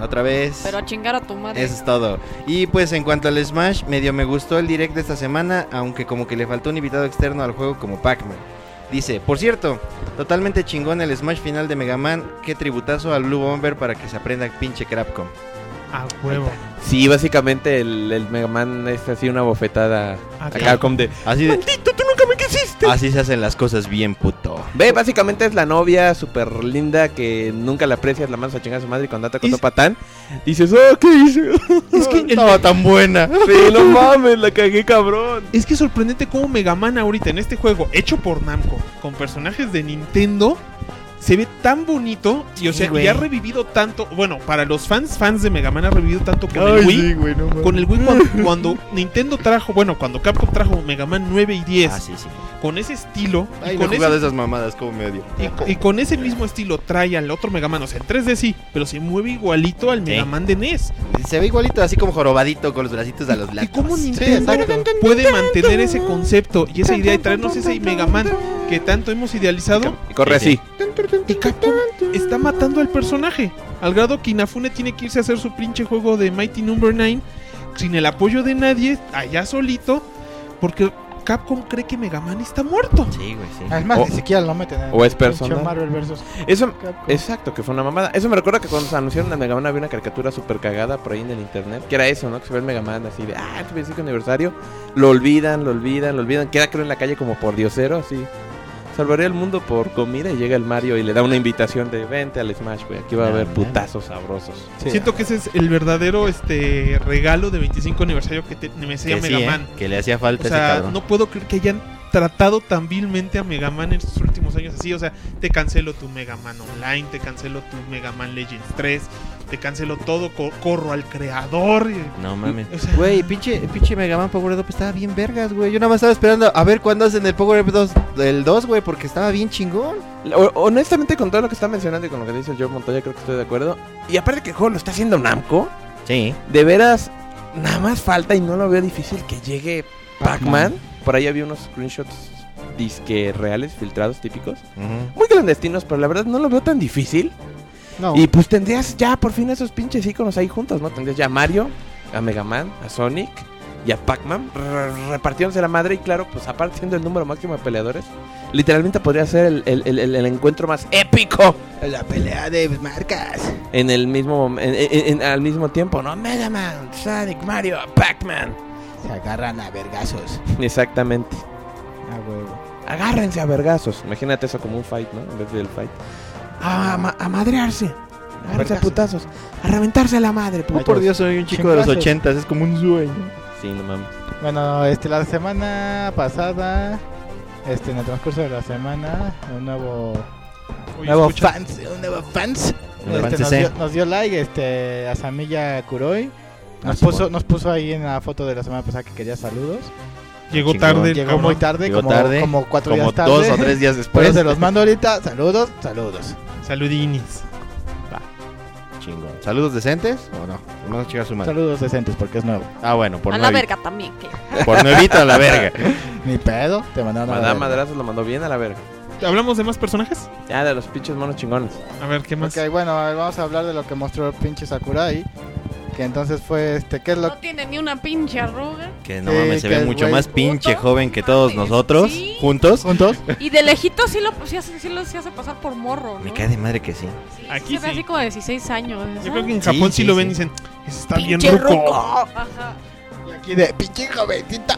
S5: Otra vez.
S8: Pero a chingar a tu madre.
S5: Eso es todo. Y pues en cuanto al Smash, medio me gustó el direct de esta semana, aunque como que le faltó un invitado externo al juego como Pac-Man. Dice, por cierto, totalmente chingón el Smash final de Mega Man, qué tributazo al Blue Bomber para que se aprenda pinche Crapcom.
S3: A huevo.
S7: Sí, básicamente el, el Mega Man es así una bofetada
S3: Ah,
S7: a
S3: claro.
S7: Capcom de...
S5: Así, de-
S7: ¡Maldito, tú nunca me quisiste!
S5: así se hacen las cosas bien puto.
S7: Ve, básicamente es la novia súper linda que nunca la aprecias, la mandas a chingar a su madre y cuando anda con
S3: Y-
S7: tu patán, dices, ¡oh, qué hice!
S3: Es que, el-
S5: estaba tan buena.
S7: Sí, no mames, la cagué, cabrón.
S3: es que es sorprendente cómo Mega Man ahorita en este juego, hecho por Namco, con personajes de Nintendo, se ve tan bonito y, o sea, y ha revivido tanto. Bueno, para los fans, fans de Mega Man ha revivido tanto con el Wii. Con el Wii cuando, cuando Nintendo trajo, bueno, cuando Capcom trajo Mega Man 9 y 10,
S5: Ah, sí, sí.
S3: con ese estilo,
S5: Ay,
S3: y,
S5: no he
S3: con
S5: jugado
S3: ese,
S5: esas mamadas como medio.
S3: y- y con ese mismo estilo trae al otro Mega Man, o sea, en 3D sí, pero se mueve igualito al Mega Man de NES.
S5: Se ve igualito, así como jorobadito con los bracitos a los
S3: ¿Y
S5: lados.
S3: cómo Nintendo
S4: exacto.
S3: puede mantener ese concepto y esa idea y traernos ese Mega Man que tanto hemos idealizado?
S7: Y corre
S5: Sí,
S7: así.
S5: sí.
S3: Y Capcom está matando al personaje, al grado que Inafune tiene que irse a hacer su pinche juego de Mighty Number 9 sin el apoyo de nadie, allá solito, porque Capcom cree que Mega Man está muerto.
S5: Sí, güey, sí.
S3: Ah,
S4: Es más,
S7: O-
S4: ni siquiera lo meten en
S7: o es
S4: el pinche
S7: personal.
S4: Marvel versus
S7: Eso,
S4: Capcom.
S7: exacto, que fue una mamada. Eso me recuerda que cuando se anunciaron el Mega Man había una caricatura súper cagada por ahí en el internet. Que era eso, ¿no? Que se ve el Mega Man así de, ah, tu 25 aniversario. Lo olvidan, lo olvidan, lo olvidan. Queda creo en la calle como por diosero, así. Salvaré el mundo por comida y llega el Mario y le da una invitación de, vente al Smash, güey. Aquí va a
S5: No
S7: haber
S5: mames.
S7: putazos sabrosos.
S4: Sí.
S3: Siento que ese es el verdadero este regalo de 25 aniversario que te- me sea
S5: Que, sí,
S3: Mega
S5: ¿eh?
S3: Man.
S5: que le hacía
S3: O
S5: falta ese
S3: sea,
S5: cabrón.
S3: no puedo creer que hayan tratado tan vilmente a Mega Man en estos últimos años así. O sea, te cancelo tu Mega Man Online, te cancelo tu Mega Man Legends 3, te cancelo todo, co- corro al creador. y-
S5: No mames.
S3: o sea,
S5: Güey, pinche, pinche Mega Man Power Up estaba bien vergas, güey. Yo nada más estaba esperando a ver cuándo hacen el Power Up 2, del 2, güey, porque estaba bien chingón.
S7: La- ho- Honestamente, con todo lo que está mencionando y con lo que dice el Joe Montoya, creo que estoy de acuerdo. Y aparte que el juego lo está haciendo Namco,
S5: Sí.
S7: de veras, nada más falta y no lo veo difícil que llegue Pac-Man. Por ahí había unos screenshots disque reales, filtrados típicos.
S5: Ujú.
S7: Muy clandestinos, pero la verdad no lo veo tan difícil.
S4: No.
S7: Y pues tendrías ya por fin esos pinches iconos ahí juntos, ¿no? Tendrías ya a Mario, a Mega Man, a Sonic y a Pac-Man re- repartiéndose la madre. Y claro, pues aparte siendo el número máximo de peleadores, literalmente podría ser el, el- el- el- el encuentro más épico
S2: La pelea de marcas.
S7: en el mismo mom- en- en- en- al mismo tiempo, ¿no? Mega Man, Sonic, Mario, Pac-Man.
S2: Se agarran a vergazos.
S7: Exactamente.
S4: Ah, huevo.
S7: Agárrense a vergazos. Imagínate eso como un fight, ¿no? En vez del fight. A, ma- a madrearse. A agarrarse a putazos. A reventarse la madre, pues. puto.
S5: Ay, por Dios, soy un chico de los
S4: Chingazos.
S5: ochentas, es como un sueño.
S7: Sí, no mames.
S4: Bueno, este, la semana pasada, este, en el transcurso de la semana, un nuevo
S3: Oye,
S4: nuevo
S3: escucha,
S4: fans, un nuevo fans.
S5: Un
S4: Este,
S5: avance,
S4: nos,
S5: sí.
S4: dio, nos dio like este, a Samilla Kuroi. Nos,
S5: Ah,
S4: puso,
S5: Simón.
S4: nos puso ahí en la foto de la semana pasada que quería saludos.
S3: Llegó
S5: Chingón.
S3: tarde. el
S4: Llegó
S3: cabrón.
S4: muy tarde,
S5: Llegó
S4: como,
S5: tarde,
S4: como cuatro
S5: Como
S4: días tarde.
S5: dos o tres días
S4: Pero
S5: después.
S4: se Pues los mando ahorita. Saludos, saludos.
S3: Saludines.
S5: Chingón. ¿Saludos decentes o no? Vamos a chingar a su madre.
S4: Saludos decentes porque es nuevo.
S5: Ah, bueno, por
S8: A la
S5: nuevi-
S8: verga también. que-
S5: Por nuevito a la verga.
S4: Ni pedo, te mandaron a la
S7: Madame
S4: verga.
S7: Madrazo lo mandó bien a la verga.
S3: ¿Hablamos de más personajes?
S7: Ya, de los pinches monos chingones.
S3: A ver, ¿qué más?
S4: Ok, bueno, a ver, vamos a hablar de lo que mostró el pinche Sakurai. Que entonces fue este, ¿qué es lo
S8: No tiene ni una pinche arruga.
S5: Que no
S4: Sí,
S5: mames, se
S4: que
S5: ve
S4: el
S5: mucho
S4: güey-
S5: más pinche
S8: Puto
S5: joven que todos
S8: mames,
S5: nosotros
S8: sí.
S5: juntos.
S4: juntos?
S8: Y de lejito sí lo sí hace, sí lo sí hace pasar por morro. ¿no?
S5: Me cae de madre que sí.
S8: Sí, sí
S3: Aquí
S8: se ve
S3: sí.
S8: así como de 16 años.
S3: Yo
S8: ¿no?
S3: creo que en
S5: Sí,
S3: Japón sí,
S5: sí,
S3: lo
S5: sí.
S3: ven y dicen, "Ese está bien ruco.
S8: Ajá.
S4: Y aquí de pinche jovencita.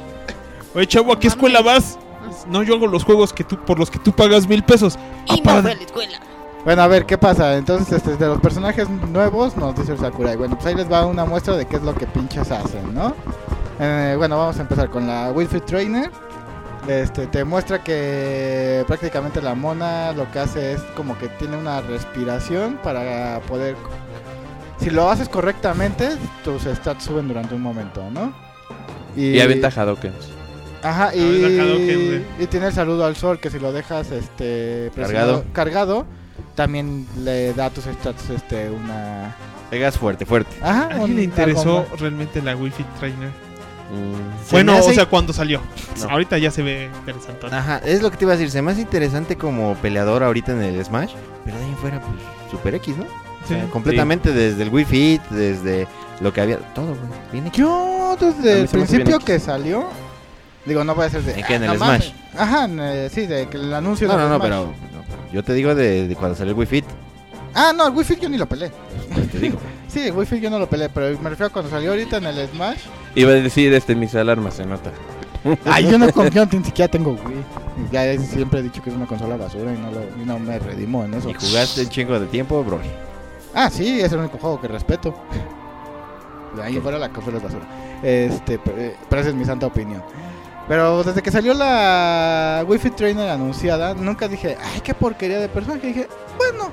S3: Oye, chavo, ¿a qué escuela vas? No, yo hago los juegos que tú, por los que tú pagas mil pesos.
S5: Ah,
S3: Ah,
S6: Y no fue a la escuela.
S4: Bueno, a ver, ¿qué pasa? Entonces, este, de los personajes nuevos nos dice el Sakurai. Bueno, pues ahí les va una muestra de qué es lo que pinches hacen, ¿no? Eh, bueno, vamos a empezar con la Wilfred Trainer. Este, te muestra que prácticamente la mona lo que hace es como que tiene una respiración para poder... Si lo haces correctamente, tus stats suben durante un momento, ¿no?
S7: Y aventaja Doken.
S4: Ajá, y,
S3: ver, la Hadouken,
S4: y tiene el saludo al sol, que si lo dejas este presionado- cargado, también le da a tus stats este una
S5: Pegas fuerte, fuerte.
S4: ajá,
S3: ¿A alguien
S4: un-
S3: le interesó
S4: algo más.
S3: realmente la Wi-Fi Trainer?
S7: Mm,
S4: Se
S3: Bueno,
S4: me hace- Ah,
S3: o sea, cuando salió.
S7: No.
S3: Ahorita ya se ve interesante.
S5: Ajá, es lo que te iba a decir. Se me hace interesante como peleador ahorita en el Smash. Pero de ahí en fuera, pues, Super X, ¿no? O
S3: Sí.
S5: sea, completamente desde el Wii Fit, desde lo que había. Todo, güey. Viene aquí.
S4: Yo
S7: A
S4: desde
S7: mí
S4: el
S7: se me hace bien
S4: principio
S7: X.
S4: que salió, digo no voy a ser de
S5: ¿En qué? ¿En
S4: "Ah,
S5: el
S4: no mames".
S5: Smash?
S4: Ajá, en, eh, sí, de que el anuncio
S5: No,
S4: del
S5: no, no,
S4: Smash.
S5: pero, no, pero Yo te digo de, de cuando salió el Wii Fit.
S4: Ah, no, el Wii Fit yo ni lo peleé.
S5: pues, te digo.
S4: Sí, el Wii Fit yo no lo peleé, pero me refiero a cuando salió ahorita en el Smash.
S7: Iba a decir este mis alarmas, se nota.
S4: Ay, yo no confío, ni siquiera tengo Wii. Ya he- siempre he dicho que es una consola basura y no, lo, y no me redimo en eso.
S5: Y jugaste un chingo de tiempo, bro.
S4: Ah, sí, es el único juego que respeto. De ahí fuera la consola es basura. Este, pero, eh, pero esa es mi santa opinión. Pero desde que salió la Wi-Fi Trainer anunciada, nunca dije, ay, qué porquería de personaje. Dije, bueno,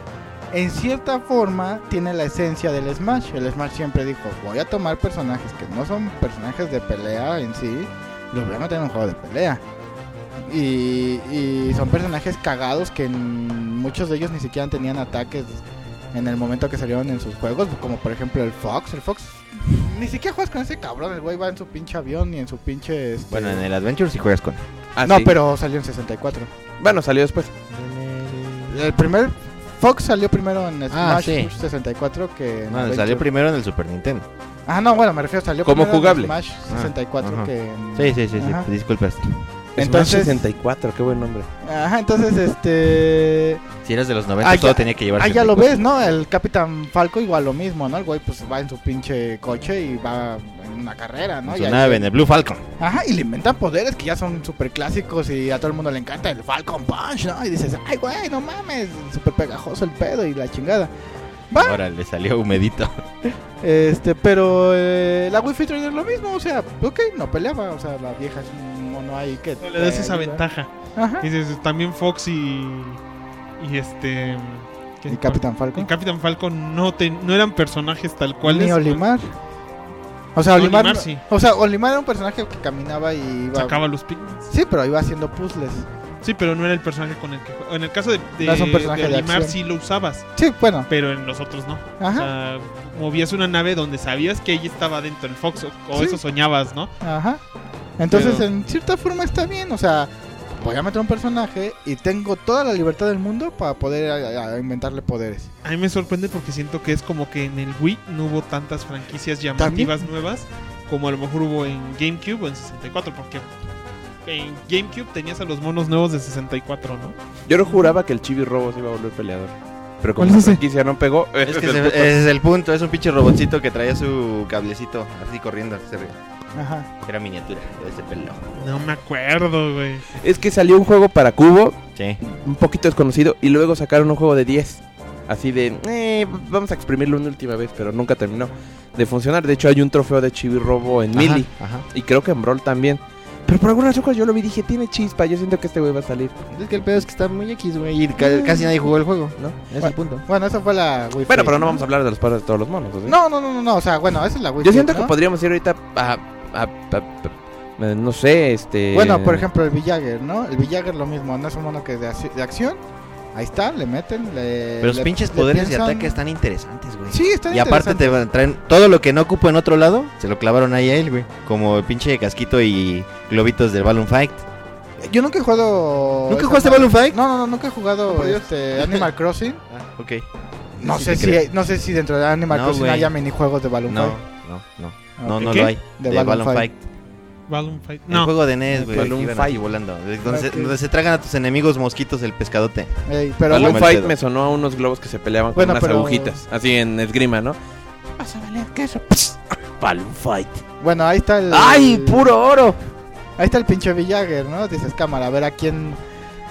S4: en cierta forma tiene la esencia del Smash. El Smash siempre dijo, voy a tomar personajes que no son personajes de pelea en sí, los voy a meter en un juego de pelea. Y, y son personajes cagados que en- muchos de ellos ni siquiera tenían ataques en el momento que salieron en sus juegos, como por ejemplo el Fox. El Fox ni siquiera juegas con ese cabrón, el güey va en su pinche avión y en su pinche. este-
S5: Bueno, en el Adventure sí juegas con.
S7: Ah,
S4: no,
S7: sí.
S4: pero salió en 64.
S7: Bueno, salió después.
S4: El primer Fox salió primero en Smash
S5: Ah, sí.
S4: 64 que en
S5: No,
S4: Adventure.
S5: salió primero en el Super Nintendo.
S4: Ah, no, bueno, me refiero salió
S7: Como
S4: primero
S7: jugable.
S4: en Smash 64
S5: Ah, ajá.
S4: que en-
S5: Sí, sí, sí, sí.
S4: Mm. Ajá.
S5: Disculpas.
S7: Entonces...
S4: Entonces-
S7: 64, qué buen nombre.
S4: Ajá, entonces este
S5: Si eras de los 90,
S4: Ah,
S5: todo
S4: ya-
S5: tenía que llevar.
S4: Ah, ya lo
S5: 64.
S4: ves, ¿no? El Capitán Falco igual lo mismo, ¿no? El güey pues va en su pinche coche y va en una carrera, ¿no?
S5: En
S4: Y
S5: su
S4: ahí-
S5: nave, en el Blue Falcon.
S4: Ajá, y le inventan poderes que ya son súper clásicos y a todo el mundo le encanta el Falcon Punch, ¿no? Y dices, ay, güey, no mames, súper pegajoso el pedo y la chingada. Va,
S5: Ahora le salió humedito.
S4: este, pero eh, la Wi-Fi Trainer lo mismo, o sea, ok, no peleaba, o sea, la vieja es un mono ahí que...
S3: No le das
S4: te
S3: esa
S4: ayuda.
S3: ventaja.
S4: Ajá.
S3: Dices, también Fox y. Y este. ¿qué?
S4: Y Capitán
S3: Y
S4: Falcon.
S3: Capitán Falcon no, te- no eran personajes tal cual.
S4: Ni Olimar. O sea, Olimar,
S3: Olimar sí.
S4: o sea, Olimar era un personaje que caminaba y iba...
S3: Sacaba los pigments.
S4: Sí, pero iba haciendo puzzles.
S3: Sí, pero no era el personaje con el que. En el caso de, de,
S4: No es un personaje
S3: de
S4: de
S3: Olimar
S4: acción.
S3: sí lo usabas,
S4: Sí, bueno,
S3: pero en los otros no. O
S4: ajá,
S3: sea, movías una nave donde sabías que ella estaba dentro del Fox, o, o
S4: Sí.
S3: eso soñabas, ¿no?
S4: ajá. Entonces,
S3: Pero-
S4: en cierta forma está bien, o sea, voy a meter un personaje y tengo toda la libertad del mundo para poder a- a- inventarle poderes.
S3: A mí me sorprende porque siento que es como que en el Wii no hubo tantas franquicias llamativas nuevas como a lo mejor hubo en GameCube o en 64, porque en GameCube tenías a los monos nuevos de 64, ¿no?
S7: Yo no juraba que el Chibi Robo se iba a volver peleador. Pero
S4: ¿Cuál
S7: como la
S4: es ese?
S7: franquicia no pegó,
S5: Es que se-
S7: eh.
S5: ese es el punto, es un pinche robotcito que traía su cablecito así corriendo. se re-
S4: Ajá.
S5: Era miniatura, ese pelo.
S3: No me acuerdo, güey.
S7: es que salió un juego para cubo,
S5: Sí.
S7: un poquito desconocido, y luego sacaron un juego de 10. Así de, eh, vamos a exprimirlo una última vez, pero nunca terminó de funcionar. De hecho, hay un trofeo de Chibi Robo en Mili,
S5: Ajá.
S7: y creo que en Brawl también. Pero por alguna razón cuando yo lo vi dije, tiene chispa, yo siento que este güey va a salir.
S5: Es que el pedo es que está muy X, güey. Y ca- casi nadie jugó el juego, ¿no? Ese es el punto.
S4: Bueno, esa fue la Wii
S7: Bueno,
S4: Fit,
S7: pero no vamos a hablar de los padres de todos los monos. ¿o sí?
S4: No, no, no, no, no, o sea, bueno, esa es la Wii
S7: Yo
S4: Fit,
S7: siento que
S4: Pues ¿no?
S7: podríamos ir ahorita a, a- a- a- eh, no sé, este...
S4: Bueno, por ejemplo, el Villager, ¿no? El Villager lo mismo, no es un mono que es de, ac- de acción. Ahí está, le meten, le.
S5: Pero los
S4: le-
S5: pinches
S4: le
S5: poderes de
S4: piensan-
S5: ataque están interesantes, güey.
S4: Sí, está
S5: Y aparte te van- traen todo lo que no ocupo en otro lado, se lo clavaron ahí a él, güey. Como el pinche casquito y globitos del Balloon Fight.
S4: Yo nunca he jugado.
S5: ¿Nunca
S4: esa
S5: jugaste
S4: madre.
S5: Balloon Fight?
S4: No, no, no, nunca he jugado
S5: por Dios.
S4: este, Animal Crossing.
S5: Ah, ok.
S4: No
S5: Sí
S4: sé
S5: te
S4: si,
S5: creo.
S4: no sé si dentro de Animal
S5: No,
S4: Crossing
S5: güey.
S4: haya minijuegos de Balloon
S5: No,
S4: Fight.
S5: no, no.
S4: Ah,
S5: No,
S4: ok.
S5: no
S3: ¿Qué?
S5: lo hay.
S4: De
S5: De,
S4: Balloon
S5: Balloon
S4: Fight.
S5: Fight.
S3: Balloon Fight.
S5: El
S3: No,
S5: juego de NES, güey.
S7: Balloon
S5: que iban así
S7: Fight.
S5: volando. Donde, se-
S4: Ok.
S5: donde se tragan a tus enemigos mosquitos el pescadote.
S4: Ey, pero
S7: Balloon
S5: Paloma el
S7: Fight
S5: dedo.
S7: me sonó a unos globos que se peleaban
S4: Bueno,
S7: con unas
S4: pero-
S7: agujitas, así en esgrima, ¿no?
S5: Balloon Fight.
S4: bueno, ahí está el.
S5: ¡Ay, puro oro!
S4: Ahí está el pinche Villager, ¿no? Dices, cámara, a ver a quién.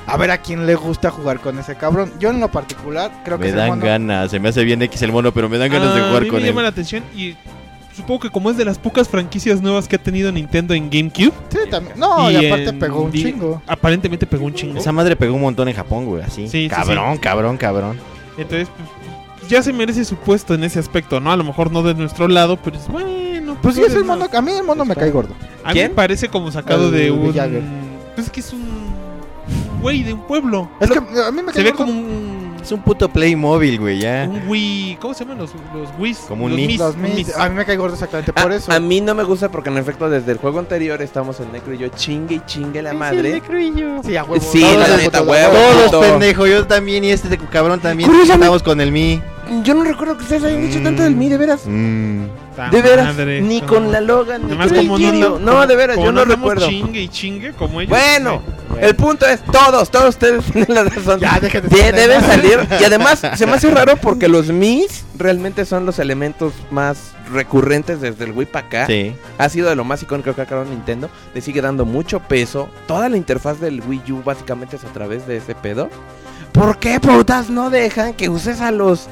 S4: A ver a quién le gusta jugar con ese cabrón. Yo en lo particular creo que
S5: Me
S4: ese
S5: dan
S4: mono-
S5: ganas. Se me hace bien X el mono, pero me dan ganas de
S3: Ah, a
S5: jugar
S3: mí
S5: con
S3: me
S5: él.
S3: llama la atención y supongo que como es de las pocas franquicias nuevas que ha tenido Nintendo en GameCube,
S4: Sí, también. No, y,
S3: Y
S4: aparte
S3: en
S4: pegó un
S3: di-
S4: chingo.
S3: aparentemente pegó un chingo.
S5: Esa madre pegó un montón en Japón, güey. Así.
S3: Sí, sí,
S5: cabrón, cabrón, cabrón.
S3: Entonces, pues, ya se merece su puesto en ese aspecto, ¿no? A lo mejor no de nuestro lado, pero es bueno.
S4: Pues sí,
S3: pues,
S4: es el
S3: no.
S4: mono. A mí el mono me cae gordo.
S3: A mí
S7: ¿Quién?
S3: me parece como sacado
S4: El
S3: de un.
S4: Villager.
S3: Pues es que es un. Güey, de un pueblo.
S4: Es que a mí
S7: Ah,
S4: me cae
S3: Se ve
S4: gordo.
S3: como un.
S5: Es un puto Playmobil, güey,
S7: Eh.
S5: ya.
S3: Un Wii. ¿Cómo se llaman los, los Wiis?
S5: Como un
S3: Los
S5: Mis.
S3: Mis,
S4: Los
S3: un
S4: mis-
S3: Mis. Ah,
S4: A mí me cae gordo exactamente por
S7: a,
S4: eso.
S7: Ah, a mí no me gusta porque en efecto desde el juego anterior estamos en Necro y yo chingue y chingue la madre.
S4: Sí, a huevo.
S7: Sí,
S4: Todos
S5: la
S4: los
S7: neta,
S4: putos-
S7: huevo.
S5: Todos,
S7: puto.
S5: pendejo. Yo también y este de- cabrón también. Estamos con el Mi.
S7: Yo no recuerdo que ustedes hayan dicho tanto del mí, de veras.
S5: Mm.
S3: Puta
S7: De veras,
S3: madre,
S7: ni
S3: no.
S7: con la Logan, ni
S3: Además,
S7: con el
S3: como
S7: Kiryu.
S3: no,
S7: No, de veras,
S3: como
S7: yo no
S3: andamos
S7: recuerdo.
S3: chingue y chingue como ellos.
S7: Bueno, el punto es, todos, todos ustedes tienen la razón.
S4: Ya, déjate
S7: De-
S4: de-
S7: deben salir. Y además, se me hace raro porque los Mis realmente son los elementos más recurrentes desde el Wii para acá.
S5: Sí.
S7: Ha sido de lo más icónico que ha creado Nintendo. Le sigue dando mucho peso. Toda la interfaz del Wii U básicamente es a través de ese pedo. ¿Por qué putas no dejan que uses a los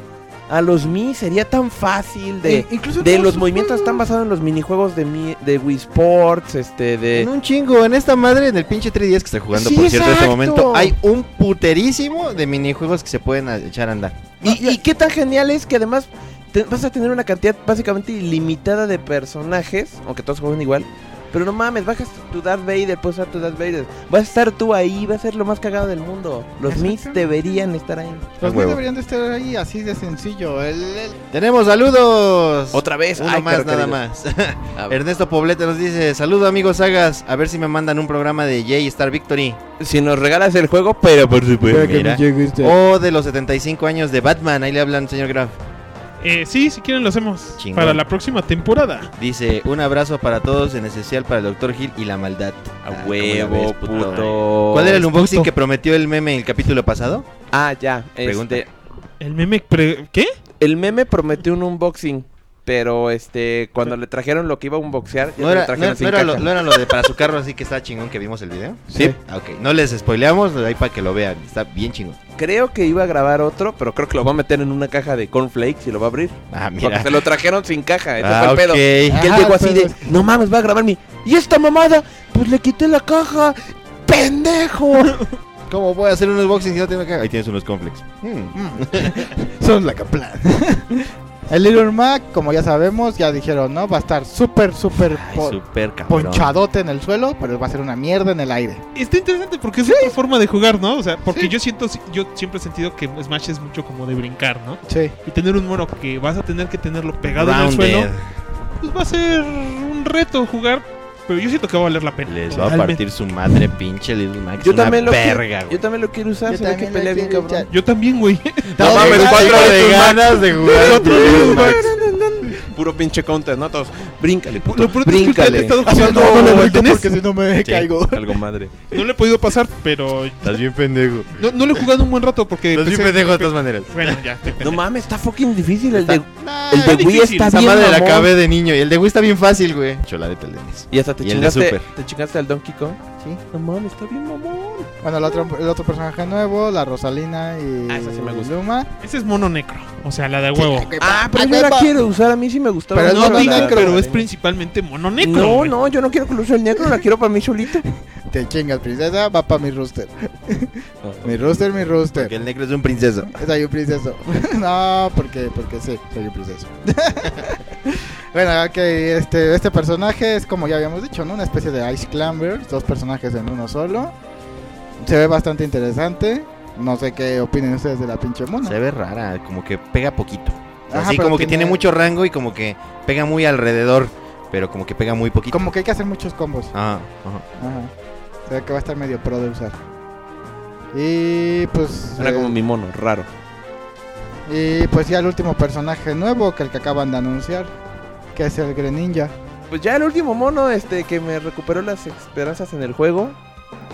S7: a los Mi? Sería tan fácil de
S4: In- incluso
S7: de
S4: todos
S7: los
S4: sus
S7: movimientos
S4: juegos.
S7: están basados en los minijuegos de Mi, de Wii Sports, este de
S5: En un chingo, en esta madre, en el pinche 3DS que está jugando,
S7: Sí,
S5: por cierto, en este
S7: exacto.
S5: momento, hay un puterísimo de minijuegos que se pueden a- echar a andar.
S7: Y, y qué tan genial es que además te- vas a tener una cantidad básicamente ilimitada de personajes, aunque todos juegan igual. Pero no mames, bajas tu Darth Vader, puedes usar tu Darth Vader. Vas a estar tú ahí, va a ser lo más cagado del mundo. Los Mis deberían estar ahí.
S5: A
S4: Los Mis
S5: huevo.
S4: deberían de estar ahí así de sencillo. El, el-
S5: Tenemos saludos.
S7: Otra vez,
S5: Uno
S7: ay,
S5: más,
S7: pero
S5: nada
S7: querido.
S5: más.
S7: A ver,
S5: Ernesto Poblete nos dice, saludo amigos sagas, a ver si me mandan un programa de J Star Victory
S7: si nos regalas el juego, pero por supuesto.
S5: Pues mira. Oh, o de los 75 años de Batman, ahí le hablan señor Graf.
S3: Eh, sí, si quieren lo hacemos.
S5: Chingón.
S3: Para la próxima temporada.
S5: Dice, un abrazo para todos, en especial para el Dr. Gil y la maldad. Ah,
S7: A
S5: ¿cómo la
S7: huevo,
S5: ves,
S7: puto.
S5: ¿Cuál era el unboxing
S3: puto.
S5: que prometió el meme el capítulo pasado?
S7: Ah, ya.
S5: Pregunta.
S7: Este,
S3: El meme. pre- ¿Qué?
S7: el meme prometió un unboxing. Pero este, cuando le trajeron lo que iba a unboxear, ya
S5: No
S7: se lo
S5: era,
S7: trajeron
S5: no-
S7: sin
S5: no era lo,
S7: caja.
S5: no era lo de para su carro, así que está chingón que vimos el video.
S7: Sí.
S5: Ah, Ok, no les spoileamos, ahí para que lo vean, está bien chingón.
S7: Creo que iba a grabar otro, pero creo que lo va a meter en una caja de cornflakes y lo va a abrir.
S5: Ah,
S7: Porque
S5: mira.
S7: se lo trajeron sin caja, ese fue
S5: Ah,
S7: el pedo.
S5: ok.
S7: Que él
S4: Ah,
S7: llegó así
S4: pero-
S7: de, no mames, va a grabar mi... ¿Y esta mamada? Pues le quité la caja, pendejo.
S5: ¿Cómo voy a hacer Hmm. un unboxing si no tengo caja? Ahí tienes unos complex.
S4: Mm. Son la caplan. El Little Mac, como ya sabemos, ya dijeron, ¿no? Va a estar súper, súper po-
S5: Super cabrón.
S4: ponchadote en el suelo, pero va a ser una mierda en el aire.
S3: Está interesante porque es otra forma de jugar, ¿no? O sea, porque yo siento, yo siempre he sentido que Smash es mucho como de brincar, ¿no?
S4: Sí.
S3: Y tener un mono que vas a tener que tenerlo pegado en el
S5: Rounded.
S3: suelo, pues va a ser un reto jugar Pero yo siento que va a valer la pena.
S5: Les va a partir su madre, pinche Little Max.
S7: Yo
S5: una
S7: también, lo
S5: verga,
S7: quiero,
S5: güey.
S7: yo también lo quiero usar,
S4: Yo
S7: se ve que
S4: también lo
S7: pelea bien
S4: quiero
S7: cabrón.
S3: Yo también, güey.
S5: No mames, cuatro de ganas de jugar. Little Max.
S7: Puro pinche counter, ¿no? Todos, bríncale, puto,
S3: Lo pronto es que
S7: bríncale.
S3: he estado
S4: No,
S3: jugando
S4: no,
S3: con
S4: no,
S3: el
S4: vuelto
S3: Nintendo
S4: porque si no me
S7: Sí,
S4: caigo.
S7: Algo madre.
S3: NES. No le he podido pasar, pero
S5: Estás bien pendejo.
S3: no, no lo he jugado un buen rato porque.
S5: Estás bien
S3: empecé-
S5: pendejo de todas maneras.
S3: Bueno, ya, te
S7: No
S3: pendejo.
S7: mames, está fucking difícil el
S5: Está-
S7: de, el de Wii.
S3: difícil.
S7: Está
S5: Esa
S7: bien,
S5: madre la
S7: mamón.
S5: acabé de niño. Y el de Wii está bien fácil, güey. Chola de pelenes.
S7: Y hasta te
S5: Y el de
S7: chingaste,
S5: Super.
S7: te chingaste al Donkey Kong. Sí. No mames, está bien mamón.
S4: Bueno, el otro, el otro personaje nuevo, la Rosalina y
S7: Ah, esa sí me gusta.
S4: Luma.
S3: Ese es mono necro. O sea, la de huevo.
S7: Ah,
S4: pues
S7: pero yo la quiero usar, a mí sí me gustaba.
S4: Pero
S7: mucho,
S4: es
S3: no
S7: la
S3: digan,
S7: verdad.
S4: necro,
S3: pero
S4: güey.
S3: es principalmente mono necro.
S7: No,
S3: güey.
S7: no, yo no quiero que lo use el negro, la quiero para mí solito.
S4: Te chingas, princesa, va para mi rooster. mi rooster, mi
S5: Porque
S4: rooster.
S5: el negro es un princeso.
S4: Soy un princeso. no, porque, porque sí, soy un princeso. bueno, ok, este, este personaje es como ya habíamos dicho, ¿no? Una especie de Ice Climber, dos personajes en uno solo. Se ve bastante interesante. No sé qué opinen ustedes de la pinche mona.
S5: Se ve rara, como que pega poquito. O sea,
S4: Ajá,
S5: así
S4: pero
S5: como que tiene mucho rango y como que pega muy alrededor, pero como que pega muy poquito.
S4: Como que hay que hacer muchos combos.
S5: Ah, ajá.
S4: Ajá. Se ve que va a estar medio pro de usar. Y pues.
S7: Era
S4: eh,
S7: como mi mono, raro.
S4: Y pues ya el último personaje nuevo que el que acaban de anunciar, que es el Greninja.
S7: Pues ya el último mono este que me recuperó las esperanzas en el juego.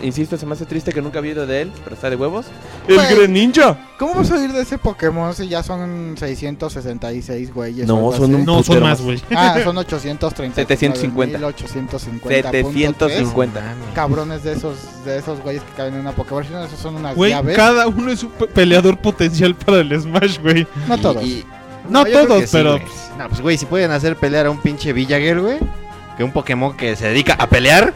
S7: Insisto, se me hace triste que nunca había ido de él, pero está de huevos. ¡El
S4: Güey.
S7: Greninja!
S4: ¿Cómo vas a ir de ese Pokémon si ya son 666 güeyes?
S7: No,
S4: o algo
S7: son
S4: así?
S7: un-
S3: No, son
S7: Putero
S3: más,
S7: más.
S3: güey.
S4: Ah, son 830.
S7: 750.
S4: 850.
S5: Ah,
S7: 750.
S4: Cabrones de esos de esos güeyes que caben en una Pokémon. Esos son unas
S3: Güey,
S4: llaves.
S3: cada uno es un pe- peleador potencial para el Smash, güey.
S4: No
S5: Y-
S4: todos.
S5: y-
S3: No
S5: yo creo
S3: todos,
S5: que sí,
S3: pero-
S5: güey. No, pues güey, si pueden hacer pelear a un pinche Villager, güey, que un Pokémon que se dedica a pelear,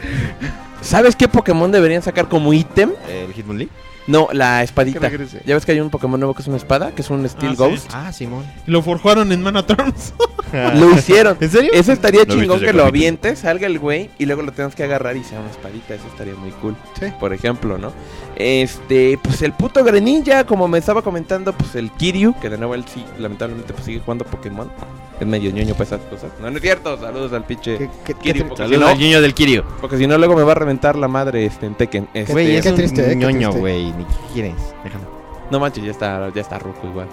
S7: ¿Sabes qué Pokémon deberían sacar como ítem?
S5: eh, el Hitmonlee.
S7: No, la espadita.
S5: regrese.
S7: Ya ves que hay un Pokémon nuevo que es una espada, que es un Steel
S3: sí.
S7: Ghost.
S5: Ah, Simón.
S3: Lo forjaron en Manatrons.
S7: Lo hicieron.
S5: ¿En serio?
S7: Eso estaría
S5: No he visto
S7: chingón
S5: ese
S7: que lo
S5: capítulo.
S7: avientes, salga el güey y luego lo tengas que agarrar y sea una espadita. Eso estaría muy cool.
S4: Sí.
S7: Por ejemplo, ¿no? Este, pues el puto Greninja, como me estaba comentando, pues el Kiryu, que de nuevo él sí, lamentablemente, pues sigue jugando Pokémon. Es medio ñoño para esas cosas. No, no es cierto. Saludos al pinche.
S4: Qué- qué- qué
S7: Kiryu,
S4: tri-
S7: porque si,
S5: Saludos
S7: no,
S5: al niño del Kirio.
S7: porque si no, luego me va a reventar la madre este, en Tekken. Este,
S5: Güey, es
S4: qué
S5: un
S4: triste, eh, qué
S5: ñoño,
S4: triste.
S5: güey. Ni qué quieres. Déjalo.
S7: No manches, ya está, ya está ruco igual.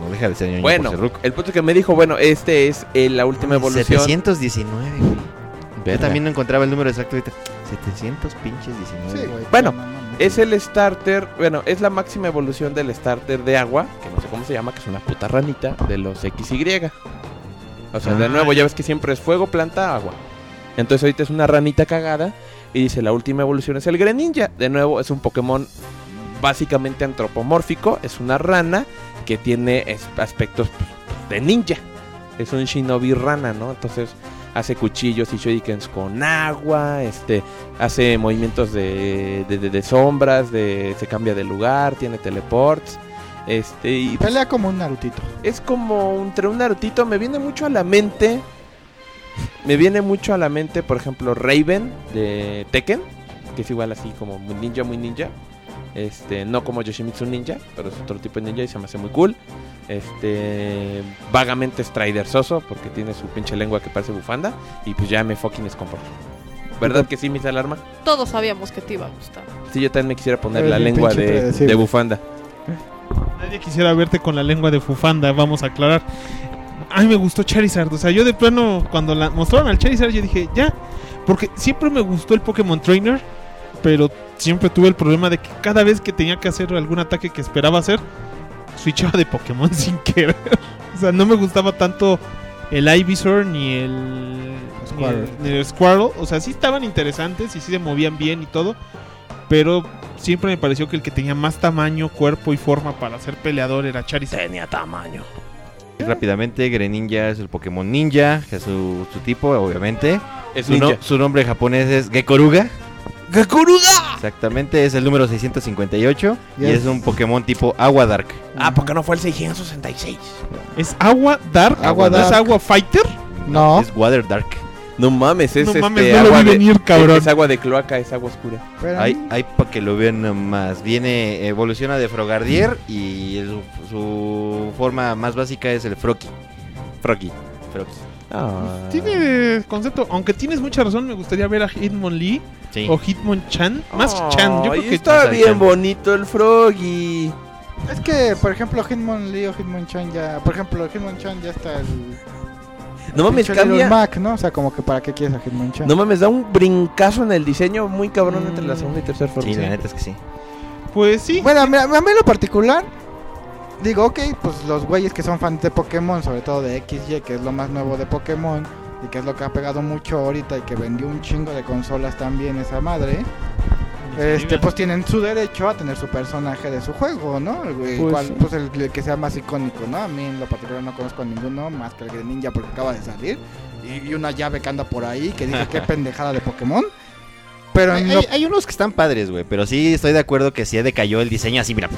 S5: No deja de ser ñoño
S7: Bueno,
S5: por ser ruco.
S7: el punto que me dijo, bueno, este es eh, la última evolución.
S5: 719, güey. Yo
S7: Verga.
S5: también no encontraba el número exacto ahorita. 700 pinches 19.
S4: Sí, güey,
S7: Bueno,
S4: no, no, no.
S7: Es el starter, bueno, es la máxima evolución del starter de agua, que no sé cómo se llama, que es una puta ranita de los XY. O sea, de
S5: Ah,
S7: nuevo, ya ves que siempre es fuego, planta, agua. Entonces ahorita es una ranita cagada y dice la última evolución es el Greninja. De nuevo, es un Pokémon básicamente antropomórfico, es una rana que tiene es- aspectos pues, de ninja. Es un shinobi rana, ¿no? Entonces hace cuchillos y shurikens con agua, este, hace movimientos de, de, de- de sombras, de, se cambia de lugar, tiene teleports. Este, y pues,
S4: Pelea como un Narutito.
S7: es como entre un Narutito, me viene mucho a la mente. Me viene mucho a la mente, por ejemplo, Raven de Tekken, que es igual así como muy ninja, muy ninja. Este, no como Yoshimitsu Ninja, pero es otro tipo de ninja y se me hace muy cool. Este, vagamente Strider Soso, porque tiene su pinche lengua que parece bufanda. Y pues ya me fucking escombro. ¿Verdad que sí, mis alarma?
S8: Todos sabíamos que te iba a gustar.
S7: Sí, yo también me quisiera poner
S4: Eres
S7: la
S4: bien
S7: lengua
S4: pinche
S7: de,
S4: predecible.
S7: de bufanda.
S3: Nadie quisiera verte con la lengua de Fufanda, vamos a aclarar. A mí me gustó Charizard. O sea, yo de plano, cuando la mostraron al Charizard, yo dije, ya. Porque siempre me gustó el Pokémon Trainer, pero siempre tuve el problema de que cada vez que tenía que hacer algún ataque que esperaba hacer, switchaba de Pokémon sin querer. o sea, no me gustaba tanto el Ivysaur ni el ni el-
S4: Squirtle.
S3: ni el Squirtle. O sea, sí estaban interesantes y sí se movían bien y todo. Pero siempre me pareció que el que tenía más tamaño, cuerpo y forma para ser peleador era Charizard.
S7: Tenía tamaño.
S5: Rápidamente, Greninja es el Pokémon ninja, que es su, su tipo, obviamente.
S7: Es
S5: Su, no-
S7: ninja.
S5: su nombre japonés es Gekoruga.
S7: ¡Gakuruga!
S5: Exactamente, es el número 658 y
S4: Yes.
S5: es un Pokémon tipo Agua Dark.
S7: Ah, porque no fue el 666.
S3: ¿Es agua dark?
S4: Agua
S3: ¿No es
S4: Dark.
S3: agua fighter?
S4: No.
S5: Es Water Dark.
S7: No mames, es
S3: no
S7: este,
S3: mames, no lo
S7: agua
S3: vi
S7: de-
S3: venir, cabrón.
S7: Es agua de cloaca, es agua oscura.
S4: Pero
S5: Hay, hay para que lo vean nomás. Viene, evoluciona de Frogardier y su, su forma más básica es el Froki. Froki. Froki.
S7: Ah.
S3: Tiene concepto, aunque tienes mucha razón, me gustaría ver a Hitmon Lee
S5: Sí.
S3: o Hitmon Chan. Más
S7: Oh,
S3: Chan, yo
S7: Ay,
S3: creo que
S7: está
S5: Chan.
S7: bien bonito el Froggy.
S4: Es que, por ejemplo, Hitmon Lee o Hitmon Chan ya. Por ejemplo, Hitmon Chan ya está el.
S7: No mames,
S4: pinche Little
S7: cambia.
S4: Mac, ¿no? O sea, como que para qué quieres a Hitmon Chan. Mm,
S7: No mames, da un brincazo en el diseño muy cabrón entre la segunda y tercera
S5: Sí,
S7: Froggy.
S5: la neta es que sí.
S3: Pues sí.
S4: Bueno, mira, a mí en lo particular, digo, ok, pues los güeyes que son fans de Pokémon, sobre todo de XY, que es lo más nuevo de Pokémon, y que es lo que ha pegado mucho ahorita y que vendió un chingo de consolas también esa madre, este, pues tienen su derecho a tener su personaje de su juego, ¿no? El, güey,
S7: Pues
S4: cual-
S7: sí.
S4: pues el, el que sea más icónico, ¿no? A mí en lo particular no conozco a ninguno más que el Greninja porque acaba de salir, y, y una llave que anda por ahí que dice qué pendejada de Pokémon. Pero
S5: Hay,
S4: en lo
S5: hay- hay unos que están padres, güey, pero sí estoy de acuerdo que sí decayó el diseño así, mira,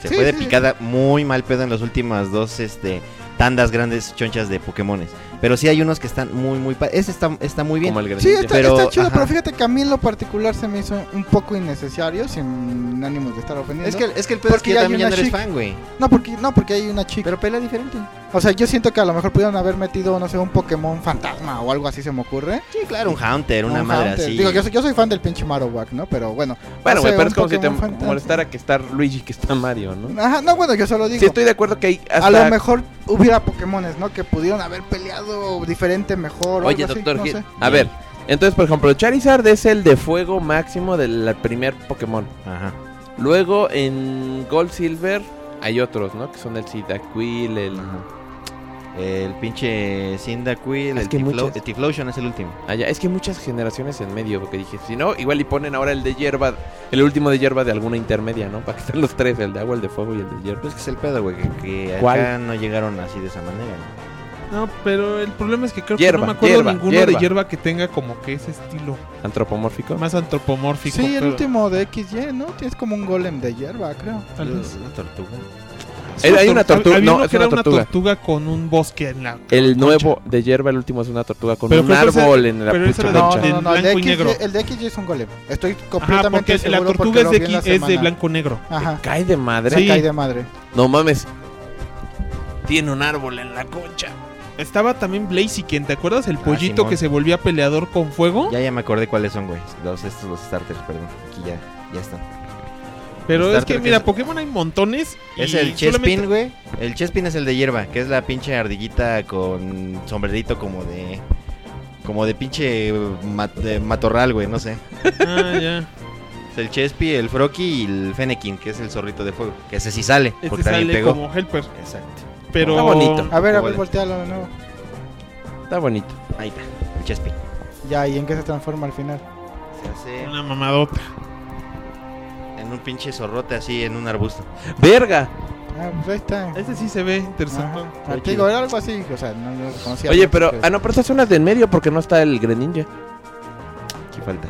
S5: se
S4: Sí,
S5: fue de
S4: sí.
S5: picada muy mal pedo en las últimas dos este, tandas grandes chonchas de Pokémones. Pero sí hay unos que están muy, muy padres. Ese está, está muy bien.
S7: Como el
S4: Sí,
S7: Greninja.
S4: está,
S5: Pero,
S4: está chido,
S5: ajá.
S4: pero fíjate que a mí en lo particular se me hizo un poco innecesario, sin ánimos de estar ofendiendo.
S5: Es que, es que el pedo es
S4: Porque
S5: que ya
S4: ya hay
S5: también ya no
S4: una
S5: eres
S4: chic.
S5: fan, güey.
S4: No, porque, no, porque hay una chica.
S5: Pero pela diferente.
S4: O sea, yo siento que a lo mejor pudieron haber metido, no sé, un Pokémon fantasma o algo así se me ocurre.
S5: Sí, claro, un Hunter, una
S4: Un
S5: madre
S4: Hunter.
S5: así.
S4: Digo, yo soy, yo soy fan del pinche Marowak, ¿no? Pero bueno.
S7: Bueno,
S4: no
S7: güey,
S4: sé,
S7: pero
S4: un
S7: es como si te
S4: Pokémon fantasma.
S7: molestara que está Luigi, que está Mario, ¿no?
S4: Ajá, no, bueno, yo solo digo.
S7: Sí, estoy de acuerdo que hay hasta...
S4: A lo mejor hubiera Pokémones, ¿no? Que pudieron haber peleado diferente, mejor. o
S7: Oye,
S4: algo así,
S7: doctor
S4: no
S7: Gil,
S4: sé.
S7: a ver, entonces, por ejemplo, Charizard es el de fuego máximo del primer Pokémon.
S5: Ajá.
S7: Luego, en Gold Silver hay otros, ¿no? Que son el Cyndaquil, el...
S5: El pinche Cyndaquil,
S7: Es
S5: el,
S7: que
S5: Tiflo-
S7: muchas-
S5: el Tiflotion es el último.
S7: Ah, ya, Es que hay muchas generaciones en medio, porque dije, si no, igual y ponen ahora el de hierba, el último de hierba de alguna intermedia, ¿no? Para que estén los tres, el de agua, el de fuego y el de hierba.
S5: Pues que es el pedo, güey, que, que
S7: ¿Cuál?
S5: acá no llegaron así de esa manera. ¿no?
S3: No, pero el problema es que creo
S7: Hierba,
S3: que no me acuerdo
S7: hierba,
S3: ninguno
S7: hierba.
S3: de hierba que tenga como que ese estilo
S7: Antropomórfico.
S3: más antropomórfico.
S4: Sí, el
S3: pero-
S4: último de XY, ¿no? Tienes como un golem de hierba, creo.
S3: tal vez.
S5: Una tortuga.
S7: Eh, hay una tortuga,
S3: Había
S7: no,
S3: uno
S7: es
S3: que
S7: una
S3: era
S7: tortuga.
S3: una tortuga con un bosque en la.
S7: El
S3: concha.
S7: nuevo de hierba, el último es una tortuga con
S3: Pero
S7: un
S3: creo que ese-
S7: árbol en la
S3: pero ese
S7: pucha
S3: era de-
S7: concha.
S3: de-
S4: No, no, no, el de,
S3: blanco y
S4: XY,
S3: negro.
S4: el de XY es un golem. Estoy
S3: Ajá,
S4: completamente
S3: porque la
S4: seguro
S3: tortuga
S4: porque
S3: es
S4: lo
S3: de,
S4: vi en la
S3: qui- es de
S4: semana.
S3: blanco negro.
S4: Ajá.
S7: Cae de madre.
S3: Sí.
S4: Cae de madre.
S7: No mames.
S3: Tiene un árbol en la concha. Estaba también Blaziken, ¿te acuerdas? El pollito
S5: Simón.
S3: que se volvía peleador con fuego.
S5: Ya, ya me acordé cuáles son, güey. Los, estos, los starters, perdón. Aquí ya, ya están.
S3: pero es
S5: Starter
S3: que,
S5: que
S3: mira,
S5: es-
S3: Pokémon hay montones.
S5: Es
S3: y solamente-
S5: el Chespin, güey. El Chespin es el de hierba, que es la pinche ardillita con sombrerito como de. Como de pinche ma- de matorral, güey, no sé.
S3: Ah, ya.
S5: Es el Chespi, el Froki y el Fennekin, que es el zorrito de fuego. Que ese sí sale,
S3: Este
S5: porque también
S3: sale
S5: pegó.
S3: como helper.
S5: Exacto.
S3: Pero.
S7: Está bonito.
S4: A ver, a ver,
S5: Golem.
S4: voltealo de nuevo.
S7: Está bonito.
S5: Ahí está, el Chespi.
S4: Ya, ¿y en qué se transforma al final?
S5: Se hace
S3: Una mamadota.
S5: en un pinche zorrote así en un arbusto.
S7: ¡Verga!
S4: Ah, pues ahí está.
S3: Este sí se ve interesante.
S4: Ajá. Ah, te digo, era algo así, o sea, no no lo conocía.
S7: Oye, pero.
S4: Que-
S7: Ah, no, pero estas son las del medio porque no está el Greninja.
S5: Aquí falta.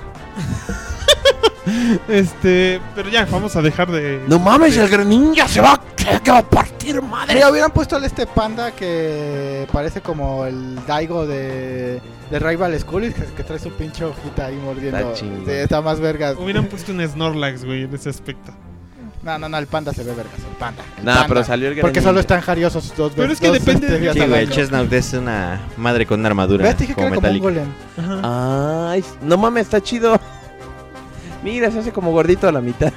S3: Este. Pero ya, vamos a dejar de.
S7: No mames, el Greninja se va, se va a partir madre.
S4: Mira, hubieran puesto al este panda que parece como el Daigo de, de Rival School, que, que trae su pinche hojita ahí mordiendo.
S7: Está chingón.
S4: Sí, está más vergas.
S3: Hubieran puesto un Snorlax, güey, en ese aspecto.
S4: No, no, no, el panda se ve vergas, el panda. el
S7: Nah,
S4: panda.
S7: pero salió el Greninja.
S4: Porque solo están jariosos sus dos
S3: Pero es que
S4: dos,
S3: depende de-
S4: este,
S5: Sí,
S3: Está
S5: güey, el
S4: Daigo.
S5: Chesnaut es una madre con una armadura.
S4: ¿Ves? Te dije que
S5: como
S4: era como un
S5: metálica.
S3: Ajá.
S4: golem.
S5: Ah,
S7: Ay, no mames, está chido. Mira, se hace como gordito a la mitad.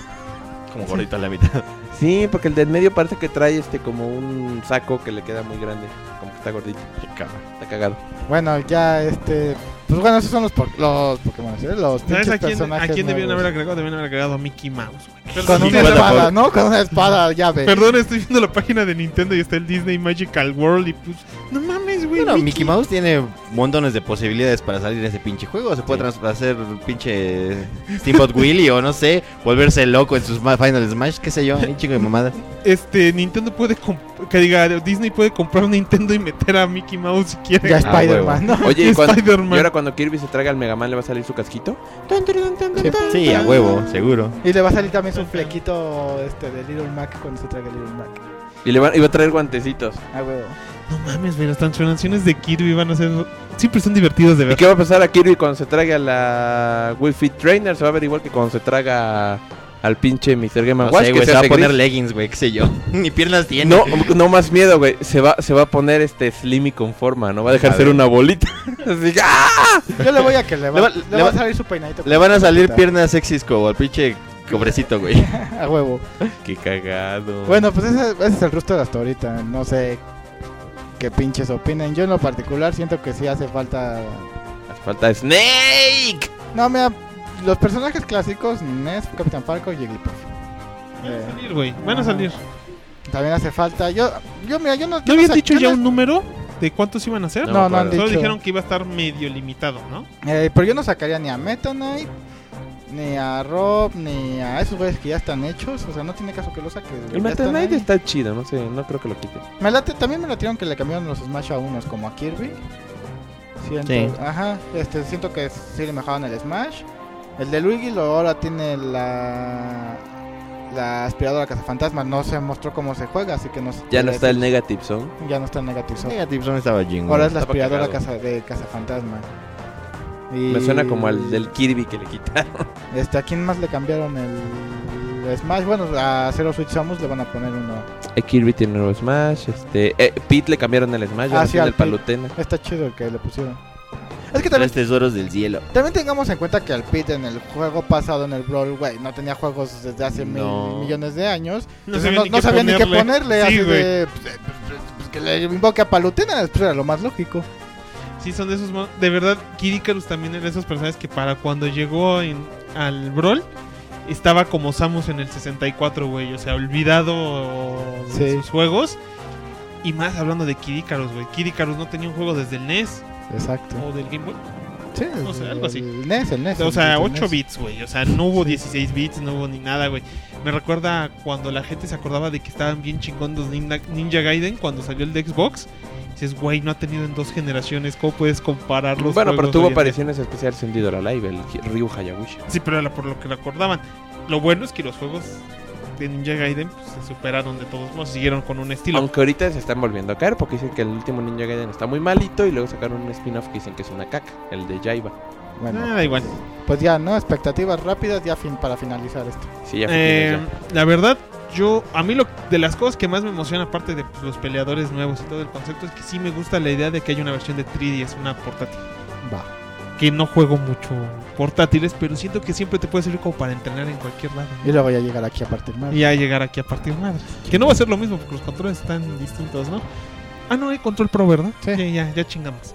S5: Como gordito a la mitad.
S7: Sí, porque el del medio parece que trae este como un saco que le queda muy grande. Como que está gordito. Está cagado.
S4: Bueno, ya este. Pues bueno, esos son los, por- los Pokémon, ¿eh?
S3: ¿Sabes
S4: Los pinches
S3: a quién, a
S4: personajes.
S3: quién debían
S4: nuevos.
S3: haber agregado? Debían haber agregado a Mickey Mouse, güey.
S4: Con
S3: Perdón,
S4: una
S3: mira,
S4: espada, ¿no? Con una espada, llave.
S3: Perdón, estoy viendo la página de Nintendo y está el Disney Magical World y pues. No mames, güey.
S5: Bueno, Mickey Mouse tiene montones de posibilidades para salir de ese pinche juego. Se puede trans- hacer pinche Steamboat Willy o no sé, volverse loco en sus ma- Final Smash, qué sé yo, un chingo de mamadas.
S3: Este, Nintendo puede. comp- Que diga, Disney puede comprar un Nintendo y meter a Mickey Mouse si quiere.
S4: Ya
S5: Ah,
S4: Spider-Man, ¿no?
S7: Oye, y, cuando,
S3: Spider-Man.
S7: y ahora cuando Kirby se traiga al Mega Man, ¿le va a salir su casquito?
S5: Sí, a huevo, seguro.
S4: Y le va a salir también su flequito este, de Little Mac cuando se traiga Little Mac.
S7: Y le va, y va a traer guantecitos.
S4: A huevo.
S3: No mames, güey, las transformaciones de Kirby van a ser. Siempre son divertidas de
S7: ¿Y
S3: ver.
S7: qué va a pasar a Kirby cuando se traiga la Wii Fit Trainer? Se va a ver igual que cuando se traga al pinche Mr. Game
S5: No
S7: Watch
S5: sé,
S7: que
S5: güey,
S7: se
S5: se va a
S7: hace
S5: poner
S7: gris.
S5: leggings, güey, qué sé yo. Ni piernas tiene.
S7: No, no más miedo, güey. Se va, se va a poner este Slimmy con forma, ¿no? Va a dejar
S5: A
S7: ser
S5: ver.
S7: una bolita. Así que, ¡ah!
S4: Yo le voy a que le va,
S5: Le va-
S4: le
S5: le
S4: va
S5: va-
S4: a salir su peinadito.
S5: Le van a salir piernas sexys como al pinche cobrecito, güey.
S4: A huevo.
S7: Qué cagado.
S4: Bueno, pues ese, ese es el rostro de hasta ahorita. No sé qué pinches opinen. Yo en lo particular siento que sí hace falta...
S7: Hace falta Snake.
S4: No, mira, los personajes clásicos, Ness, Capitán Parco y Jigglypuff.
S3: Van a
S4: Eh,
S3: salir, güey. Van a salir.
S4: También hace falta. Yo, yo mira, yo no...
S3: ¿No
S4: yo
S3: habían
S4: sé-
S3: dicho
S4: yo
S3: ya
S4: no-
S3: un número de cuántos iban a ser?
S7: No,
S4: No, no han
S7: pero-
S4: dicho.
S3: Solo dijeron que iba a estar medio limitado, ¿no?
S4: Eh, pero yo no sacaría ni a Meta Knight, ni a Rob, ni a esos güeyes que ya están hechos. O sea, no tiene caso que lo saques.
S7: El
S4: güey, ya
S7: Meta
S4: están
S7: Knight
S4: ahí.
S7: está chido, no sé, no creo que lo quite.
S4: Me late, también me latieron que le cambiaron los Smash a unos como a Kirby. Siento,
S5: Sí.
S4: Ajá, este, siento que sí le mejoraron el Smash. El de Luigi lo ahora tiene la la aspiradora cazafantasmas. No se mostró cómo se juega, así que no sé.
S7: Ya no está el Negative Zone.
S4: Ya no está el Negative Zone.
S5: Negative Zone estaba chingo.
S4: Ahora es la
S7: estaba
S4: aspiradora
S7: cagado.
S4: caza, de cazafantasmas.
S7: Me
S4: Y-
S7: suena como al del Kirby que le quitaron.
S4: Este, ¿a quién más le cambiaron el Smash? Bueno, a Zero Switch Samus le van a poner uno.
S7: El Eh, Kirby tiene nuevo Smash. Este, eh, Pete le cambiaron el Smash.
S4: Ah,
S7: Ah,
S4: sí,
S7: sí,
S4: al
S7: el
S4: Pete.
S7: Palutena.
S4: Está chido el que le pusieron. Es que también,
S5: Tres tesoros del cielo.
S4: también tengamos en cuenta que al Pit en el juego pasado, en el Brawl, güey, no tenía juegos desde hace
S7: No.
S4: mil millones de años.
S3: No
S4: Entonces
S3: sabían
S4: no,
S3: ni
S4: no
S3: qué
S4: sabían ni qué ponerle.
S3: Sí,
S4: así
S3: güey.
S4: de, pues, eh, pues, pues, que le invoque a Palutena, pues era lo más lógico.
S3: Sí, son de esos. mon- De verdad, Kid Icarus también era de esos personajes que para cuando llegó en- al Brawl estaba como Samus en el 64, güey. O sea, olvidado de
S4: Sí.
S3: sus juegos. Y más hablando de Kid Icarus, güey. Kid Icarus no tenía un juego desde el NES
S4: Exacto.
S3: o del Game Boy.
S4: Sí,
S3: o sea, algo así.
S4: El NES, el NES.
S3: O
S4: el E
S3: sea,
S4: NES.
S3: 8 bits, güey. O sea, no hubo 16 bits, no hubo ni nada, güey. Me recuerda cuando la gente se acordaba de que estaban bien chingón los Ninja, Ninja Gaiden cuando salió el de Xbox. Dices, güey, no ha tenido en dos generaciones. ¿Cómo puedes compararlos?
S7: Bueno, pero tuvo apariciones especiales en Dido la Live, el Ki- Ryu Hayabushi.
S3: Sí, pero era por lo que lo acordaban. Lo bueno es que los juegos de Ninja Gaiden pues, se superaron de todos modos, siguieron con un estilo.
S7: Aunque ahorita se están volviendo a caer porque dicen que el último Ninja Gaiden está muy malito y luego sacaron un spin-off que dicen que es una caca, el de Jaiba.
S4: Bueno,
S3: Ah, da igual.
S4: pues ya, ¿no? Expectativas rápidas ya fin para finalizar esto.
S7: Sí, ya fue
S3: Eh,
S7: quien es
S3: la verdad, yo, a mí lo, de las cosas que más me emociona, aparte de pues, los peleadores nuevos y todo el concepto, es que sí me gusta la idea de que haya una versión de 3DS, una portátil.
S4: Va.
S3: Que no juego mucho portátiles, pero siento que siempre te puede servir como para entrenar en cualquier lado.
S4: Y luego ya llegar aquí a partir más.
S3: Y a llegar aquí a partir madres. Que no va a ser lo mismo porque los controles están distintos, ¿no? Ah, no, hay control pro, ¿verdad?
S4: Sí.
S3: Ya, ya, ya chingamos.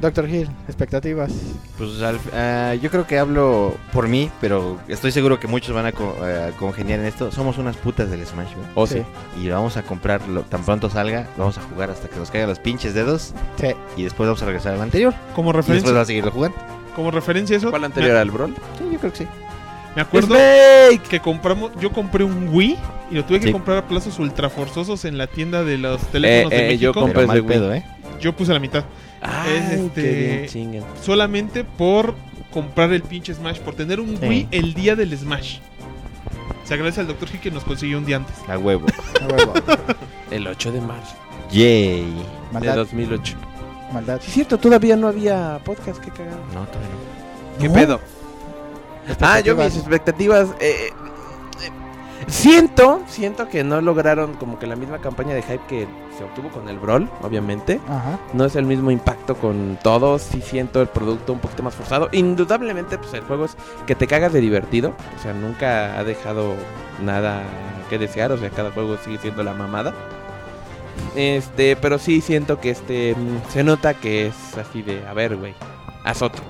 S4: Doctor Hill, expectativas.
S5: Pues al- ah, yo creo que hablo por mí, pero estoy seguro que muchos van a co- eh, congeniar en esto. Somos unas putas del Smash, güey.
S7: ya. O Oh, sí.
S5: Y lo vamos a comprar lo- tan pronto salga. lo Vamos a jugar hasta que nos caigan los pinches dedos.
S4: Sí.
S5: Y después vamos a regresar al anterior.
S3: Como
S5: Y después
S3: referencia,
S5: vamos a seguirlo jugando.
S3: como referencia a eso,
S7: ¿Cuál anterior al Brawl?
S5: Sí, yo creo que sí.
S3: me acuerdo
S7: ¡Snake!
S3: que compramos, yo compré un Wii y lo tuve que
S5: Sí.
S3: comprar a plazos ultra forzosos en la tienda de los
S7: Eh,
S3: teléfonos de
S7: eh, yo
S3: México.
S5: Pero
S7: compré ese
S5: mal
S7: Wii.
S5: pedo, ¿eh?
S3: Yo puse la mitad,
S7: Ay,
S3: Es este-
S7: qué bien chingan.
S3: solamente por comprar el pinche Smash, por tener un
S5: Sí.
S3: Wii el día del Smash. Se agradece al Dr. G que nos consiguió un día antes.
S5: A huevo.
S4: A huevo.
S7: El 8 de marzo
S5: Yay.
S7: de
S4: Maldad,
S7: 2008.
S4: maldad.
S7: Sí, es cierto, todavía no había podcast, qué cagado.
S5: No, todavía no.
S7: ¿Qué
S4: No.
S7: pedo? Ah, yo mis expectativas. eh, eh, siento, siento que no lograron como que la misma campaña de hype que se obtuvo con el Brawl, obviamente.
S4: Ajá.
S7: No es el mismo impacto con todos. Sí siento el producto un poquito más forzado. Indudablemente, pues el juego es que te cagas de divertido. O sea, nunca ha dejado nada que desear. O sea, cada juego sigue siendo la mamada. Este, pero sí siento que este mm, se nota que es así de, a ver, güey, haz otro.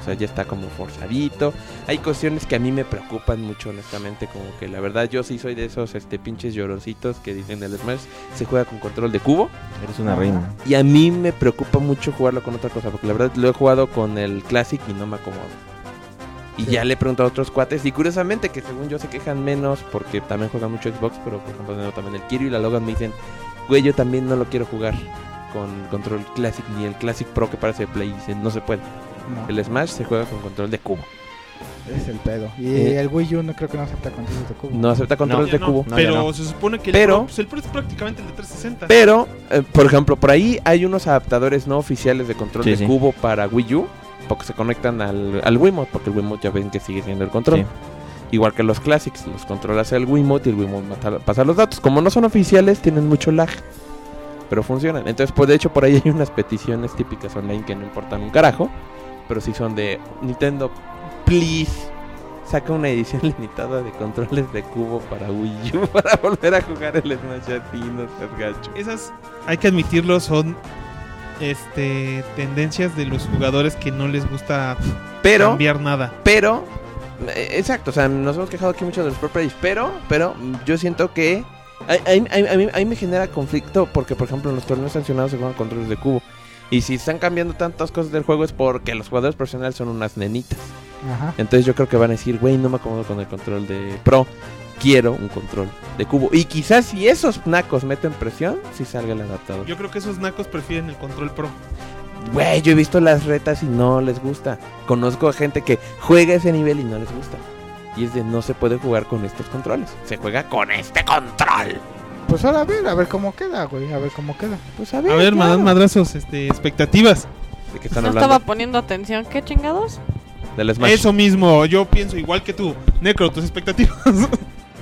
S7: O sea, ya está como forzadito. Hay cuestiones que a mí me preocupan mucho, honestamente. Como que la verdad, yo sí soy de esos este, pinches lloroncitos que dicen el Smash se juega con control de cubo.
S5: Eres una reina.
S7: Y a mí me preocupa mucho jugarlo con otra cosa, porque la verdad lo he jugado con el Classic y no me acomodo. Y
S4: Sí.
S7: ya le he preguntado a otros cuates, y curiosamente, que según yo se quejan menos, porque también juegan mucho Xbox, pero por ejemplo tengo también el Kirby y la Logan me dicen, güey, yo también no lo quiero jugar con control Classic ni el Classic Pro que parece de Play. Y dicen, no se puede.
S4: No,
S7: El Smash se juega con control de cubo.
S4: es el pedo. Y
S7: Eh.
S4: el Wii U no creo que no acepta controles de cubo.
S7: No acepta controles
S3: Ya
S7: de
S3: no,
S7: cubo.
S5: No,
S3: pero
S5: ya no.
S3: se supone que
S7: Pero-
S3: el, Pro, pues el Pro es prácticamente el de 360.
S7: Pero, eh, por ejemplo, por ahí hay unos adaptadores no oficiales de control
S5: Sí,
S7: de
S5: sí.
S7: cubo para Wii U, porque se conectan al, al Wiimote, porque el Wiimote ya ven que sigue siendo el control.
S5: Sí.
S7: Igual que los Classics, los controlas el Wiimote y el Wiimote mata- pasa los datos. Como no son oficiales, tienen mucho lag. Pero funcionan. Entonces, pues de hecho, por ahí hay unas peticiones típicas online que no importan un carajo. Pero sí son de Nintendo, please. Saca una edición limitada de controles de cubo para Wii U para volver a jugar el Smash a ti, no seas gacho.
S3: Esas, hay que admitirlo, son este tendencias de los jugadores que no les gusta
S7: Pero,
S3: cambiar nada.
S7: Pero, eh, exacto, o sea, nos hemos quejado aquí mucho de los properties, pero, pero mm, yo siento que a, a- a- a mí, a mí me genera conflicto porque, por ejemplo, en los torneos sancionados se juegan controles de cubo. Y si están cambiando tantas cosas del juego es porque los jugadores profesionales son unas nenitas.
S4: Ajá.
S7: Entonces yo creo que van a decir, güey, no me acomodo con el control de pro. Quiero un control de cubo. Y quizás si esos nacos meten presión, si salga el adaptador.
S3: Yo creo que esos nacos prefieren el control pro.
S7: Güey, yo he visto las retas y no les gusta. Conozco a gente que juega ese nivel y no les gusta. Y es de no se puede jugar con estos controles. Se juega con este control.
S4: Pues ahora a ver, a ver cómo queda, güey. A ver cómo queda.
S7: Pues a
S5: Mm,
S3: A ver,
S7: claro.
S3: madame madrazos, este, expectativas.
S7: ¿De qué
S8: No
S7: están
S8: estaba
S7: hablando?
S8: poniendo atención, ¿qué chingados?
S7: Del Smash.
S3: Eso mismo, yo pienso igual que tú. Necro, tus expectativas.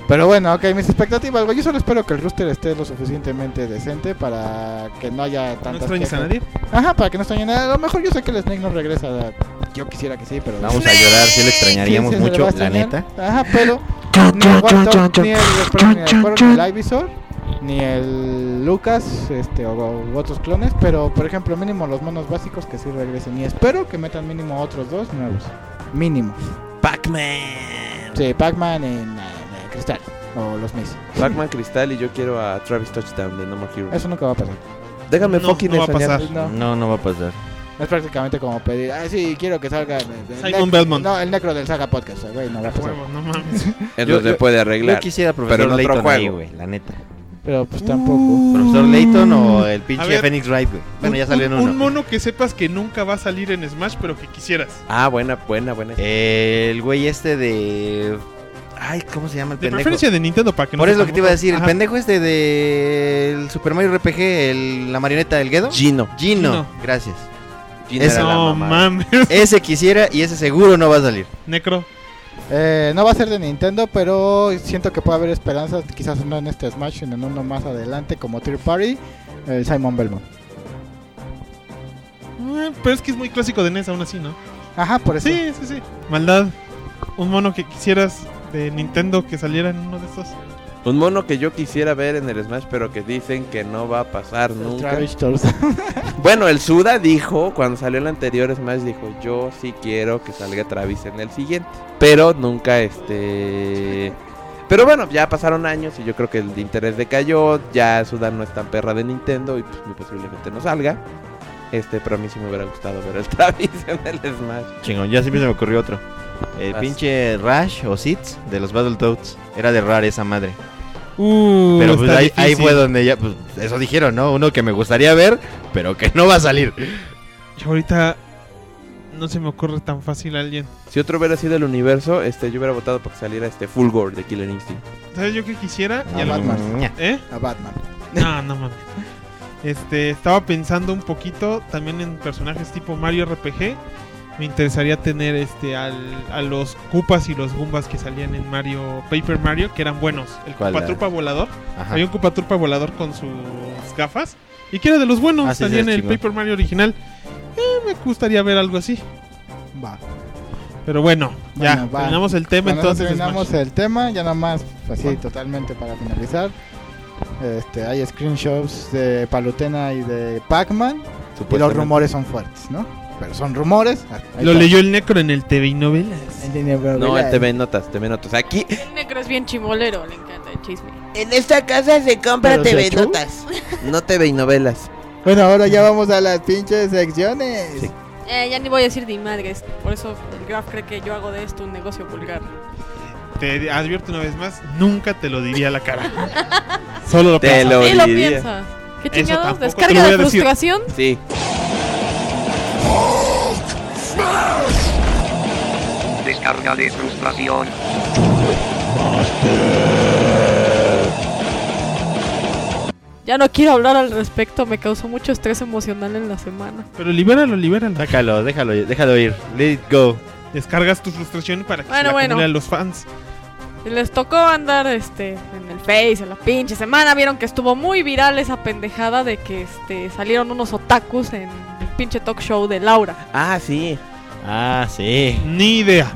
S4: Pero bueno, ok, mis expectativas, güey. Yo solo espero que el rooster esté lo suficientemente decente para que no haya
S3: ¿No
S4: tantas
S3: extrañas a
S4: quejas.
S3: nadie?
S4: Ajá, para que no extrañe nada. A lo mejor yo sé que el Snake no regresa. Yo quisiera que sí, pero...
S5: Vamos a llorar, sí lo extrañaríamos
S4: Sí, se le va
S5: mucho,
S4: a
S5: la
S4: extrañar.
S5: neta.
S4: Ajá, pero ni el Watto, ni el perdón, ni el Porco, ni el Ivysaur, ni el Lucas, este, o, o otros clones, pero por ejemplo, mínimo los monos básicos que sí regresen. Y espero que metan mínimo otros dos nuevos. Mínimo.
S7: Pac-Man.
S4: Sí, Pac-Man en, eh, Cristal. O los Miss.
S7: Pac-Man Cristal y yo quiero a Travis Touchdown de No More Heroes.
S4: Eso nunca va a pasar.
S7: Déjame
S3: No,
S7: fucking
S3: no va a
S7: soñar.
S3: pasar.
S4: No.
S5: No, no va a pasar.
S4: Es prácticamente como pedir. Ah, sí, quiero que salga. el- el
S3: Simon
S4: nec-
S3: Belmont.
S4: No, el necro del Saga Podcast. eh, Güey, no va a pasar.
S3: Huevo, no mames.
S7: Entonces
S5: Yo-
S7: se puede
S5: Yo
S7: arreglar.
S5: quisiera
S7: Pero
S5: profesor
S7: en otro
S5: Layton ahí,
S7: juego.
S5: güey, la neta.
S4: Pero pues tampoco.
S3: Uh.
S5: ¿Profesor
S3: Mm.
S5: Layton o el
S3: A
S5: pinche
S3: ver,
S5: Phoenix Wright, güey? Bueno, ya salió en
S3: un,
S5: uno.
S3: un mono que sepas que nunca va a salir en Smash, pero que quisieras.
S7: Ah, buena, buena, buena.
S3: Eh,
S5: El güey este de... Ay, ¿cómo se llama el
S3: De
S5: pendejo?
S3: preferencia de Nintendo para que no
S5: Por
S3: sea
S5: eso lo
S3: tan
S5: que te iba a
S3: mono.
S5: decir, el
S3: Ajá.
S5: pendejo este del Super Mario RPG, el- la marioneta del Gedo.
S7: Gino.
S5: Gino.
S3: Gino.
S5: Gracias. Gino
S3: Ese-
S5: era la
S3: No
S5: mamá.
S3: mames.
S5: Ese quisiera y ese seguro no va a salir.
S3: Necro.
S4: Eh, no va a ser de Nintendo, pero siento que puede haber esperanzas, quizás no en este Smash, sino en uno más adelante como Third Party, el Simon Belmont.
S3: Eh, Pero es que es muy clásico de NES aún así, ¿no?
S4: Ajá, por eso.
S3: Sí, sí, sí. Maldad. Un mono que quisieras de Nintendo que saliera en uno de estos.
S7: Un mono que yo quisiera ver en el Smash, pero que dicen que no va a pasar
S4: El
S7: nunca.
S4: Travis Touchdown.
S7: Bueno, el Suda dijo, cuando salió el anterior Smash, dijo, yo sí quiero que salga Travis en el siguiente. Pero nunca este... Pero bueno, ya pasaron años y yo creo que el interés decayó, ya Suda no es tan perra de Nintendo y pues muy posiblemente no salga. Este, pero a mí sí me hubiera gustado ver el Travis en el Smash.
S5: Chingón, ya siempre se me ocurrió otro. El
S7: Vas.
S5: pinche Rash o Sitz de los Battletoads. Era de Rar esa madre.
S3: Uh,
S5: Pero pues
S3: está
S5: ahí, ahí
S3: difícil.
S5: fue donde ya, pues, eso dijeron, ¿no? Uno que me gustaría ver, pero que no va a salir.
S3: Yo ahorita no se me ocurre tan fácil a alguien.
S7: Si otro hubiera sido el universo, este, yo hubiera votado para que saliera este Fulgor de Killer Instinct.
S3: ¿Sabes yo qué quisiera?
S5: Ah,
S4: No,
S3: Y algo-
S4: Batman.
S5: Ña.
S3: ¿Eh?
S4: A Batman.
S3: No, no mames. Este, estaba pensando un poquito también en personajes tipo Mario RPG. Me interesaría tener este al- a los Koopas y los Goombas que salían en Mario Paper Mario, que eran buenos. El
S5: ¿Cuál
S3: Koopa
S5: era?
S3: Trupa volador.
S5: Ajá.
S3: Había un Koopa Trupa volador con sus gafas. Y que era de los buenos.
S5: Ah, sí,
S3: salía
S5: sí,
S3: en el
S5: chingón.
S3: Paper Mario original. Eh, me gustaría ver algo así.
S4: Va.
S3: Pero bueno, ya
S4: Bueno, va.
S3: terminamos el tema
S4: Bueno,
S3: entonces.
S4: terminamos
S3: Smash.
S4: el tema, ya nada más, así totalmente para finalizar. Este, hay screenshots de Palutena y de Pac-Man, y los
S5: Supuestamente.
S4: rumores son fuertes, ¿no? Pero son rumores. Ah, ahí
S3: Lo
S4: está.
S3: leyó el Necro en el TV y novelas.
S4: El dinero, pero
S7: No,
S4: mira,
S7: el TV Notas, TV Notas. Aquí,
S8: El necro es bien chimolero, le encanta el chisme.
S9: En esta casa se compra
S4: Pero se
S9: TV
S4: achú.
S9: Notas.
S7: no TV y novelas.
S4: Bueno, ahora ya vamos a las pinches secciones.
S7: Sí.
S8: Eh, ya ni voy a decir ni madres, por eso el Graf cree que yo hago de esto un negocio vulgar.
S3: Te advierto una vez más, nunca te lo diría a la cara. Solo lo
S7: Te
S3: pienso.
S7: lo-
S8: Y lo
S7: Olvidé.
S8: piensas. ¿Qué
S3: Eso
S8: chingados?
S3: tampoco
S8: ¿Descarga
S3: te lo
S8: de
S3: voy a decir.
S8: frustración?
S7: Sí.
S10: Descarga de frustración.
S8: Ya no quiero hablar al respecto, me causó mucho estrés emocional en la semana.
S3: Pero libéralo, libéralo.
S5: Sácalo, déjalo, déjalo ir. Let it go.
S3: Descargas tu frustración para que
S8: Bueno,
S3: se la acumule
S8: bueno.
S3: a los fans.
S8: Y les tocó andar este en el Face en la pinche semana. Vieron que estuvo muy viral esa pendejada de que este salieron unos otakus en el pinche talk show de Laura.
S7: Ah, sí.
S5: Ah, sí.
S3: Ni idea.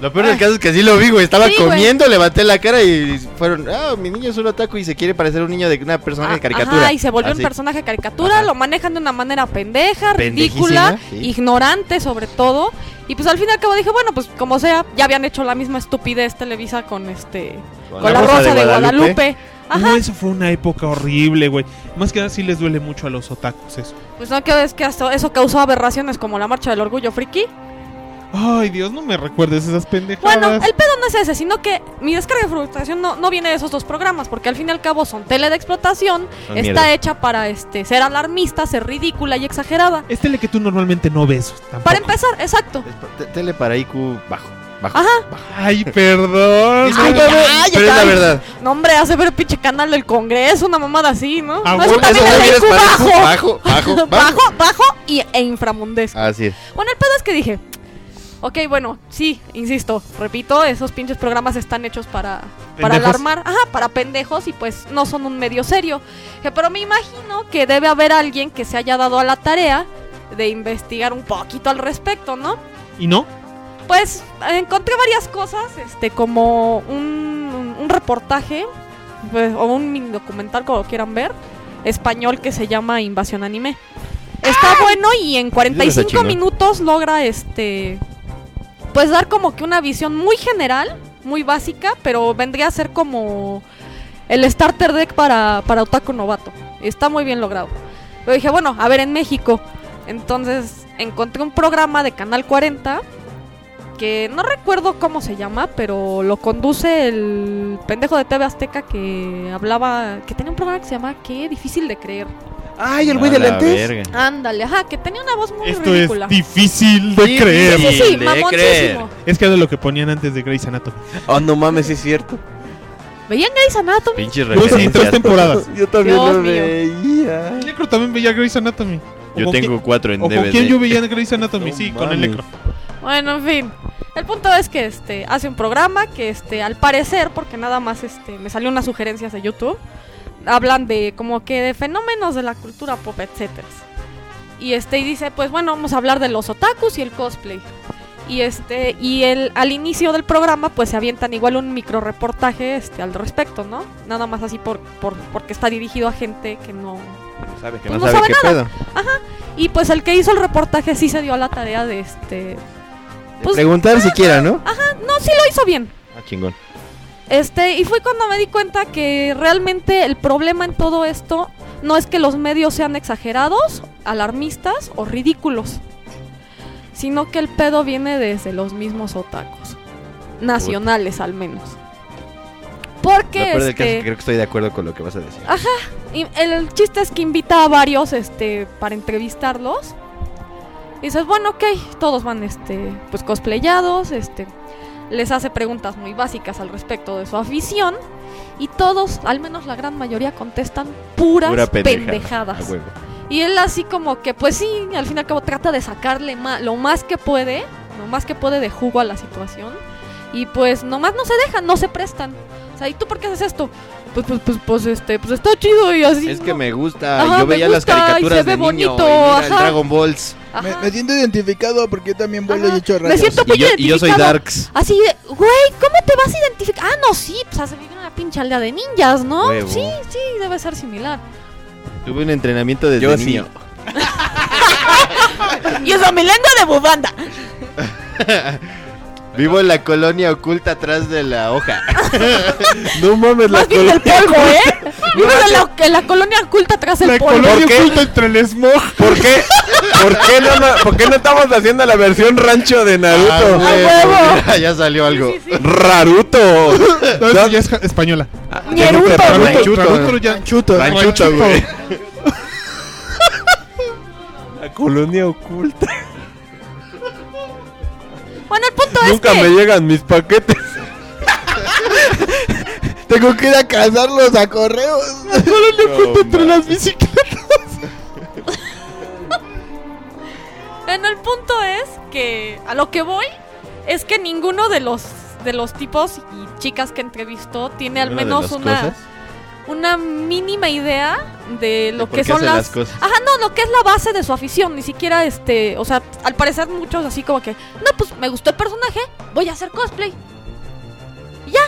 S5: Lo peor del caso es que sí lo vi, güey. Estaba
S8: Sí, güey.
S5: comiendo, levanté la cara y fueron. Ah, mi niño es un otaku y se quiere parecer un niño de una persona de
S8: Ah,
S5: caricatura.
S8: Ajá, y se volvió
S5: Así.
S8: un personaje de caricatura,
S5: Ajá.
S8: lo manejan de una manera pendeja,
S5: Pendejísima,
S8: ridícula,
S5: sí.
S8: ignorante sobre todo. Y pues al fin y al cabo dije, bueno, pues como sea, ya habían hecho la misma estupidez Televisa con este con la, rosa, de, Guadalupe. Ajá.
S3: No, eso fue una época horrible, güey. Más que nada sí les duele mucho a los otakus eso.
S8: Pues no que es que hasta eso causó aberraciones como la marcha del orgullo friki.
S3: Ay, Dios, no me recuerdes esas pendejadas.
S8: Bueno, el pedo no es ese, sino que mi descarga de frustración no, no viene de esos dos programas, porque al fin y al cabo son tele de explotación,
S5: Son
S8: está
S5: mierda.
S8: hecha para este ser alarmista, ser ridícula y exagerada.
S3: Es tele Este que tú normalmente no ves. tampoco.
S8: Para em- empezar, exacto.
S5: Es pa- te- Tele para IQ bajo. bajo.
S8: Ajá.
S3: Ay, perdón.
S8: Ay,
S5: Discúlpame,
S8: ay,
S5: pero es la
S8: ay.
S5: verdad.
S8: No, hombre, hace ver el pinche canal del Congreso, una mamada así, ¿no?
S3: Ah,
S8: No,
S3: bueno,
S5: Eso
S8: eso también
S5: fue
S8: es de
S5: bien,
S8: IQ
S5: para
S8: bajo.
S5: IQ bajo, bajo, bajo.
S8: Bajo, bajo y, e inframundesco.
S5: Así es.
S8: Bueno, el pedo es que dije, ok, bueno, sí, insisto, repito, esos pinches programas están hechos para, para
S3: Pendejos.
S8: alarmar, ajá, para pendejos y pues no son un medio serio. Que, Pero me imagino que debe haber alguien que se haya dado a la tarea de investigar un poquito al respecto, ¿no?
S3: ¿Y no?
S8: Pues encontré varias cosas, este, como un, un reportaje pues, o un mini documental, como lo quieran ver, español que se llama Invasión Anime. Está bueno y en
S5: Eso está
S8: 45
S5: chingón.
S8: minutos logra este pues dar como que una visión muy general, muy básica, pero vendría a ser como el starter deck para, para Otaku Novato. Está muy bien logrado. Pero dije, bueno, a ver en México. Entonces encontré un programa de Canal 40 que no recuerdo cómo se llama, pero lo conduce el pendejo de TV Azteca que hablaba, que tenía un programa que se llama Qué difícil de creer.
S4: Ay, el güey de
S5: A la
S4: lentes.
S5: verga.
S8: Ándale, ajá, que tenía una voz muy
S3: Esto
S8: ridícula.
S3: es difícil de
S5: Sí,
S3: creer.
S8: sí, sí,
S5: de creer.
S8: mamoncísimo.
S3: Es que era lo que ponían antes de Grey's Anatomy.
S7: Oh, no mames, sí es cierto.
S8: ¿Veían Grey's Anatomy?
S5: Pinches
S3: Yo sí, tres
S5: referencias.
S3: temporadas.
S7: Yo también
S8: Dios
S7: lo
S8: mío.
S7: veía.
S3: El Necro también veía Grey's Anatomy. ¿O
S5: Yo
S3: con
S5: tengo cuatro en
S3: quién- ¿O con
S5: DVD.
S3: quién yo veía Grey's Anatomy?
S7: No
S3: sí, con el
S7: mames.
S3: Necro.
S8: Bueno, en fin. El punto es que este hace un programa que este al parecer, porque nada más este me salió unas sugerencias de YouTube, hablan de como que de fenómenos de la cultura pop, etcétera. Y este y dice, pues bueno, vamos a hablar de los otakus y el cosplay. Y este y el al inicio del programa pues se avientan igual un micro reportaje este al respecto, ¿no? Nada más así por, por porque está dirigido a gente que no
S7: ¿Sabes
S5: Que
S8: Pues
S5: no
S8: no
S5: sabe
S8: sabe
S5: qué
S8: nada.
S5: pedo.
S8: y pues el que hizo el reportaje sí se dio a la tarea de este Pues- Ah.
S5: Preguntar siquiera, ¿no?
S8: no, sí lo hizo bien.
S5: Ah, chingón.
S8: Este, y fue cuando me di cuenta que realmente el problema en todo esto no es que los medios sean exagerados, alarmistas o ridículos, sino que el pedo viene desde los mismos otacos, nacionales al menos.
S5: Lo
S8: Porque
S5: peor del caso es
S8: este,
S5: que creo que estoy de acuerdo con lo que vas a decir.
S8: y el chiste es que invita a varios este para entrevistarlos. Y dices, bueno, ok, todos van este pues cosplayados, este les hace preguntas muy básicas al respecto de su afición y todos, al menos la gran mayoría contestan puras
S5: Pura pendeja. Ah,
S8: pendejadas.
S5: A huevo.
S8: Y él así como que, pues sí, al fin y al cabo trata de sacarle ma- lo más que puede, lo más que puede de jugo a la situación. Y pues nomás no se dejan, no se prestan. O sea, ¿y tú por qué haces esto? Pues, pues, pues, pues, este, pues está chido y así.
S5: Es
S8: ¿no?
S5: que me gusta.
S8: Ajá,
S5: yo
S8: Ah, me
S5: veía las
S8: gusta, y
S5: caricaturas
S8: se ve
S5: de niño.
S8: bonito,
S5: y mira el
S8: ajá.
S5: Dragon Balls.
S8: Ajá,
S2: Me, me siento identificado porque yo también vuelo
S8: ajá.
S2: y echo
S8: Me
S2: rayos.
S8: siento muy
S5: Y yo, y yo soy
S8: identificado.
S5: Darks.
S8: Así de, güey, ¿cómo te vas a identificar? Ah, no, sí, pues hace vivir una pinche aldea de ninjas, ¿no?
S5: Huevo.
S8: Sí, sí, debe ser similar.
S5: Tuve un entrenamiento desde
S7: Yo sí.
S5: niño.
S6: Y eso mi lengua de bufanda.
S5: Vivo en la colonia oculta atrás de la hoja.
S7: No mames,
S8: Más bien del polvo, ¿eh? Vives en la, en la colonia oculta tras el
S3: La
S8: polvo.
S3: colonia
S7: ¿Por qué?
S3: oculta entre el smog.
S7: ¿Por qué? ¿Por qué, no, no- por qué no estamos haciendo la versión rancho de
S5: Ah,
S7: Naruto?
S5: güey,
S8: huevo!
S5: mira, ya salió algo.
S8: Sí, sí, sí.
S7: ¡Raruto! Ah,
S3: No, esa Ah, ya es ja- española.
S5: Ñeruto, güey. Ranchuto.
S3: Ranchuto ya-
S5: Ranchuto, güey.
S7: La colonia oculta.
S8: Bueno, el punto es
S7: Nunca
S8: que...
S7: me llegan mis paquetes.
S2: Tengo que ir a cazarlos a correos.
S3: Entre las bicicletas.
S8: Bueno, el punto es que a lo que voy es que ninguno de los de los tipos y chicas que entrevistó tiene al
S5: Una de
S8: menos
S5: las
S8: una,
S5: cosas.
S8: una mínima idea de lo
S5: por
S8: que
S5: qué
S8: son
S5: hace
S8: las...
S5: las cosas.
S8: Ajá, no, lo que es la base de su afición, ni siquiera este, o sea, al parecer muchos así como que, no, pues me gustó el personaje, voy a hacer cosplay. Y Ya.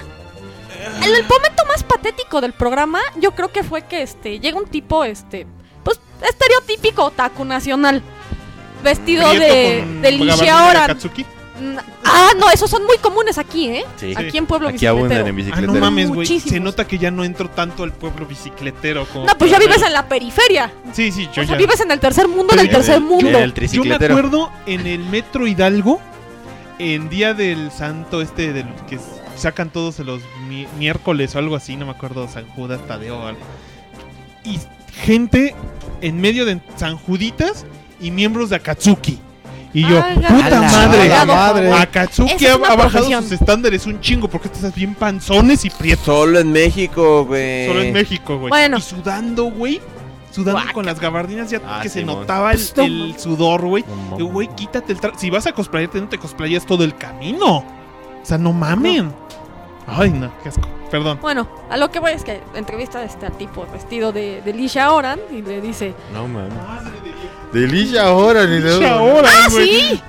S8: El, el momento más patético del programa, yo creo que fue que este llega un tipo este, pues estereotípico otaku nacional, vestido
S3: Prieto
S8: de
S3: con
S8: de
S3: gabardina
S8: Linche ahora.
S3: Katsuki.
S8: Ah, no, esos son muy comunes aquí, ¿eh? Aquí en Pueblo
S5: Aquí
S8: Bicicletero.
S5: abundan en
S3: Ah, no
S5: bicicleteros.
S3: mames, güey.
S8: Muchísimos.
S3: Se nota que ya no entro tanto al pueblo bicicletero. Como
S8: No, pues ya vives en la periferia.
S3: Sí, sí, yo
S8: O
S3: ya.
S8: sea, vives en el tercer mundo del
S5: Pero-
S8: tercer mundo.
S5: Era el
S3: Yo me
S5: tricicletero.
S3: acuerdo en el metro Hidalgo, en día del santo este de los que sacan todos los mi- miércoles o algo así, no me acuerdo, San Judas Tadeo o algo. Y gente en medio de San Juditas y miembros de Akatsuki. Y yo,
S8: Ay,
S3: puta
S8: ganas.
S3: madre,
S4: A la madre.
S3: Akatsuki
S8: Esa
S3: ha,
S8: es una
S3: ha bajado
S8: profesión.
S3: sus estándares un chingo porque estás bien panzones y prietos.
S7: Solo en México, güey.
S3: Solo en México, güey.
S8: Bueno.
S3: Y sudando, güey. Sudando con las gabardinas ya
S5: Ah,
S3: que se
S5: Simón.
S3: notaba el,
S8: Pues, no
S3: el sudor, güey.
S5: No mames.
S3: Digo, Güey, quítate el traje. Si vas a cosplayarte, no te cosplayas todo el camino. O sea, no mamen. Ay, no, qué asco. Perdón.
S8: Bueno, a lo que voy es que entrevista este, al tipo vestido de, de Lisha Oran y le dice,
S5: No mames. Delicia ahora, ni de-
S8: ¡Ah, sí!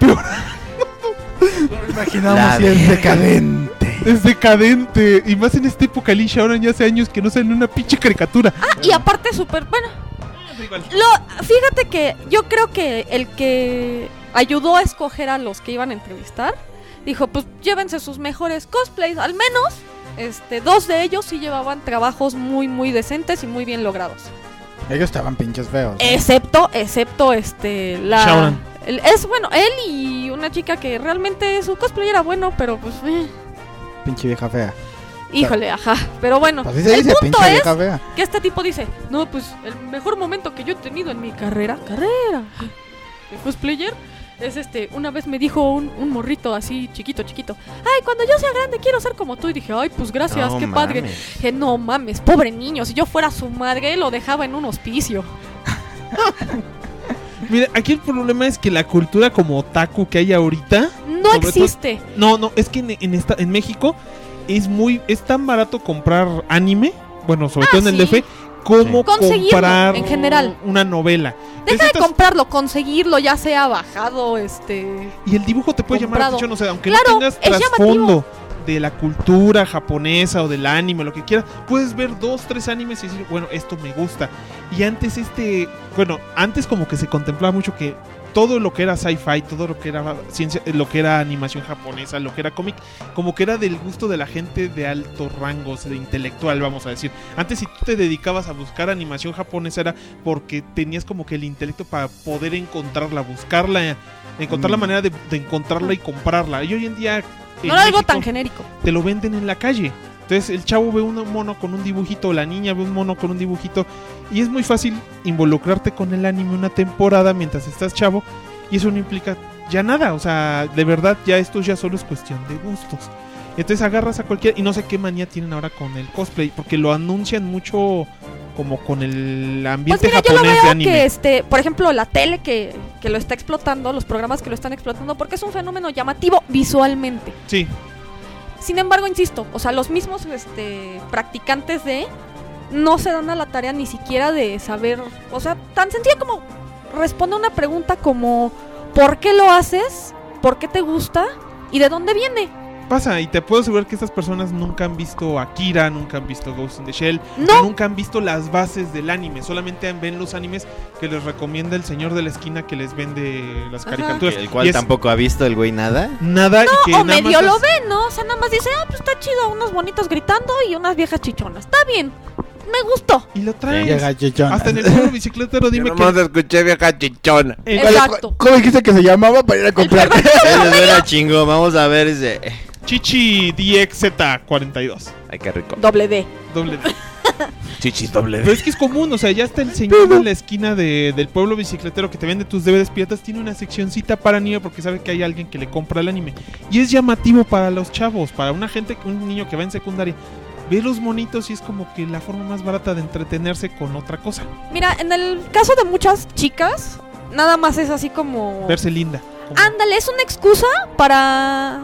S4: Imaginamos si es decadente.
S3: Es decadente. Y más en esta época, Alicia, ahora ya hace años que no sale en una pinche caricatura.
S8: Ah, y aparte súper, bueno, Ah. lo, fíjate que yo creo que el que ayudó a escoger a los que iban a entrevistar, dijo, pues llévense sus mejores cosplays, al menos este, dos de ellos sí llevaban trabajos muy, muy decentes y muy bien logrados.
S4: Ellos estaban pinches feos. ¿no?
S8: Excepto, excepto este la
S3: Shaoran.
S8: el- es bueno, él y una chica que realmente su cosplay era bueno, pero pues eh,
S4: Pinche vieja fea.
S8: híjole, ajá. Pero bueno,
S4: Así se
S8: el
S4: dice,
S8: punto
S4: pinche
S8: es
S4: vieja fea.
S8: que este tipo dice, no, pues el mejor momento que yo he tenido en mi carrera, carrera de cosplayer, es este, una vez me dijo un, un morrito así chiquito, chiquito, ay, cuando yo sea grande quiero ser como tú. Y dije, ay, pues gracias,
S5: No
S8: qué padre.
S5: mames.
S8: Dije, no mames, pobre niño, si yo fuera su madre lo dejaba en un hospicio.
S3: Mira, aquí el problema es que la cultura como otaku que hay ahorita.
S8: No
S3: Sobre todo-
S8: existe.
S3: No, no, es que en, en esta, en México es muy. Es tan barato comprar anime. Bueno, sobre
S8: Ah,
S3: todo en el
S8: sí.
S3: DF. Como
S8: Conseguirlo,
S3: comprar
S8: en general.
S3: una novela.
S8: Deja
S3: Entonces,
S8: de
S3: estas-
S8: comprarlo, conseguirlo, ya sea bajado, este.
S3: Y el dibujo te puede llamar la
S8: Comprado.
S3: atención, o sea, aunque
S8: Claro,
S3: no tengas
S8: es llamativo.
S3: trasfondo de la cultura japonesa o del anime, lo que quieras, puedes ver dos, tres animes y decir, bueno, esto me gusta. Y antes este, bueno, antes como que se contemplaba mucho que todo lo que era sci-fi, todo lo que era ciencia, eh, lo que era animación japonesa, lo que era cómic, como que era del gusto de la gente de alto rango, o sea, de intelectual, vamos a decir. Antes si tú te dedicabas a buscar animación japonesa era porque tenías como que el intelecto para poder encontrarla, buscarla, encontrar la
S4: Mm.
S3: manera de, de encontrarla y comprarla. Y hoy en día en
S8: No era algo
S3: México,
S8: tan genérico.
S3: te lo venden en la calle. Entonces el chavo ve un mono con un dibujito, la niña ve un mono con un dibujito y es muy fácil involucrarte con el anime una temporada mientras estás chavo y eso no implica ya nada, o sea, de verdad ya esto ya solo es cuestión de gustos. Entonces agarras a cualquiera y no sé qué manía tienen ahora con el cosplay porque lo anuncian mucho como con el
S8: Pues
S3: ambiente
S8: mira, yo lo
S3: japonés de
S8: veo
S3: anime.
S8: que, este, por ejemplo, la tele que, que lo está explotando, los programas que lo están explotando, porque es un fenómeno llamativo visualmente.
S3: Sí,
S8: Sin embargo, insisto, o sea, los mismos este, practicantes de no se dan a la tarea ni siquiera de saber, o sea, tan sencilla como responde una pregunta como ¿por qué lo haces? ¿Por qué te gusta? ¿Y de dónde viene?
S3: pasa y te puedo asegurar que estas personas nunca han visto Akira, nunca han visto Ghost in the Shell,
S8: No,
S3: Nunca han visto las bases del anime, solamente ven los animes que les recomienda el señor de la esquina que les vende las
S8: Ajá.
S3: caricaturas.
S5: El
S3: Y
S5: cual
S3: es
S5: tampoco ha visto el güey nada.
S3: Nada y que
S8: o
S3: nada
S8: medio
S3: más
S8: lo
S3: es-
S8: ve, ¿no? O sea, nada más dice, ah, pues está chido, unos bonitos gritando y unas viejas chichonas. Está bien, me gustó.
S3: Y lo traes.
S4: Llega chichona.
S3: Hasta en el pueblo bicicletero
S7: Yo
S3: dime
S7: nomás
S3: que...
S7: escuché vieja chichona.
S3: en-
S8: Exacto.
S4: ¿Cómo dijiste que se llamaba para ir a comprar?
S5: Él les era chingo, vamos a ver ese.
S3: Chichi DXZ42.
S7: Ay, qué rico.
S8: Doble D.
S3: Doble D.
S7: Chichis doble.
S3: Pero es que es común, o sea, ya está el señor de la esquina de- del pueblo bicicletero que te vende tus DVDs piratas, tiene una seccioncita para anime porque sabe que hay alguien que le compra el anime. Y es llamativo para los chavos, para una gente, un niño que va en secundaria. Ve los monitos y es como que la forma más barata de entretenerse con otra cosa.
S8: Mira, en el caso de muchas chicas, nada más es así como... Ah,
S3: Verse linda. como-
S8: Ándale, es una excusa para...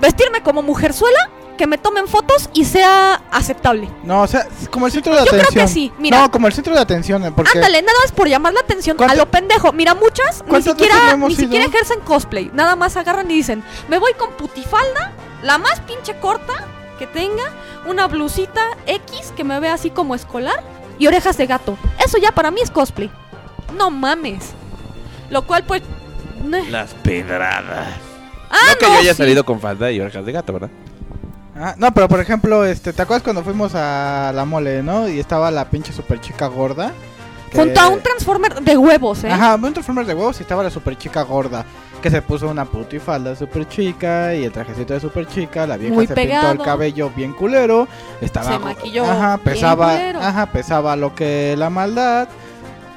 S8: vestirme como mujerzuela, que me tomen fotos y sea aceptable.
S4: No, o sea, como el centro de
S8: Yo creo
S4: atención.
S8: que sí, mira.
S4: No, como el centro de atención, eh, porque
S8: Ándale, nada más por llamar la atención a
S4: ¿Cuánto-
S8: lo pendejo. Mira, muchas ni
S4: cuántas veces no
S8: siquiera,
S4: hemos
S8: ni
S4: ido?
S8: siquiera ejercen cosplay. Nada más agarran y dicen, me voy con putifalda, la más pinche corta que tenga, una blusita X que me vea así como escolar y orejas de gato. Eso ya para mí es cosplay. No mames. Lo cual pues... no-
S7: Las pedradas.
S8: Ah,
S7: no que yo haya
S8: sí.
S7: salido con falda y orejas de gato, ¿verdad?
S4: Ah, no, pero por ejemplo, este, ¿te acuerdas cuando fuimos a la mole, no? Y estaba la pinche super chica gorda. que-
S8: Junto a un Transformer de huevos, ¿eh?
S4: Ajá, un Transformers de huevos y estaba la super chica gorda. Que se puso una putifalda super chica y el trajecito de super chica. La vieja
S8: Muy
S4: se
S8: pegado.
S4: pintó el cabello bien culero. Estaba.
S8: Se maquilló
S4: Ajá,
S8: bien
S4: pesaba.
S8: culero.
S4: Ajá, pesaba lo que la maldad.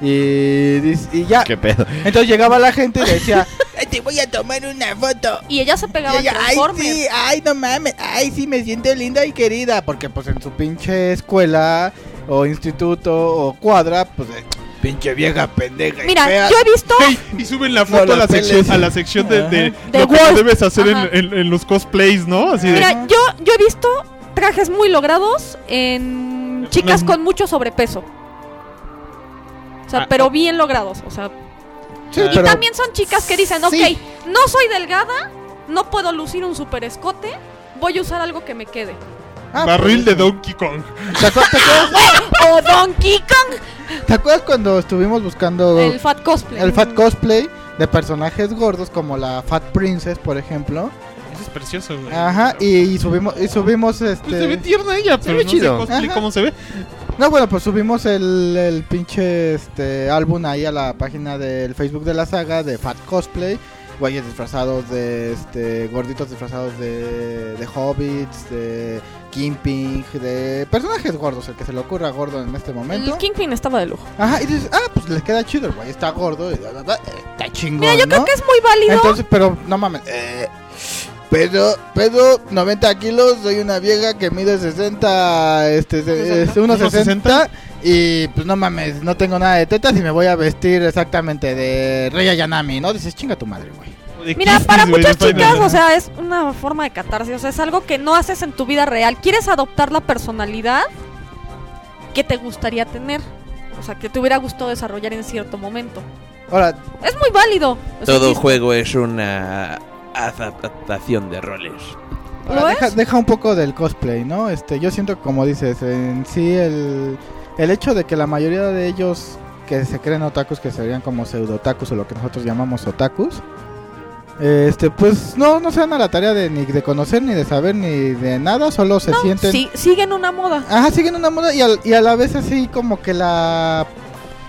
S4: Y, dis- y ya.
S5: ¿Qué pedo?
S4: Entonces llegaba la gente y decía:
S9: Ay, Te voy a tomar una foto.
S8: Y ella se pegaba al
S9: Ella, ay,
S8: Transformer.
S9: sí,
S4: ay, no mames, ay, sí, me siento linda y querida. Porque pues en su pinche escuela o instituto o cuadra, pues eh, pinche vieja pendeja. y
S8: Mira,
S4: fea.
S8: yo he visto...
S3: Ey, y suben la foto
S4: No,
S3: a, la
S4: las
S3: sección,
S4: peles.
S3: a la sección de, de
S8: De
S3: lo que
S8: Word.
S3: debes hacer en,
S8: Ajá.
S3: en- en los cosplays, ¿no? Así de.
S8: Mira, yo, yo he visto trajes muy logrados en chicas
S3: Ujú.
S8: con mucho sobrepeso. O sea,
S3: Ah,
S8: pero bien logrados. O sea,
S4: Sí,
S8: Ah, y
S4: pero-
S8: también son chicas que dicen, ok,
S4: sí.
S8: no soy delgada, no puedo lucir un super escote, voy a usar algo que me quede.
S4: Ah,
S3: Barril de
S4: pues,
S3: Donkey Kong.
S4: ¿Te acuerdas, te acuerdas- Oh,
S8: o Donkey Kong,
S4: te acuerdas cuando estuvimos buscando
S8: el
S4: el,
S8: fat cosplay.
S4: fat cosplay de personajes gordos como la Fat Princess, por ejemplo?
S3: Eso es precioso, güey.
S4: Ajá, y, y subimos, y subimos
S3: Pues se ve
S4: este.
S3: tierna ella, pero
S5: ve
S3: no
S5: chido.
S3: sé cosplay
S4: Ajá.
S3: cómo se ve.
S4: No, bueno, pues subimos el, el pinche este álbum ahí a la página del Facebook de la saga de Fat Cosplay. Güeyes disfrazados de este gorditos disfrazados de, de hobbits, de Kimping, de personajes gordos, el que se le ocurra gordo en este momento.
S8: El Kingpin estaba de lujo.
S4: Ajá, y dices, ah, pues le queda chido, el güey está gordo, y da, da, da, eh, está chingón.
S8: Mira, yo creo
S4: ¿no?
S8: que es muy válido.
S4: Entonces, pero no mames.
S2: Eh, peso, peso 90 kilos, soy una vieja que mide 60, este, se- este, unos
S3: 1.60.
S2: 60
S4: eh, Y pues no mames, no tengo nada de tetas y me voy a vestir exactamente de Rey Ayanami, ¿no? Dices, chinga tu madre, Este güey.
S3: De
S8: Mira,
S3: Kisses,
S8: para
S3: güey,
S8: muchas
S3: de Final
S8: chicas, o
S3: Fantasy.
S8: sea, es una forma de catarsis, o sea, es algo que no haces en tu vida real. Quieres adoptar la personalidad que te gustaría tener, o sea, que te hubiera gustado desarrollar en cierto momento.
S4: Ahora,
S8: Es muy válido. o sea,
S7: Todo
S8: sí,
S7: juego es una adaptación de roles.
S8: ¿Lo
S4: Ah, deja,
S8: es?
S4: deja un poco del cosplay, ¿no? Este, yo siento que como dices, en sí el, el hecho de que la mayoría de ellos que se creen otakus, que serían como pseudo otakus o lo que nosotros llamamos otakus, este, pues no, no se dan a la tarea de ni de conocer, ni de saber, ni de nada, solo se
S8: no,
S4: sienten
S8: sí, siguen una moda.
S4: Ajá, siguen una moda y, al- y a la vez así como que la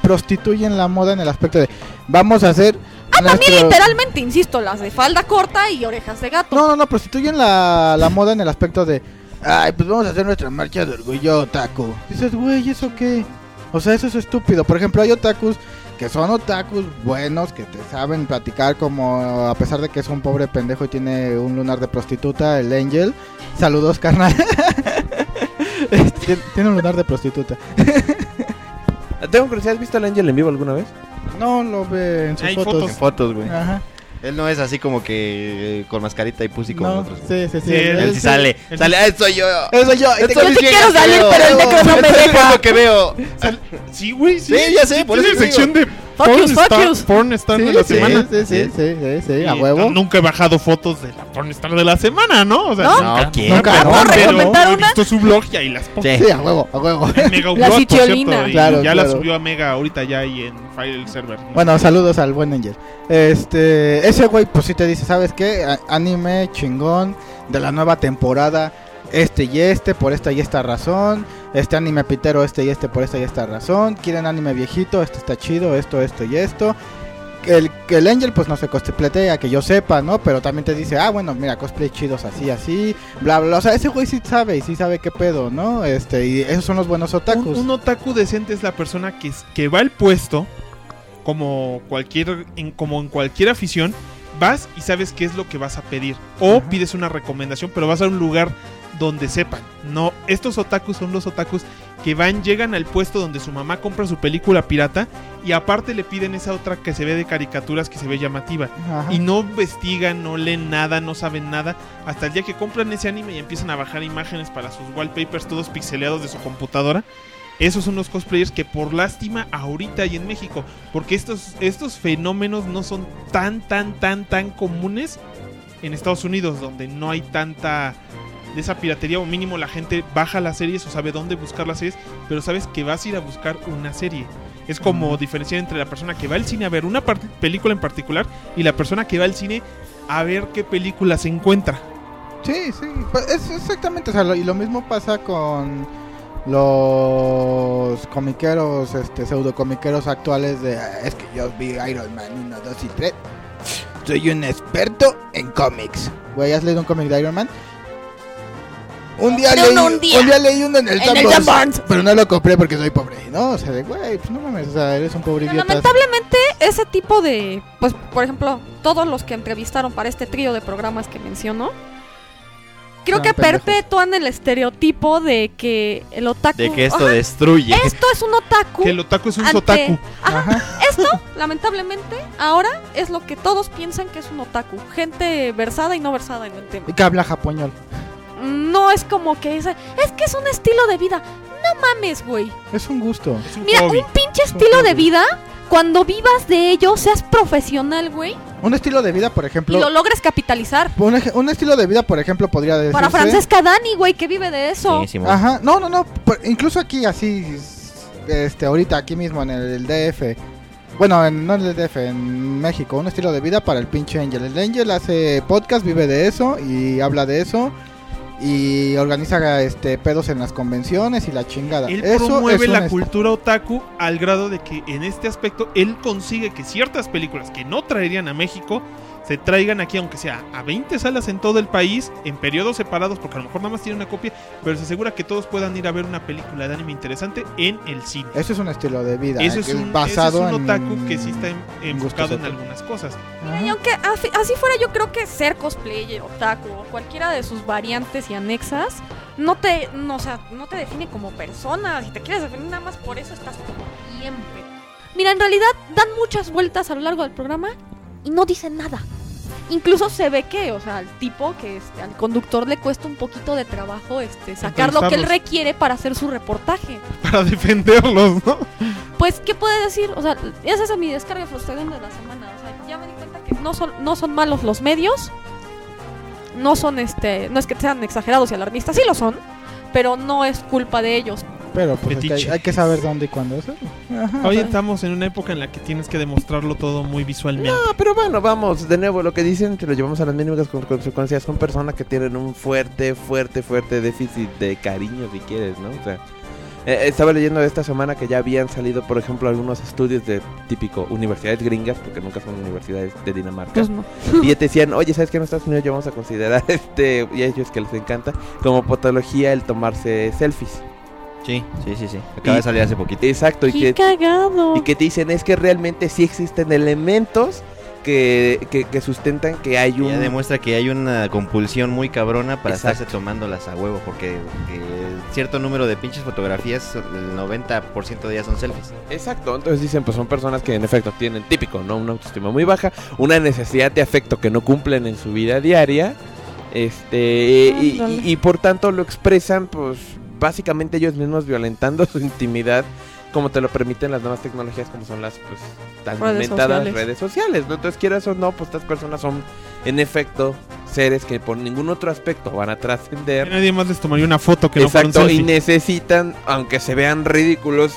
S4: prostituyen la moda en el aspecto de vamos a hacer
S8: Ah, también
S4: nuestro-
S8: literalmente, insisto, las de falda corta y orejas de gato.
S4: No, no, no, prostituyen la, la moda en el aspecto de
S2: Ay, pues vamos a hacer nuestra marcha de orgullo, taco.
S4: dices, güey, ¿eso qué? O sea, eso es estúpido. Por ejemplo, hay otakus que son otakus buenos, que te saben platicar como a pesar de que es un pobre pendejo y tiene un lunar de prostituta, el Angel. Saludos, carnal. Este, tiene un lunar de prostituta.
S7: Tengo curiosidad, ¿has visto al Ángel en vivo alguna vez?
S4: No lo ve en sus
S3: Hay
S4: fotos.
S5: En fotos, güey.
S4: Ajá.
S5: Él no es así como que eh, con mascarita y pussy como
S4: No,
S5: nosotros. güey.
S4: Sí, sí, sí.
S3: Sí, él
S5: Él
S4: Él
S5: sí
S4: sí-
S5: sale.
S3: él-
S5: Sale, ah, soy yo.
S4: Eso yo, ahí
S5: Esto
S4: tengo-
S5: es
S8: te
S5: bien
S8: quiero salir,
S5: culero.
S8: pero el negro no me
S5: Esto es
S8: deja.
S5: lo que veo.
S3: Sí, güey, sí.
S5: Sí, ya sé, por
S3: Tiene
S5: eso te digo.
S3: sección de Porn
S8: yous, fuck
S3: Star,
S8: yous.
S3: porn star
S4: sí,
S3: de la
S4: sí,
S3: semana.
S4: Sí, sí, sí, sí, sí, sí, a
S3: Y
S4: huevo.
S3: no- Nunca he bajado fotos de la porn star de la semana, ¿no? O sea,
S8: No.
S5: No, ¿quién?
S4: Nunca,
S5: cabrón?
S4: ¿puedo
S3: pero
S8: recomendar
S3: he
S8: una?
S3: visto su blog y ahí las pongo.
S5: Sí.
S4: Sí, a huevo, a huevo.
S3: En Mega
S8: La
S3: Upload, por cierto,
S8: sitiolina.
S3: y
S4: Claro,
S3: ya la
S4: claro.
S3: subió a Mega ahorita ya y en File Server. ¿no?
S4: Bueno, saludos al buen Angel. Este, ese güey, pues sí te dice, ¿sabes qué? A- Anime chingón de la nueva temporada. Este y este, por esta y esta razón. Este anime pitero, este y este, por esta y esta razón. Quieren anime viejito, este está chido, esto, esto y esto. El, el Angel, pues no se cosplatea, que yo sepa, ¿no? Pero también te dice, ah, bueno, mira, cosplay chidos así, así, bla, bla. bla. O sea, ese güey sí sabe y sí sabe qué pedo, ¿no? Este, y esos son los buenos otakus.
S3: Un, un otaku decente es la persona que, es- que va al puesto, como, cualquier, en, como en cualquier afición, vas y sabes qué es lo que vas a pedir. O
S4: Ajá.
S3: pides una recomendación, pero vas a un lugar donde sepan. No, estos otakus son los otakus que van, llegan al puesto donde su mamá compra su película pirata y aparte le piden esa otra que se ve de caricaturas que se ve llamativa.
S4: Ajá.
S3: Y no investigan, no leen nada, no saben nada. Hasta el día que compran ese anime y empiezan a bajar imágenes para sus wallpapers todos pixeleados de su computadora. Esos son los cosplayers que por lástima ahorita hay en México. Porque estos, estos fenómenos no son tan, tan, tan, tan comunes en Estados Unidos, donde no hay tanta de esa piratería o mínimo la gente baja las series o sabe dónde buscar las series, pero sabes que vas a ir a buscar una serie. Es como diferenciar entre la persona que va al cine a ver una par- película en particular y la persona que va al cine a ver qué película se encuentra.
S4: Sí, sí, pues es exactamente, o sea, lo- y lo mismo pasa con los comiqueros, este, pseudocomiqueros actuales de, "Ah, es que yo vi Iron Man 1, 2 y 3, soy un experto en cómics. Güey, ¿has leído un cómic de Iron Man? Un día,
S6: No,
S4: leí,
S6: no, un día.
S4: leí uno en el
S6: En
S4: Sam
S6: el
S4: Barnes,
S6: Sam Barnes.
S4: pero no lo compré porque soy pobre, ¿no? O sea, de, güey, pues no mames, o sea, eres un pobre
S8: Pero
S4: idiota.
S8: lamentablemente ese tipo de, pues por ejemplo, todos los que entrevistaron para este trío de programas que mencionó, creo
S4: Son
S8: que
S4: pendejos.
S8: perpetúan el estereotipo de que el otaku...
S5: De que esto
S8: Ajá,
S5: destruye.
S8: Esto es un otaku.
S3: Que el otaku es un
S8: ante-
S3: sotaku.
S8: Ajá, Esto, lamentablemente, ahora es lo que todos piensan que es un otaku. Gente versada y no versada en el tema.
S4: Y que habla japonol.
S8: No es como que dice, es que es un estilo de vida. No mames, güey.
S4: Es un gusto.
S3: Es un
S8: Mira,
S3: hobby.
S8: un pinche estilo de vida, cuando vivas de ello, seas profesional, güey,
S4: Un estilo de vida, por
S8: y
S4: ejemplo.
S8: lo logres capitalizar.
S4: Un, ej- un estilo de vida, por ejemplo, podría
S3: Pues
S4: decirse...
S8: Para Francesca Dani, güey, que vive de eso.
S5: Sí, Simón.
S4: Ajá, no, no, no, por- incluso aquí así, s- este, ahorita aquí mismo en el DF, bueno, en, no en el DF, en México, un estilo de vida para el pinche Angel. El Angel hace podcast, vive de eso y habla de eso y organiza este pedos en las convenciones y la chingada.
S3: Él
S4: eso
S3: promueve
S4: es un
S3: la
S4: est-
S3: cultura otaku al grado de que en este aspecto él consigue que ciertas películas que no traerían a México se traigan aquí, aunque sea a 20 salas en todo el país, en periodos separados, porque a lo mejor nada más tiene una copia, pero se asegura que todos puedan ir a ver una película de anime interesante en el cine.
S4: Eso es un estilo de vida.
S3: Eso
S4: eh,
S3: es
S4: que
S3: un,
S4: basado
S3: ese es un otaku
S4: en-
S3: que sí está en-
S4: en
S3: enfocado
S4: gustos
S3: en
S4: otaku.
S3: algunas cosas.
S4: Ajá.
S8: Y aunque afi- así fuera, yo creo que ser cosplayer, otaku o cualquiera de sus variantes y anexas no te, no, o sea, no te define como persona. Si te quieres definir nada más por eso, estás como siempre. Mira, en realidad dan muchas vueltas a lo largo del programa y no dicen nada. Incluso se ve que, o sea, al tipo que este, al conductor le cuesta un poquito de trabajo este, sacar lo que él
S3: Entrevistarlos.
S8: requiere para hacer su reportaje.
S3: Para defenderlos, ¿no?
S8: Pues, ¿qué puede decir? O sea, esa es mi descarga frustrada de la semana. O sea, ya me di cuenta que no son, no son malos los medios. No son, este, no es que sean exagerados y alarmistas, sí lo son, pero no es culpa de ellos.
S4: Pero pues es que hay,
S3: Fetiche.
S4: hay que saber dónde y cuándo hacerlo. Ajá,
S3: Hoy
S4: o sea,
S3: estamos en una época en la que tienes que demostrarlo todo muy visualmente.
S7: No, Ah, pero bueno, vamos, de nuevo, lo que dicen, que lo llevamos a las mínimas con- consecuencias, son personas que tienen un fuerte, fuerte, fuerte déficit de cariño, si quieres, ¿no? O sea, eh, estaba leyendo esta semana que ya habían salido, por ejemplo, algunos estudios de típico universidades gringas, porque nunca son universidades de Dinamarca.
S8: Pues no.
S7: Y ya te decían, oye, ¿sabes qué en Estados Unidos ya vamos a considerar este, y a ellos que les encanta, como patología el tomarse selfies?
S5: Sí, sí, sí, sí. Acaba de salir hace poquito.
S7: Exacto, y
S8: ¡Qué
S7: que
S8: cagado!
S7: y que te dicen es que realmente sí existen elementos que, que, que sustentan que hay
S5: Ya
S7: un...
S5: demuestra que hay una compulsión muy cabrona para
S7: Exacto.
S5: estarse tomándolas a huevo, porque eh, cierto número de pinches fotografías, el 90% de ellas son selfies.
S7: Exacto, entonces dicen pues son personas que en efecto tienen típico, ¿no? Una autoestima muy baja, una necesidad de afecto que no cumplen en su vida diaria, este, y,
S8: Ándale.
S7: y- y por tanto lo expresan pues básicamente ellos mismos violentando su intimidad como te lo permiten las nuevas tecnologías como son las pues tan
S8: Redes
S7: inventadas
S8: sociales.
S7: redes sociales, ¿no? Entonces quieras o no, pues estas personas son en efecto seres que por ningún otro aspecto van a trascender.
S3: Nadie más les tomaría una foto que no fuera
S7: Exacto,
S3: un
S7: y
S3: selfie.
S7: necesitan, aunque se vean ridículos,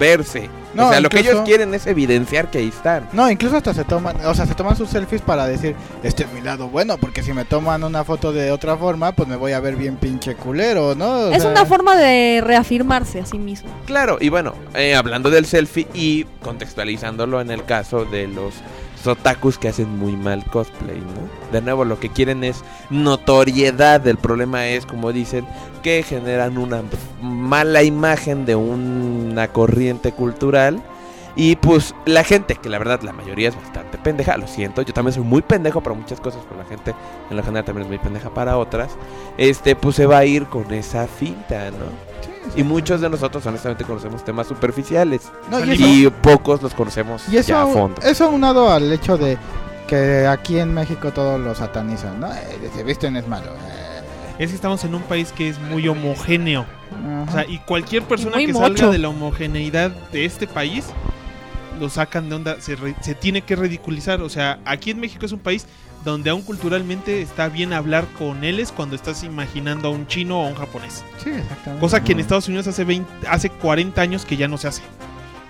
S7: verse.
S4: No,
S7: o sea, lo que
S4: incluso-
S7: ellos quieren es evidenciar que ahí están.
S4: No, incluso hasta se toman, o sea, se toman sus selfies para decir, este es mi lado bueno, porque si me toman una foto de otra forma, pues me voy a ver bien pinche culero, ¿no? O
S8: Es
S4: sea,
S8: una forma de reafirmarse a sí mismo.
S7: Claro, y bueno, eh, hablando del selfie y contextualizándolo en el caso de los sotakus que hacen muy mal cosplay, ¿no? De nuevo, lo que quieren es notoriedad. El problema es, como dicen, que generan una mala imagen de una corriente cultural. Y pues la gente, que la verdad la mayoría es bastante pendeja, lo siento, yo también soy muy pendejo para muchas cosas, pero la gente en lo general también es muy pendeja para otras, este pues se va a ir con esa finta, ¿no?
S4: sí,
S7: Y muchos de nosotros, honestamente, conocemos temas superficiales.
S4: No, y eso-
S7: y, pocos los conocemos
S4: Y eso,
S7: ya a
S4: aun-
S7: fondo.
S4: eso unado al hecho de que aquí en México todos lo satanizan, ¿no? Eh, se visten es malo. eh.
S3: Es que estamos en un país que es muy homogéneo.
S4: Ajá.
S3: O sea, y cualquier persona
S8: muy
S3: que
S8: mocho.
S3: salga de la homogeneidad de este país lo sacan de onda, se, re- se tiene que ridiculizar. O sea, aquí en México es un país donde aún culturalmente está bien hablar con él cuando estás imaginando a un chino o a un japonés.
S4: Sí, exactamente.
S3: Cosa que en Estados Unidos hace 20, hace 40 años que ya no se hace.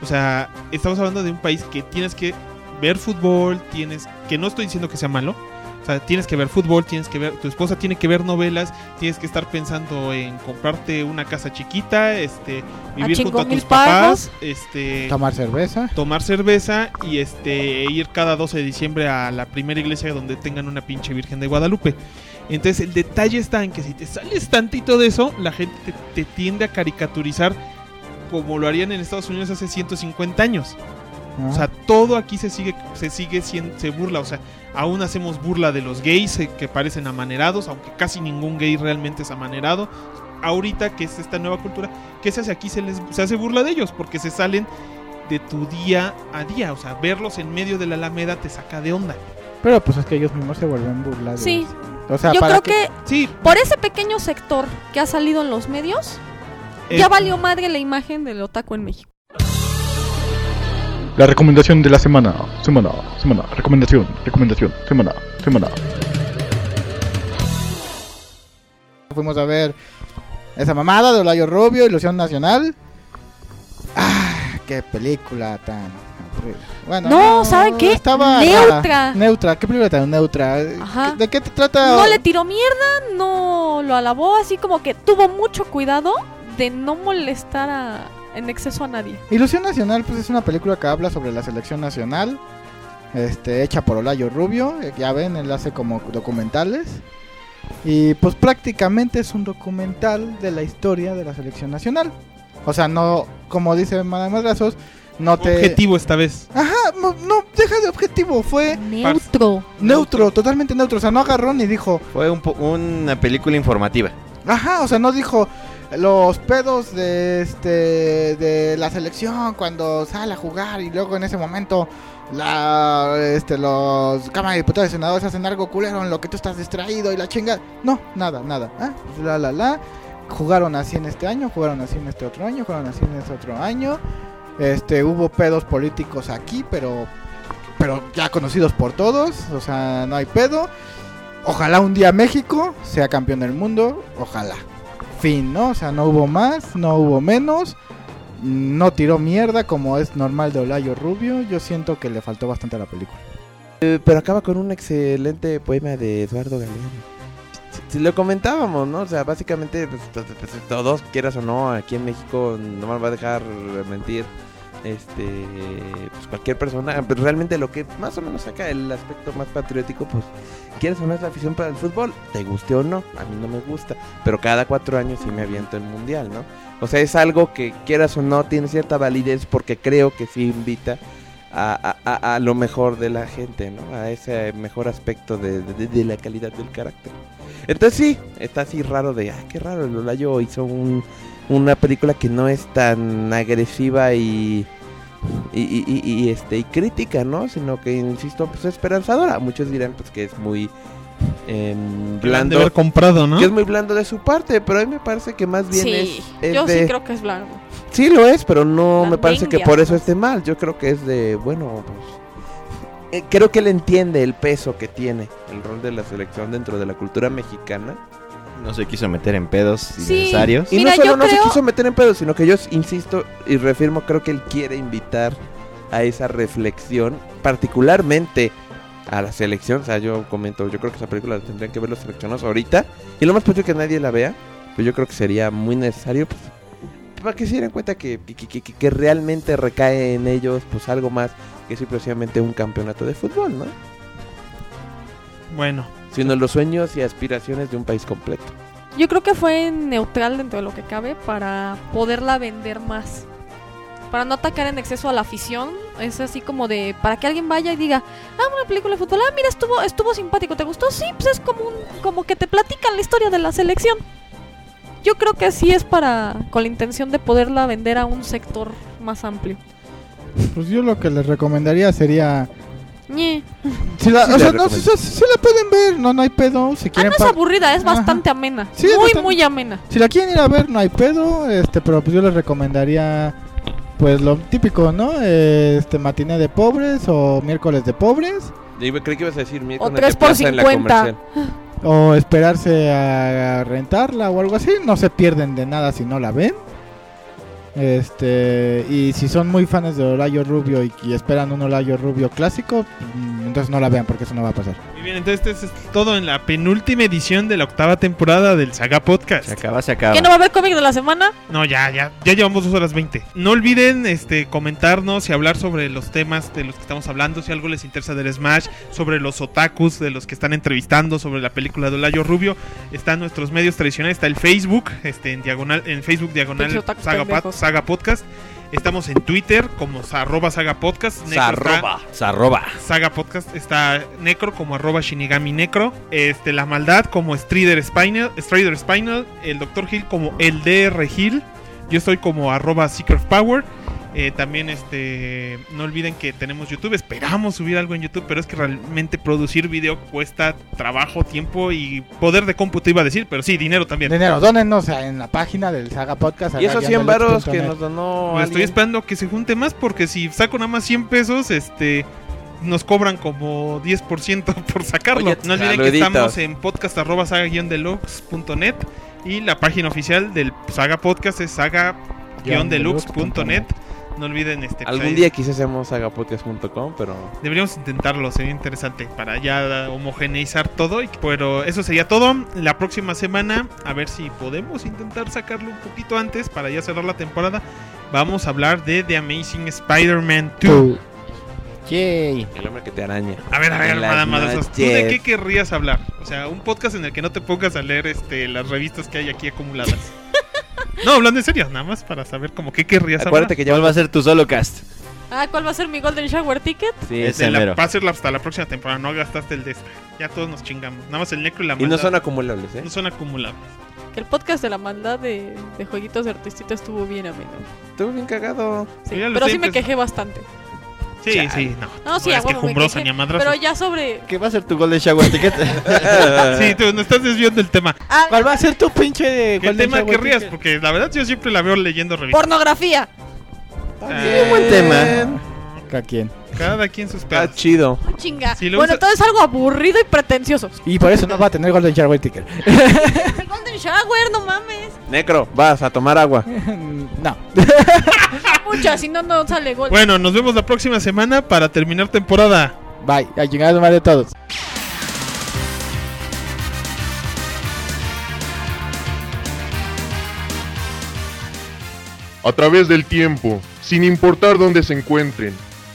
S3: O sea, estamos hablando de un país que tienes que ver fútbol, tienes que no estoy diciendo que sea malo. O sea, tienes que ver fútbol, tienes que ver tu esposa tiene que ver novelas, tienes que estar pensando en comprarte una casa chiquita, este, vivir junto a
S8: Ah, chingón mil
S3: tus papás,
S8: pagos.
S3: este,
S4: Tomar cerveza.
S3: tomar cerveza y este ir cada 12 de diciembre a la primera iglesia donde tengan una pinche Virgen de Guadalupe. Entonces el detalle está en que si te sales tantito de eso, la gente te, te tiende a caricaturizar como lo harían en Estados Unidos hace 150 años.
S4: ¿no?
S3: O sea, todo aquí se sigue se sigue sien- se burla, o sea, aún hacemos burla de los gays eh, que parecen amanerados, aunque casi ningún gay realmente es amanerado. Ahorita que es esta nueva cultura, ¿qué se hace aquí? Se les se hace burla de ellos porque se salen de tu día a día, o sea, verlos en medio de la alameda te saca de onda.
S4: Pero pues es que ellos mismos se vuelven burlados.
S8: Sí.
S4: O sea,
S8: Yo
S4: para
S8: creo que
S3: Sí,
S8: por ese pequeño sector que ha salido en los medios,
S3: eh,
S8: ya valió madre la imagen del otaku en México.
S1: La recomendación de la semana, semana, semana, recomendación, recomendación, semana, semana.
S4: Fuimos a ver esa mamada de Olayo Rubio, Ilusión Nacional. ¡Ah! ¡Qué película tan aburrida! Bueno,
S8: No, ¿saben qué?
S4: Estaba
S8: Neutra.
S4: neutra, ¿qué película tan neutra?
S8: Ajá.
S4: ¿De qué te trata?
S8: No le tiró mierda, no lo alabó, así como que tuvo mucho cuidado de no molestar a- en exceso a nadie.
S4: Ilusión Nacional, pues es una película que habla sobre la selección nacional, este, hecha por Olayo Rubio, eh, ya ven, él hace como documentales. Y pues prácticamente es un documental de la historia de la selección nacional. O sea, no, como dice Madame Madrazos, no te...
S3: objetivo esta vez.
S4: Ajá, no, no, deja de objetivo, fue
S8: Neutro.
S4: neutro, totalmente neutro, o sea, no agarró ni dijo,
S5: Fue un po- una película informativa.
S4: Ajá, o sea, no dijo los pedos de este de la selección cuando sale a jugar y luego en ese momento la este los cámara de diputados y senadores hacen algo culero en lo que tú estás distraído y la chinga. No, nada, nada. Ah, la la la. Jugaron así en este año, jugaron así en este otro año, jugaron así en este otro año. Este hubo pedos políticos aquí, pero pero ya conocidos por todos, o sea, no hay pedo. Ojalá un día México sea campeón del mundo, ojalá. Fin, ¿no? O sea, no hubo más, no hubo menos. No tiró mierda como es normal de Olayo Rubio. Yo siento que le faltó bastante a la película.
S7: Eh, Pero acaba con un excelente poema de Eduardo Galeano. Si lo comentábamos, ¿no? O sea, básicamente, pues, to- to- to- todos, quieras o no, aquí en México no me va a dejar mentir. Este, pues cualquier persona, pero realmente lo que más o menos saca el aspecto más patriótico, pues, quieres o no es la afición para el fútbol, te guste o no, a mí no me gusta, pero cada cuatro años sí me aviento el mundial, ¿no? O sea, es algo que quieras o no, tiene cierta validez porque creo que sí invita a, a- a- a lo mejor de la gente, ¿no? A ese mejor aspecto de, de- de la calidad del carácter. Entonces sí, está así raro de, ah, qué raro, el Olayo hizo un- una película que no es tan agresiva y, y, y- y- y, este, y crítica, ¿no? Sino que, insisto, pues esperanzadora. Muchos dirán pues que es muy em,
S3: que la han de
S7: blando.
S3: haber comprado, ¿no?
S7: Que es muy blando de su parte, pero a mí me parece que más bien es,
S8: Sí,
S7: es
S8: yo
S7: de...
S8: sí creo que es blanco.
S7: Sí lo es, pero no
S8: Las
S7: me parece que
S8: vengas,
S7: por eso
S8: pues.
S7: esté mal. Yo creo que es de, bueno, pues... eh, creo que él entiende el peso que tiene el rol de la selección dentro de la cultura mexicana.
S5: No se quiso meter en pedos
S8: Sí.
S5: innecesarios.
S7: Y
S8: Mira,
S7: no solo
S8: yo
S7: no
S8: creo-
S7: se quiso meter en pedos, sino que yo insisto y reafirmo, creo que él quiere invitar a esa reflexión, particularmente a la selección. O sea, yo comento, yo creo que esa película la tendrían que ver los seleccionados ahorita. Y lo más posible que nadie la vea, pero yo creo que sería muy necesario pues, para que se dieran cuenta que, que, que- que- que realmente recae en ellos pues algo más que simplemente un campeonato de fútbol, ¿no?
S3: Bueno,
S7: Sino los sueños y aspiraciones de un país completo.
S8: Yo creo que fue neutral dentro de lo que cabe para poderla vender más. Para no atacar en exceso a la afición. Es así como de para que alguien vaya y diga, ah, una película de fútbol, ah, mira, estuvo, estuvo simpático, ¿te gustó? Sí, pues es como un, como que te platican la historia de la selección. yo creo que sí es para con la intención de poderla vender a un sector más amplio.
S4: Pues yo lo que les recomendaría sería...
S8: Ñe.
S4: Si la,
S7: Sí, la
S4: o sea, no, si,
S7: recomiendo.
S4: si- si la pueden ver, no, no hay pedo. Si
S8: Ah, no
S4: quieren
S8: es
S4: pa-
S8: aburrida, es
S4: Ajá.
S8: bastante amena.
S4: Sí, es
S8: muy,
S4: bastante-
S8: muy amena.
S4: Si la quieren ir a ver, no hay pedo, este, pero pues yo les recomendaría pues lo típico, ¿no? Este matiné de pobres o miércoles de pobres
S7: Yo iba- creí que ibas a decir
S8: O
S7: miércoles de
S8: 3 por
S7: plaza en la
S8: 50.
S7: comercial.
S4: o esperarse a rentarla o algo así, no se pierden de nada si no la ven. Este, y si son muy fans de Olayo Rubio y, y esperan un Olayo Rubio clásico, mm, entonces no la vean porque eso no va a pasar.
S3: Muy bien, entonces este es todo en la penúltima edición de la octava temporada del Saga Podcast.
S5: Se acaba, se acaba.
S8: ¿Qué no va a haber cómic de la semana?
S3: No, ya, ya, ya llevamos dos horas 20. No olviden este, comentarnos y hablar sobre los temas de los que estamos hablando, si algo les interesa del Smash, sobre los otakus de los que están entrevistando, sobre la película de Olayo Rubio. Están nuestros medios tradicionales, está el Facebook, este, en diagonal, en Facebook
S8: Pinche
S3: diagonal
S8: otakus
S3: Saga, Pa-
S8: pendejos.
S3: Saga Podcast. Estamos en Twitter como sa- arroba Saga Podcast. Negro está-
S5: Zarroba. Zarroba.
S3: Saga Podcast está Necro como arroba Shinigami Necro, este, La Maldad como Strider Spinal, Strider Spinal, el Dr. Hill como el DR Hill, yo estoy como arroba Seeker of Power. eh, también este no olviden que tenemos YouTube, esperamos subir algo en YouTube, pero es que realmente producir video cuesta trabajo, tiempo y poder de cómputo iba a decir, pero sí, dinero también.
S4: Dinero, dónenos en la página del Saga Podcast.
S7: Y esos 100 varos
S4: varos
S7: que nos donó
S3: Estoy
S7: alguien.
S3: esperando que se junte más porque si saco nada más 100 pesos, este nos cobran como 10% por sacarlo.
S7: Oye,
S3: no olviden que
S7: saluditos.
S3: estamos en podcast arroba saga-deluxe.net y la página oficial del Saga Podcast es saga-deluxe.net. No olviden este pues,
S7: Algún
S3: ahí-
S7: día quizás hacemos sagapodcast.com, pero...
S3: Deberíamos intentarlo, sería interesante para ya homogeneizar todo. y- Pero eso sería todo. La próxima semana, a ver si podemos intentar sacarlo un poquito antes para ya cerrar la temporada. Vamos a hablar de The Amazing Spider-Man 2.
S5: Yay.
S7: El hombre que te araña.
S3: A ver, a ver,
S7: Las
S3: nada más. ¿Tú de
S7: noches.
S3: qué querrías hablar? O sea, un podcast en el que no te pongas a leer este, las revistas que hay aquí acumuladas. No, hablando en serio, nada más para saber como qué querrías
S7: Acuérdate que ya
S5: ¿Cuál va a ser tu solo cast?
S8: Ah, ¿cuál va a ser mi Golden Shower Ticket?
S5: Sí,
S3: hablar.
S5: ese
S3: Este, la-
S5: mero.
S3: va a ser la- hasta la próxima temporada, no gastaste el de esta. Ya todos nos chingamos. Nada más el necro y la
S7: Y no
S3: maldad.
S7: son acumulables, ¿eh?
S3: No son acumulables.
S8: Que el podcast de la maldad de, de Jueguitos de Artistita estuvo bien, amigo.
S7: Estuvo bien cagado.
S8: Sí,
S3: Mira, lo
S8: pero
S3: sé,
S8: sí me
S3: pues-
S8: quejé bastante.
S3: Sí,
S7: Chale.
S3: sí, no.
S8: No, sí, a
S3: es
S8: huevo me
S3: quejumbrosa
S8: quejé,
S3: ni a madrazos.
S8: Pero ya sobre...
S5: ¿Qué va a ser tu Golden Shower Ticket?
S3: Ah, Sí, tú no estás desviando el tema.
S8: Ah,
S4: ¿Cuál va a ser tu pinche de
S3: ¿Qué tema querrías? Porque la verdad yo siempre la veo leyendo revistas.
S8: pornografía.
S3: Ah,
S5: buen tema.
S4: ¿A quién?
S3: Cada quien sus pedos.
S7: Está chido.
S8: Ah, Chinga.
S3: Si lo
S8: bueno,
S3: usa-
S8: todo es algo aburrido y pretencioso.
S4: Y por eso no va a tener Golden Shower Ticket.
S8: El Golden Shower, no mames.
S7: Necro, vas a tomar agua.
S4: no.
S8: Mucha, si no, no sale Golden.
S3: Bueno, nos vemos la próxima semana para terminar temporada.
S4: Bye. A chingar más de todos.
S11: a través del tiempo, sin importar dónde se encuentren.